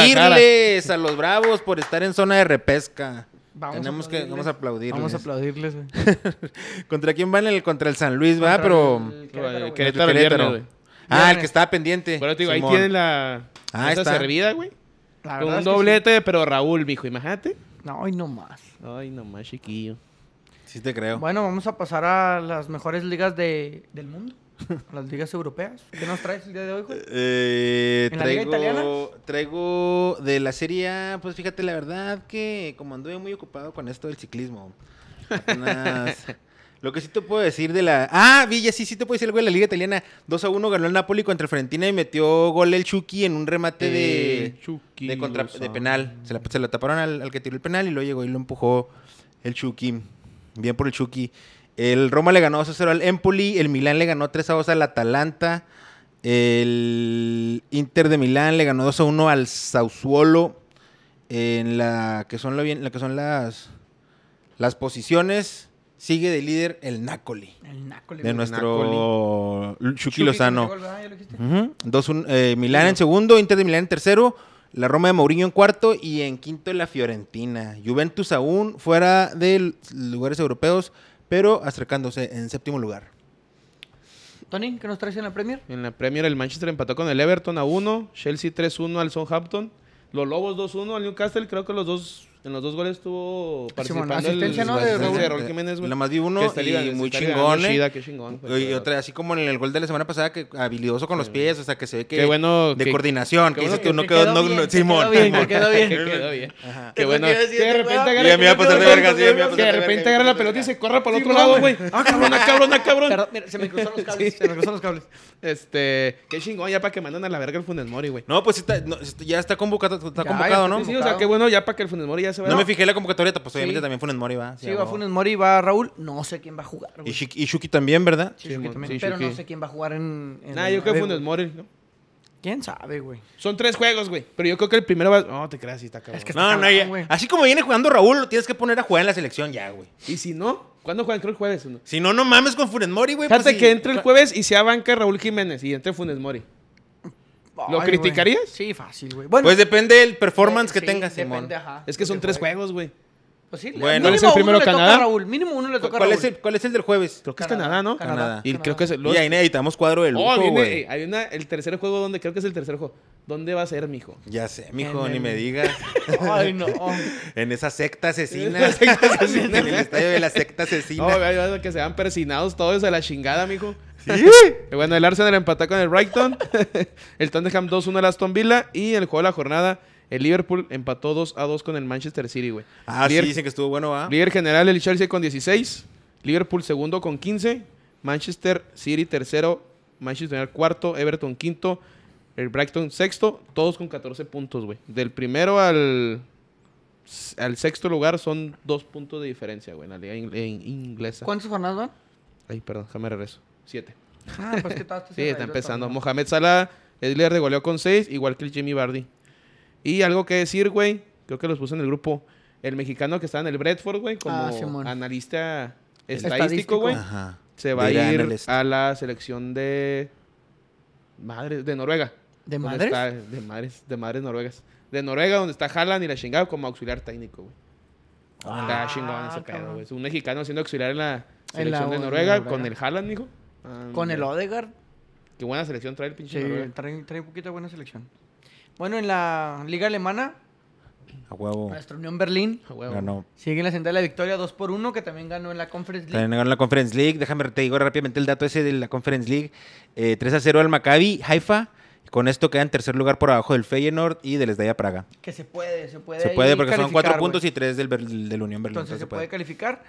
S2: y aplaudirles a los Bravos por estar en zona de repesca.
S3: Vamos a
S2: Tenemos que vamos
S3: aplaudirles.
S2: a aplaudirles.
S3: Vamos a aplaudirles, güey.
S2: ¿Contra quién van? El, contra el San Luis, va, pero...
S3: el Querétaro, güey.
S1: Querétaro el viernes, güey.
S2: Ah, el
S3: Viernes.
S2: que estaba pendiente.
S1: Pero te digo, ahí
S2: Simón.
S1: tienen la
S2: Ah,
S1: esa
S2: está.
S1: servida, güey.
S3: La
S1: Con
S3: verdad
S1: un
S3: es que sí.
S1: doblete, pero Raúl, mijo, imagínate.
S3: No, hoy no más.
S1: Ay, nomás chiquillo.
S2: Sí te creo.
S3: Bueno, vamos a pasar a las mejores ligas de, del mundo. a las ligas europeas. ¿Qué nos traes el día de hoy, güey?
S2: Eh,
S3: ¿En la liga
S2: traigo,
S3: italiana?
S2: traigo de la serie A, pues fíjate, la verdad que como anduve muy ocupado con esto del ciclismo. apenas- Lo que sí te puedo decir de la... Ah, Villa, sí, sí te puedo decir algo de la liga italiana. 2 a 1 ganó el Napoli contra el Fiorentina y metió gol el Chucky en un remate
S3: Eh,
S2: de...
S1: Chucky,
S2: De, contra,
S1: Lozano.
S2: de penal. Se la, se la taparon al, al que tiró el penal y luego llegó y lo empujó el Chucky. Bien por el Chucky. El Roma le ganó 2-0 al Empoli. El Milán le ganó 3-2 al Atalanta. El Inter de Milán le ganó 2-1 al Sassuolo. En la que son, lo bien- la que son las, las posiciones, sigue de líder el Napoli.
S3: El Nácoli.
S2: De
S3: güey.
S2: nuestro Chucky
S3: Chucky
S2: Lozano.
S3: que metió gol, ¿verdad? ¿Ya lo dijiste?
S2: Ujú. Dos, un- eh, Milán en segundo, Inter de Milán en tercero, la Roma de Mourinho en cuarto y en quinto la Fiorentina. Juventus aún fuera de l- lugares europeos, pero acercándose en séptimo lugar.
S3: Tony, ¿qué nos traes en la Premier?
S1: En la Premier el Manchester empató con el Everton a 1, Chelsea 3-1 al Southampton, los Lobos 2-1 al Newcastle, creo que los dos en los dos goles estuvo participando
S3: la
S1: el-
S3: asistencia, ¿no?
S1: la
S3: de
S1: asistencia
S3: Raúl.
S1: de Raúl Jiménez, güey.
S2: Nada más vi uno
S1: Que está
S2: y
S1: ligando-
S2: muy
S1: está ligando
S2: chingón, eh.
S1: chida, qué chingón, pues, güey.
S2: Y otra, así como en el gol de la semana pasada, que habilidoso con los pies, o sea, que se ve que...
S1: Qué bueno
S2: De
S1: que-
S2: coordinación,
S1: qué
S2: que dices
S1: bueno
S2: tú, no quedó... no- no- Simón.
S3: Que quedó
S1: Que
S3: bien, que quedó
S1: quedó
S3: bien.
S1: bien.
S2: Ajá.
S1: Qué
S3: Es lo
S1: bueno.
S3: que iba a decir,
S1: Que de
S3: este
S1: repente
S3: güey.
S1: agarra
S2: Ya me iba a
S1: que-
S2: pasar de verga, sí, ya me iba a
S1: Que
S2: pasar
S1: de
S2: de
S1: repente
S2: verga.
S1: agarra la pelota y se corre para el
S3: Sí,
S1: otro lado, güey.
S3: güey.
S1: Ah, cabrón, ah, cabrón, ah, cabrón.
S3: Perdón, mira, se me cruzaron los cables. Se me cruzaron los cables.
S1: Este, qué chingón, ya para que mandan a la verga el Funes Mori, güey.
S2: No, pues está- no, está- ya está convocado, está
S3: Ya,
S2: convocado
S3: ya
S2: ¿no?
S1: Sí, sí, o sea, qué bueno ya para que el Funes Mori ya se vaya.
S2: No me fijé en la convocatoria, pues obviamente
S3: Sí.
S2: también Funes Mori va.
S3: Sí, va
S2: huevo.
S3: Funes Mori, va Raúl. No sé quién va a jugar.
S2: Y
S3: güey.
S2: Shuk- y Shuki también, ¿verdad?
S3: Sí,
S1: Sí,
S3: Shuki
S1: mon,
S3: también,
S1: sí,
S3: pero no
S1: Shuki.
S3: sé quién va a jugar en. en
S1: Nah,
S3: el-
S1: yo creo
S3: a
S1: que
S3: ver,
S1: Funes
S3: güey.
S1: Mori, ¿no?
S3: ¿Quién sabe, güey?
S1: Son tres juegos, güey. Pero yo creo que el primero va. No, te creas, sí, está cabrón.
S3: Es que-
S2: No, no,
S3: cabrón,
S2: ya.
S3: güey.
S2: Así como viene jugando Raúl, lo tienes que poner a jugar en la selección ya, güey.
S1: Y si no, ¿Cuándo juegan? Creo el jueves. ¿no?
S2: Si no, no mames con Funes Mori, güey.
S1: Fíjate
S2: pues, sí.
S1: que entre el jueves y sea banca Raúl Jiménez y entre Funes Mori. ¿Lo
S3: güey.
S1: criticarías?
S3: Sí, fácil, güey. Bueno,
S2: Pues depende del performance que
S3: sí,
S2: tenga
S3: depende,
S2: Simón.
S3: ajá,
S1: Es que son
S3: porque
S1: tres
S3: juegue.
S1: juegos, güey.
S3: Pues sí,
S2: Bueno.
S1: ¿Cuál es el
S3: mínimo
S1: primero,
S3: uno le toca a
S1: Canadá?
S3: Raúl, mínimo uno le toca a
S2: ¿Cuál
S3: Raúl.
S2: es, el, ¿Cuál es el del jueves?
S1: Creo que es Canadá, ¿no?
S3: Canadá.
S2: Canadá.
S1: Y creo que es...
S2: Y ahí necesitamos cuadro de
S1: Oh,
S2: lujo,
S1: viene-
S2: güey.
S1: eh, hay una, el tercer juego donde creo que es el tercer juego. ¿Dónde va a ser, mijo?
S2: Ya sé, mijo,
S3: En
S2: ni
S3: el-
S2: me digas.
S3: Ay, no.
S2: En esa secta asesina.
S1: Esa secta
S2: en el estadio de la secta asesina.
S1: No, güey, hay que se van persinados todos a la chingada, mijo. Y Bueno, el Arsenal empató con el Brighton. el Tottenham 2-1 al Aston Villa. Y el juego de la jornada, el Liverpool empató 2-2 con el Manchester City, güey.
S2: ah, sí,
S1: Lier-
S2: dicen que estuvo bueno, ¿va?
S1: Líder general el Chelsea con 16, Liverpool segundo con 15, Manchester City tercero, Manchester United cuarto, Everton quinto, el Brighton sexto, todos con 14 puntos, güey. Del primero al, al sexto lugar son dos puntos de diferencia, güey, en la liga in- in- inglesa.
S3: ¿Cuántas jornadas van?
S1: Ay, perdón, déjame regreso. Siete.
S3: Ah, pues que todas te
S1: Sí, está
S3: cerraron,
S1: empezando.
S3: ¿no?
S1: Mohamed Salah es líder de goleo con 6, igual que el Jimmy Bardi. Y algo que decir, güey, creo que los puse en el grupo. El mexicano que está en el Bradford, güey, como
S3: Ah, Simón.
S1: analista
S3: Estadístico.
S1: estadístico, güey,
S2: Ajá.
S1: se va a
S2: Dirán
S1: ir
S2: el est-
S1: a la selección de madre de Noruega.
S3: ¿De
S1: Donde
S3: madres?
S1: pues está- de madres, de madres noruegas. De Noruega, donde está Haaland y la chingada como auxiliar técnico, güey.
S3: Ah,
S1: está chingón ese pedo,
S3: cabrón.
S1: güey. Es Un mexicano siendo auxiliar en la
S3: En la-
S1: selección de
S3: en
S1: Noruega,
S3: Noruega.
S1: con el Haaland, mijo. Ah,
S3: Con el
S1: mira.
S3: Odegaard.
S1: Qué buena selección trae el pinche
S3: Sí,
S1: Noruega.
S3: trae, trae poquita buena selección. Bueno, en la Liga Alemana,
S2: A huevo.
S3: nuestra Unión Berlín
S1: A Ah, huevo.
S2: Ganó.
S3: sigue en la senda de la victoria 2 por 1, que también ganó en la Conference League.
S2: También ganó la Conference League. Déjame te digo rápidamente el dato ese de la Conference League. Eh, 3 a 0 al Maccabi, Haifa. Con esto queda en tercer lugar por abajo del Feyenoord y del Esdaya Praga.
S3: Que se puede, se puede.
S2: Se
S3: ahí
S2: puede porque son
S3: Eh,
S2: cuatro
S3: calificar,
S2: puntos
S3: güey.
S2: y tres del, Ber- del Unión Berlín.
S3: Entonces se puede
S2: entonces
S3: calificar.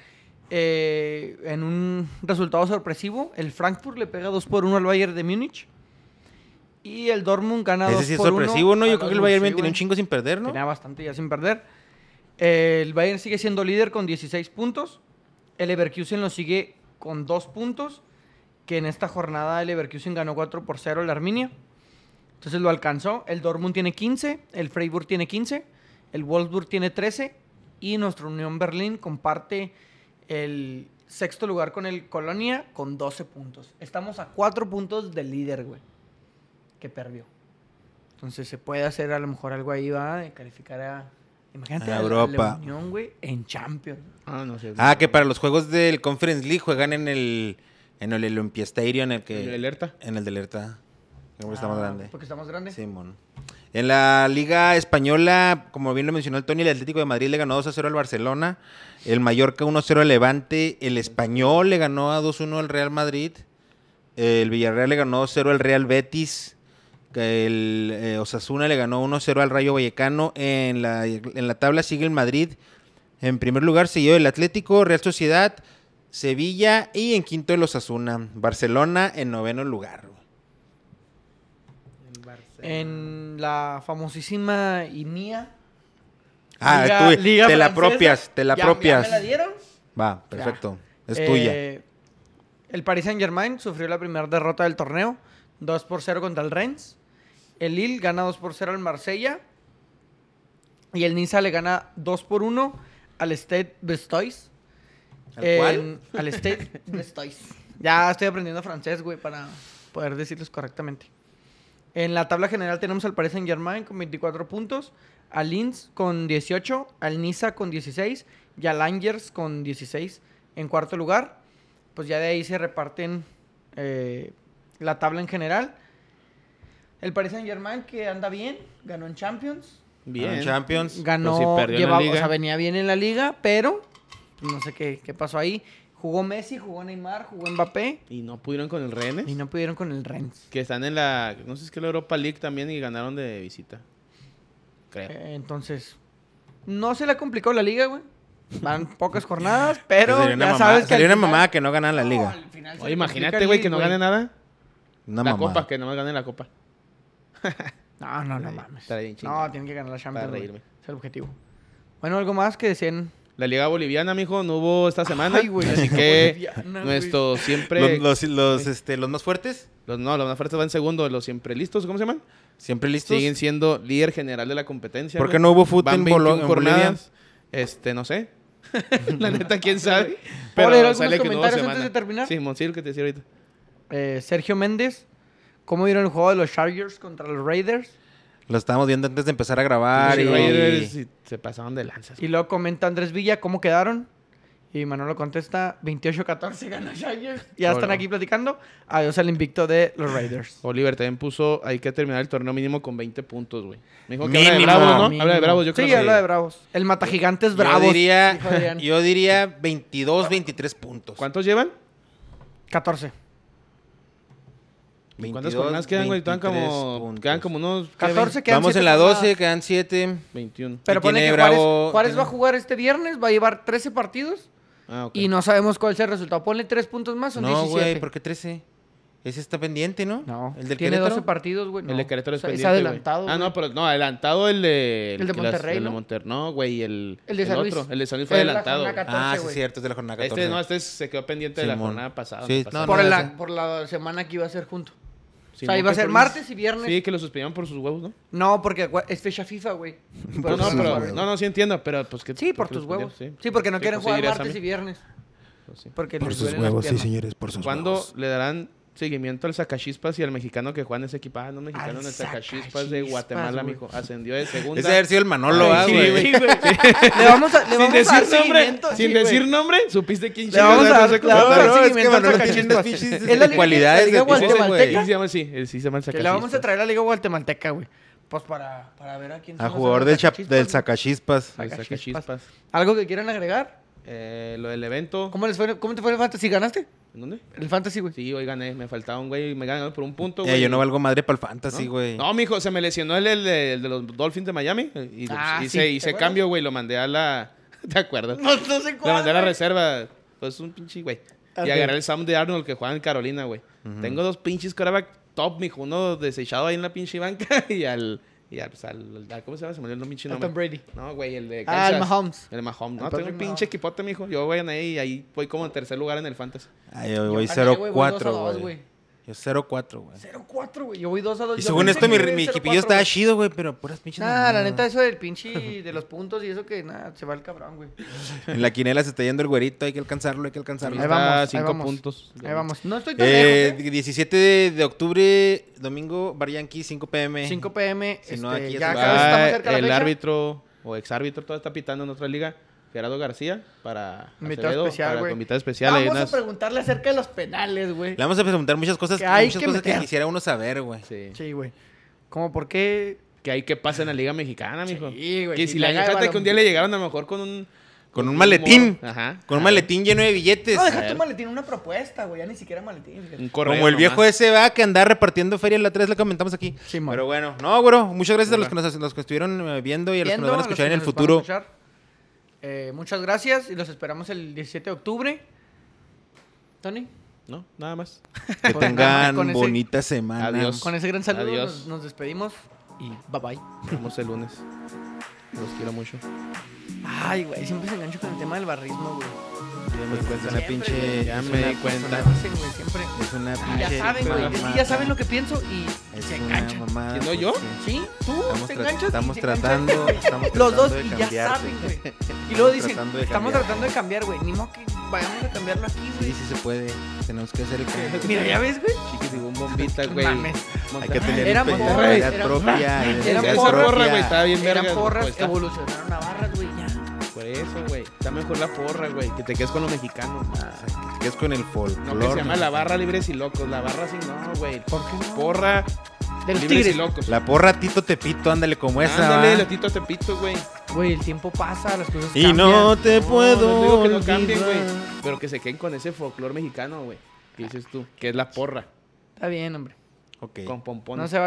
S3: Eh, en un resultado sorpresivo, el Frankfurt le pega 2 por 1 al Bayern de Múnich. Y el Dortmund gana 2 por 1.
S2: Ese sí es sorpresivo, ¿no? Yo
S3: al
S2: creo que el
S3: Dortmund,
S2: Bayern
S3: sí,
S2: Munich tiene
S3: güey.
S2: un chingo sin perder, ¿no?
S3: Tenía bastante ya sin perder. Eh, El Bayern sigue siendo líder con 16 puntos. El Leverkusen lo sigue con 2 puntos. Que en esta jornada el Leverkusen ganó 4 por 0 al Arminia. Entonces lo alcanzó. El Dortmund tiene 15. El Freiburg tiene 15. El Wolfsburg tiene 13. Y nuestra Unión Berlín comparte el sexto lugar con el Colonia con 12 puntos. Estamos a 4 puntos del líder, güey. Que perdió. Entonces se puede hacer a lo mejor algo ahí, va, de calificar a. Imagínate
S2: A
S3: a
S2: Europa.
S3: La Unión, güey, en Champions.
S1: Ah, no sé.
S2: Ah, que para los juegos del Conference League juegan en el en el Olympia Stadium, en el que
S1: El alerta.
S2: en el de alerta. Como está más
S3: Ah,
S2: grande.
S3: Porque estamos grandes.
S2: Simón. En la Liga Española, como bien lo mencionó el Tony, el Atlético de Madrid le ganó 2 a 0 al Barcelona, el Mallorca 1 a 0 al Levante, el Español le ganó a 2 a 1 al Real Madrid, el Villarreal le ganó 2 a 0 al Real Betis, el eh, Osasuna le ganó 1 a 0 al Rayo Vallecano. En la, en la tabla sigue el Madrid. En primer lugar siguió el Atlético, Real Sociedad, Sevilla y en quinto el Osasuna. Barcelona en noveno lugar. güey.
S1: Eh,
S3: En la famosísima y mía.
S2: Ah,
S3: Liga-
S2: tú,
S3: Liga
S2: te la
S3: Francesa.
S2: apropias, te la
S3: Ya- ya
S2: apropias.
S3: me la dieron.
S2: Va, perfecto. Es
S3: Eh,
S2: tuya.
S3: El Paris Saint Germain sufrió la primera derrota del torneo, 2 por 0 contra el Rennes. El Lille gana 2 por 0 al Marsella. Y el Niza le gana 2 por 1 al Stade Bestois.
S2: ¿Al cuál?
S3: Al Stade Bestois. Ya estoy aprendiendo francés, güey, para poder decirlos correctamente. En la tabla general tenemos al Paris Saint Germain con 24 puntos, al Linz con 18, al Niza con 16 y al Angers con 16 en cuarto lugar. Pues ya de ahí se reparten eh, la tabla en general. El Paris Saint Germain que anda bien, ganó en Champions,
S1: Bien.
S2: En Ah, Champions.
S3: ganó,
S1: Pero Pues sí perdió en la
S3: llevaba- o
S1: liga.
S3: sea, venía bien en la liga, pero no sé qué, qué pasó ahí. Jugó Messi, jugó Neymar, jugó Mbappé
S1: Y no pudieron con el Rennes.
S3: y no pudieron con el Rennes.
S1: Que están en la. No sé si es que la Europa League también y ganaron de visita. Creo.
S3: Eh, Entonces, no se le ha complicado la liga, güey. Van pocas jornadas, pero
S2: Sería una
S3: ya
S2: mamá-
S3: sabes que
S2: sería
S3: al
S2: una
S3: final-
S2: mamada que no gana la
S3: No,
S2: liga.
S3: al final se
S1: Oye,
S3: le complica
S1: imagínate,
S3: el
S1: güey, que no
S3: Leeds,
S1: gane nada.
S2: Una
S1: la
S2: mamá.
S1: copa, que nomás gane la copa.
S3: No, no, no mames.
S1: Está bien chingado.
S3: No, tienen que ganar la Champions. güey.
S1: reírme.
S3: Es el objetivo. Bueno, algo más que decían.
S1: La Liga Boliviana, mijo, no hubo esta semana.
S3: Ay, güey,
S1: así
S3: la
S1: que
S3: Liga Boliviana,
S1: nuestro siempre. Los,
S2: Los, los, los, este, los más fuertes,
S1: no, los más fuertes van segundo. Los siempre listos, ¿cómo se llaman?
S2: siempre listos.
S1: Siguen siendo líder general de la competencia.
S2: ¿Por
S1: güey.
S2: qué no hubo fútbol
S1: Van
S2: en Bolo-
S1: 21
S2: en Bolivia?
S1: jornadas. Este, no sé. La neta, quién sabe.
S3: Paul, ¿hay
S1: Pero
S3: algunos
S1: sale que
S3: comentarios
S1: nueva semana.
S3: antes de terminar?
S1: Sí, mon, sí, lo que te decía ahorita.
S3: Eh, Sergio Méndez. ¿Cómo vieron el juego de los Chargers contra los Raiders?
S2: Lo estábamos viendo antes de empezar a grabar.
S1: Los
S2: y...
S1: Raiders sí, se pasaron de lanzas.
S3: Y luego comenta Andrés Villa cómo quedaron. Y Manolo contesta 28-14 ganó Chargers. Ya están
S1: Hola.
S3: aquí platicando. Adiós al invicto de los Raiders.
S1: Oliver también puso, hay que terminar el torneo mínimo con 20 puntos, güey. Me dijo que
S2: Mínimo.
S1: habla de Bravos, ¿no?
S3: Ah, Mínimo.
S1: Habla de Bravos, yo creo.
S3: Sí,
S1: que
S3: habla de Bravos. El matagigantes Bravos.
S2: Yo diría,
S3: dijo Adrián.
S2: yo diría 22, 23 puntos.
S1: ¿Cuántos llevan?
S3: 14.
S1: ¿Y ¿Cuántas jornadas
S2: 22,
S1: quedan, güey? Están
S2: 23
S1: como,
S2: puntos.
S1: quedan como unos... ¿qué,
S3: 14 quedan
S2: Vamos
S3: siete
S2: en la 12,
S3: jornadas.
S2: quedan 7.
S1: 21.
S3: Pero
S2: Y
S3: pone
S2: tiene
S3: que Juárez,
S2: Bravo-
S3: Juárez
S2: tiene-
S3: va a jugar este viernes, va a llevar 13 partidos
S1: Ah, ok.
S3: y no sabemos cuál es el resultado. Ponle 3 puntos más, son
S2: No,
S3: 17.
S2: güey, ¿por qué 13? Ese está pendiente, ¿no?
S3: No,
S2: El del
S3: tiene
S2: Querétaro.
S3: 12 partidos, güey. no.
S1: El de Querétaro es
S3: O sea,
S1: pendiente, güey.
S3: adelantado.
S1: Ah,
S3: güey.
S1: no, pero no, adelantado el de...
S3: El de
S1: que las-
S3: Monterrey,
S1: El de
S3: ¿no?
S1: Monterrey, no, güey, el...
S3: El de
S1: el
S3: San Luis.
S1: otro, El de San Luis fue
S3: Es la
S1: adelantado.
S3: jornada
S1: güey.
S3: 14,
S2: Ah, sí,
S3: güey.
S2: es cierto, es de la jornada 14.
S1: Este, no, este se quedó pendiente de la
S2: Simón.
S1: jornada pasada.
S2: Sí,
S1: pasada.
S2: no,
S3: por,
S2: no,
S3: la-
S2: ese.
S3: por la semana que iba a ser junto. o sea,
S1: Simón,
S3: iba a
S1: que
S3: ser
S1: por-
S3: martes y viernes.
S1: Sí, que lo suspendieron por sus huevos, ¿no?
S3: No, porque güey, es fecha FIFA, güey. Por
S1: No, no,
S3: eso no
S1: pero,
S3: jugaron.
S1: no, no, sí entiendo, pero pues que...
S3: Sí, por
S1: que
S3: tus
S1: lo
S3: huevos. Sí,
S1: suspendieron,
S3: porque no
S1: Sí,
S3: quieren
S1: pues,
S3: jugar
S1: seguirás a
S3: martes
S1: mí.
S3: y viernes.
S1: Pues, sí.
S3: Porque
S4: Por
S3: les
S4: sus
S3: duelen las
S4: huevos, sí,
S3: piernas.
S4: señores, por sus
S1: ¿Cuándo
S4: huevos.
S1: le darán seguimiento al Sacachispas y al mexicano que juega en ese equipo? Ah, no, mexicano
S3: Al
S1: en el Sacachispas de
S3: Sacachispas,
S1: Guatemala,
S3: güey.
S1: mijo. Ascendió de segunda.
S2: Ese debe haber sido el Manolo, ah,
S1: Sí,
S2: güey.
S1: güey.
S3: Le vamos a, le
S1: sin
S3: vamos a
S1: decir
S3: dar
S1: nombre,
S3: seguimiento.
S1: sin
S3: sí, güey.
S1: decir nombre, supiste quién
S3: Le vamos
S1: chingados
S3: a dar-
S1: hace
S3: le vamos a dar
S1: comentario.
S2: Claro, es que
S3: seguimiento al
S2: Manolo tiene unas
S3: Sacachispas.
S2: pinches
S3: Es la liga-
S2: cualidades
S3: la liga
S2: de
S1: Sí,
S2: ese,
S1: sí,
S2: güey.
S1: sí, se llama así, el- sí se llama el
S3: Que
S1: Sacachispas.
S3: le vamos a traer a la Liga Guatemalteca, güey. Pues para, para ver a quién son
S2: A
S3: los
S2: jugador del, chap-
S3: sacachispas,
S2: del
S3: güey.
S2: Sacachispas.
S1: El Sacachispas.
S3: ¿Algo que quieran agregar?
S1: Eh, lo del evento.
S3: ¿Cómo, les fue, ¿Cómo te fue el fantasy? ¿Ganaste?
S1: ¿En dónde?
S3: El fantasy, güey.
S1: Sí, hoy gané, me faltaba un güey, me ganaron por un punto,
S2: Eh,
S1: güey.
S2: yo no valgo madre para el fantasy, güey.
S1: No, mijo, se me lesionó el, el de- el de los Dolphins de Miami. eh, Y
S3: Ah,
S1: hice,
S3: sí, ¿te
S1: hice
S3: acuerdas?
S1: cambio, güey, lo mandé a la. ¿Te acuerdas?
S3: No, no sé
S1: Le mandé a la
S3: güey.
S1: reserva. Pues un pinche, güey.
S3: Ok.
S1: Y agarré el Sam de Arnold que juega en Carolina, güey. Tengo dos pinches quarterback top, mijo. Uno desechado ahí en la pinche banca y al. Y al, pues, al- al- ¿Cómo se llama? Se me olvidó el pinche
S3: A
S1: nombre.
S3: Tom Brady.
S1: No, güey, el de.
S3: Ah, el
S1: Kansas.
S3: Mahomes.
S1: El Mahomes. No, tengo un
S3: El Patrick
S1: pinche
S3: Mahomes.
S1: equipote, mijo. Yo voy en ahí y ahí voy como en tercer lugar en el Fantasy.
S2: Ay, yo voy
S3: gané, güey, voy
S2: 0-4,
S3: 2-2,
S2: güey.
S3: güey.
S2: Yo 0-4, güey.
S3: 0-4, güey. Yo voy 2 a 2.
S2: Y según esto, mi, mi equipillo estaba
S3: chido.
S2: chido, güey, pero puras pinches.
S3: Nah, la
S2: mamadas.
S3: neta, eso del pinche de los puntos y eso que, nada, se va el cabrón, güey.
S2: En la quinela se está yendo el güerito, hay que alcanzarlo, hay que alcanzarlo.
S1: Ahí
S3: vamos,
S1: está
S3: Pues, ahí
S1: cinco
S3: vamos.
S1: puntos.
S3: Ahí vamos. No estoy tan
S2: Eh,
S3: lejos,
S2: 17 de, de octubre, domingo, Bar Yankee, 5
S3: ¿eh?
S2: pm.
S3: 5 pm.
S2: Si no,
S3: este,
S2: aquí ya
S3: ya cada
S2: se
S3: vez
S2: va
S3: estamos cerca de la
S1: el
S3: fecha.
S1: árbitro o exárbitro todavía está pitando en otra liga. Gerardo García para
S3: Invitado
S1: Acevedo,
S3: especial,
S1: para tu
S3: güey. Ah,
S1: invitado especial. hay
S3: Vamos a
S1: unas-
S3: preguntarle acerca de los penales, güey.
S2: Le vamos a preguntar muchas cosas,
S3: Que hay
S2: muchas
S3: que
S2: cosas que
S3: meter.
S2: quisiera uno saber, güey.
S1: Sí.
S3: Sí, güey. ¿Cómo por qué?
S1: Que hay que pasa en la Liga Mexicana, mijo.
S3: Sí, güey,
S1: Que
S3: si
S1: si la
S3: le haga el
S1: fíjate que
S3: balón.
S1: un día le llegaron a lo mejor con un.
S2: Con un maletín.
S1: morro. Ajá.
S2: Con un maletín lleno de billetes.
S3: No,
S1: A
S3: deja tu
S1: ver.
S3: maletín, una propuesta, güey. Ya ni siquiera maletín. fíjate.
S1: Un correo
S2: Como el
S1: nomás.
S2: viejo ese va que andaba repartiendo feria la 3, la comentamos aquí.
S3: Sí, mon.
S2: Pero bueno, no, güey. Muchas gracias a los que nos los que estuvieron eh, viendo y a los que nos van a
S3: Viendo,
S2: escuchar en el
S3: los que nos van a
S2: futuro.
S3: escuchar. Eh, muchas gracias y los esperamos el 17 de octubre. Tony,
S1: No, nada más.
S2: Que
S3: Pues nada más
S2: tengan
S3: con ese-
S2: bonita semana.
S1: Adiós.
S3: con ese gran saludo
S1: Adiós.
S3: nos, nos despedimos y bye bye.
S1: Nos vemos el lunes. Los quiero mucho.
S3: Ay, güey, siempre se engancho con el tema del barrismo, güey.
S2: Ya me di cuenta, una
S3: Siempre,
S2: pinche.
S3: güey.
S1: ya
S2: es
S1: me
S2: una-
S1: di cuenta.
S3: Lo hacen, güey, siempre.
S2: Es una
S3: Ya
S2: pinche.
S3: saben, güey. es que Ya
S2: mamada.
S3: saben lo que pienso y
S2: Es
S3: se
S2: una
S3: enganchan.
S2: mamada,
S1: ¿Quién soy yo?
S2: pues, sí.
S3: Sí, tú
S2: Estamos
S3: te
S2: tra-
S3: enganchas y
S2: estamos
S3: te enganchas.
S2: tratando- estamos
S3: Los dos
S2: tratando de
S3: y ya
S2: cambiarte.
S3: saben, güey. Y luego dicen,
S2: tratando de
S3: estamos
S2: cambiar".
S3: tratando de cambiar, güey. Ni modo que vayamos a cambiarlo aquí,
S2: Sí,
S3: güey.
S2: sí se puede. Tenemos que hacer el cambio.
S3: Mira, ya ves, güey.
S1: Chiquis, digo, un bombita, güey.
S3: Mames.
S2: Hay
S1: Monterrey.
S2: que tener
S3: Eran porras,
S2: personalidad
S3: eran-
S2: propia. Ah,
S3: eran
S2: identidad
S1: Esa
S3: porras,
S1: porra,
S2: propia.
S1: güey, está bien
S3: Eran
S1: verga.
S3: porras,
S1: Pues, está-
S3: evolucionaron a barras, güey, ya.
S1: Por eso, güey. Está mejor la porra, güey. Que te quedes con los mexicanos.
S2: Que te quedes con el folclore.
S1: No, que se llama la barra libres y locos. La barra sin no, güey.
S3: ¿Por qué no?
S1: Porra
S3: De los
S1: libres
S3: tigres.
S1: y locos.
S2: La porra Tito Tepito, ándale como esa.
S1: Ándale,
S2: ¿va?
S1: latito a Tepito, güey.
S3: Güey, el tiempo pasa, las cosas
S2: Y no
S3: cambian.
S2: te
S1: No,
S2: puedo.
S1: No digo que no cambien, güey.
S2: olvidar.
S1: Pero que se queden con ese folclore mexicano, güey. ¿Qué dices tú? Que es la porra.
S3: Está bien, hombre.
S2: Ok.
S1: Con pompones.
S3: No se va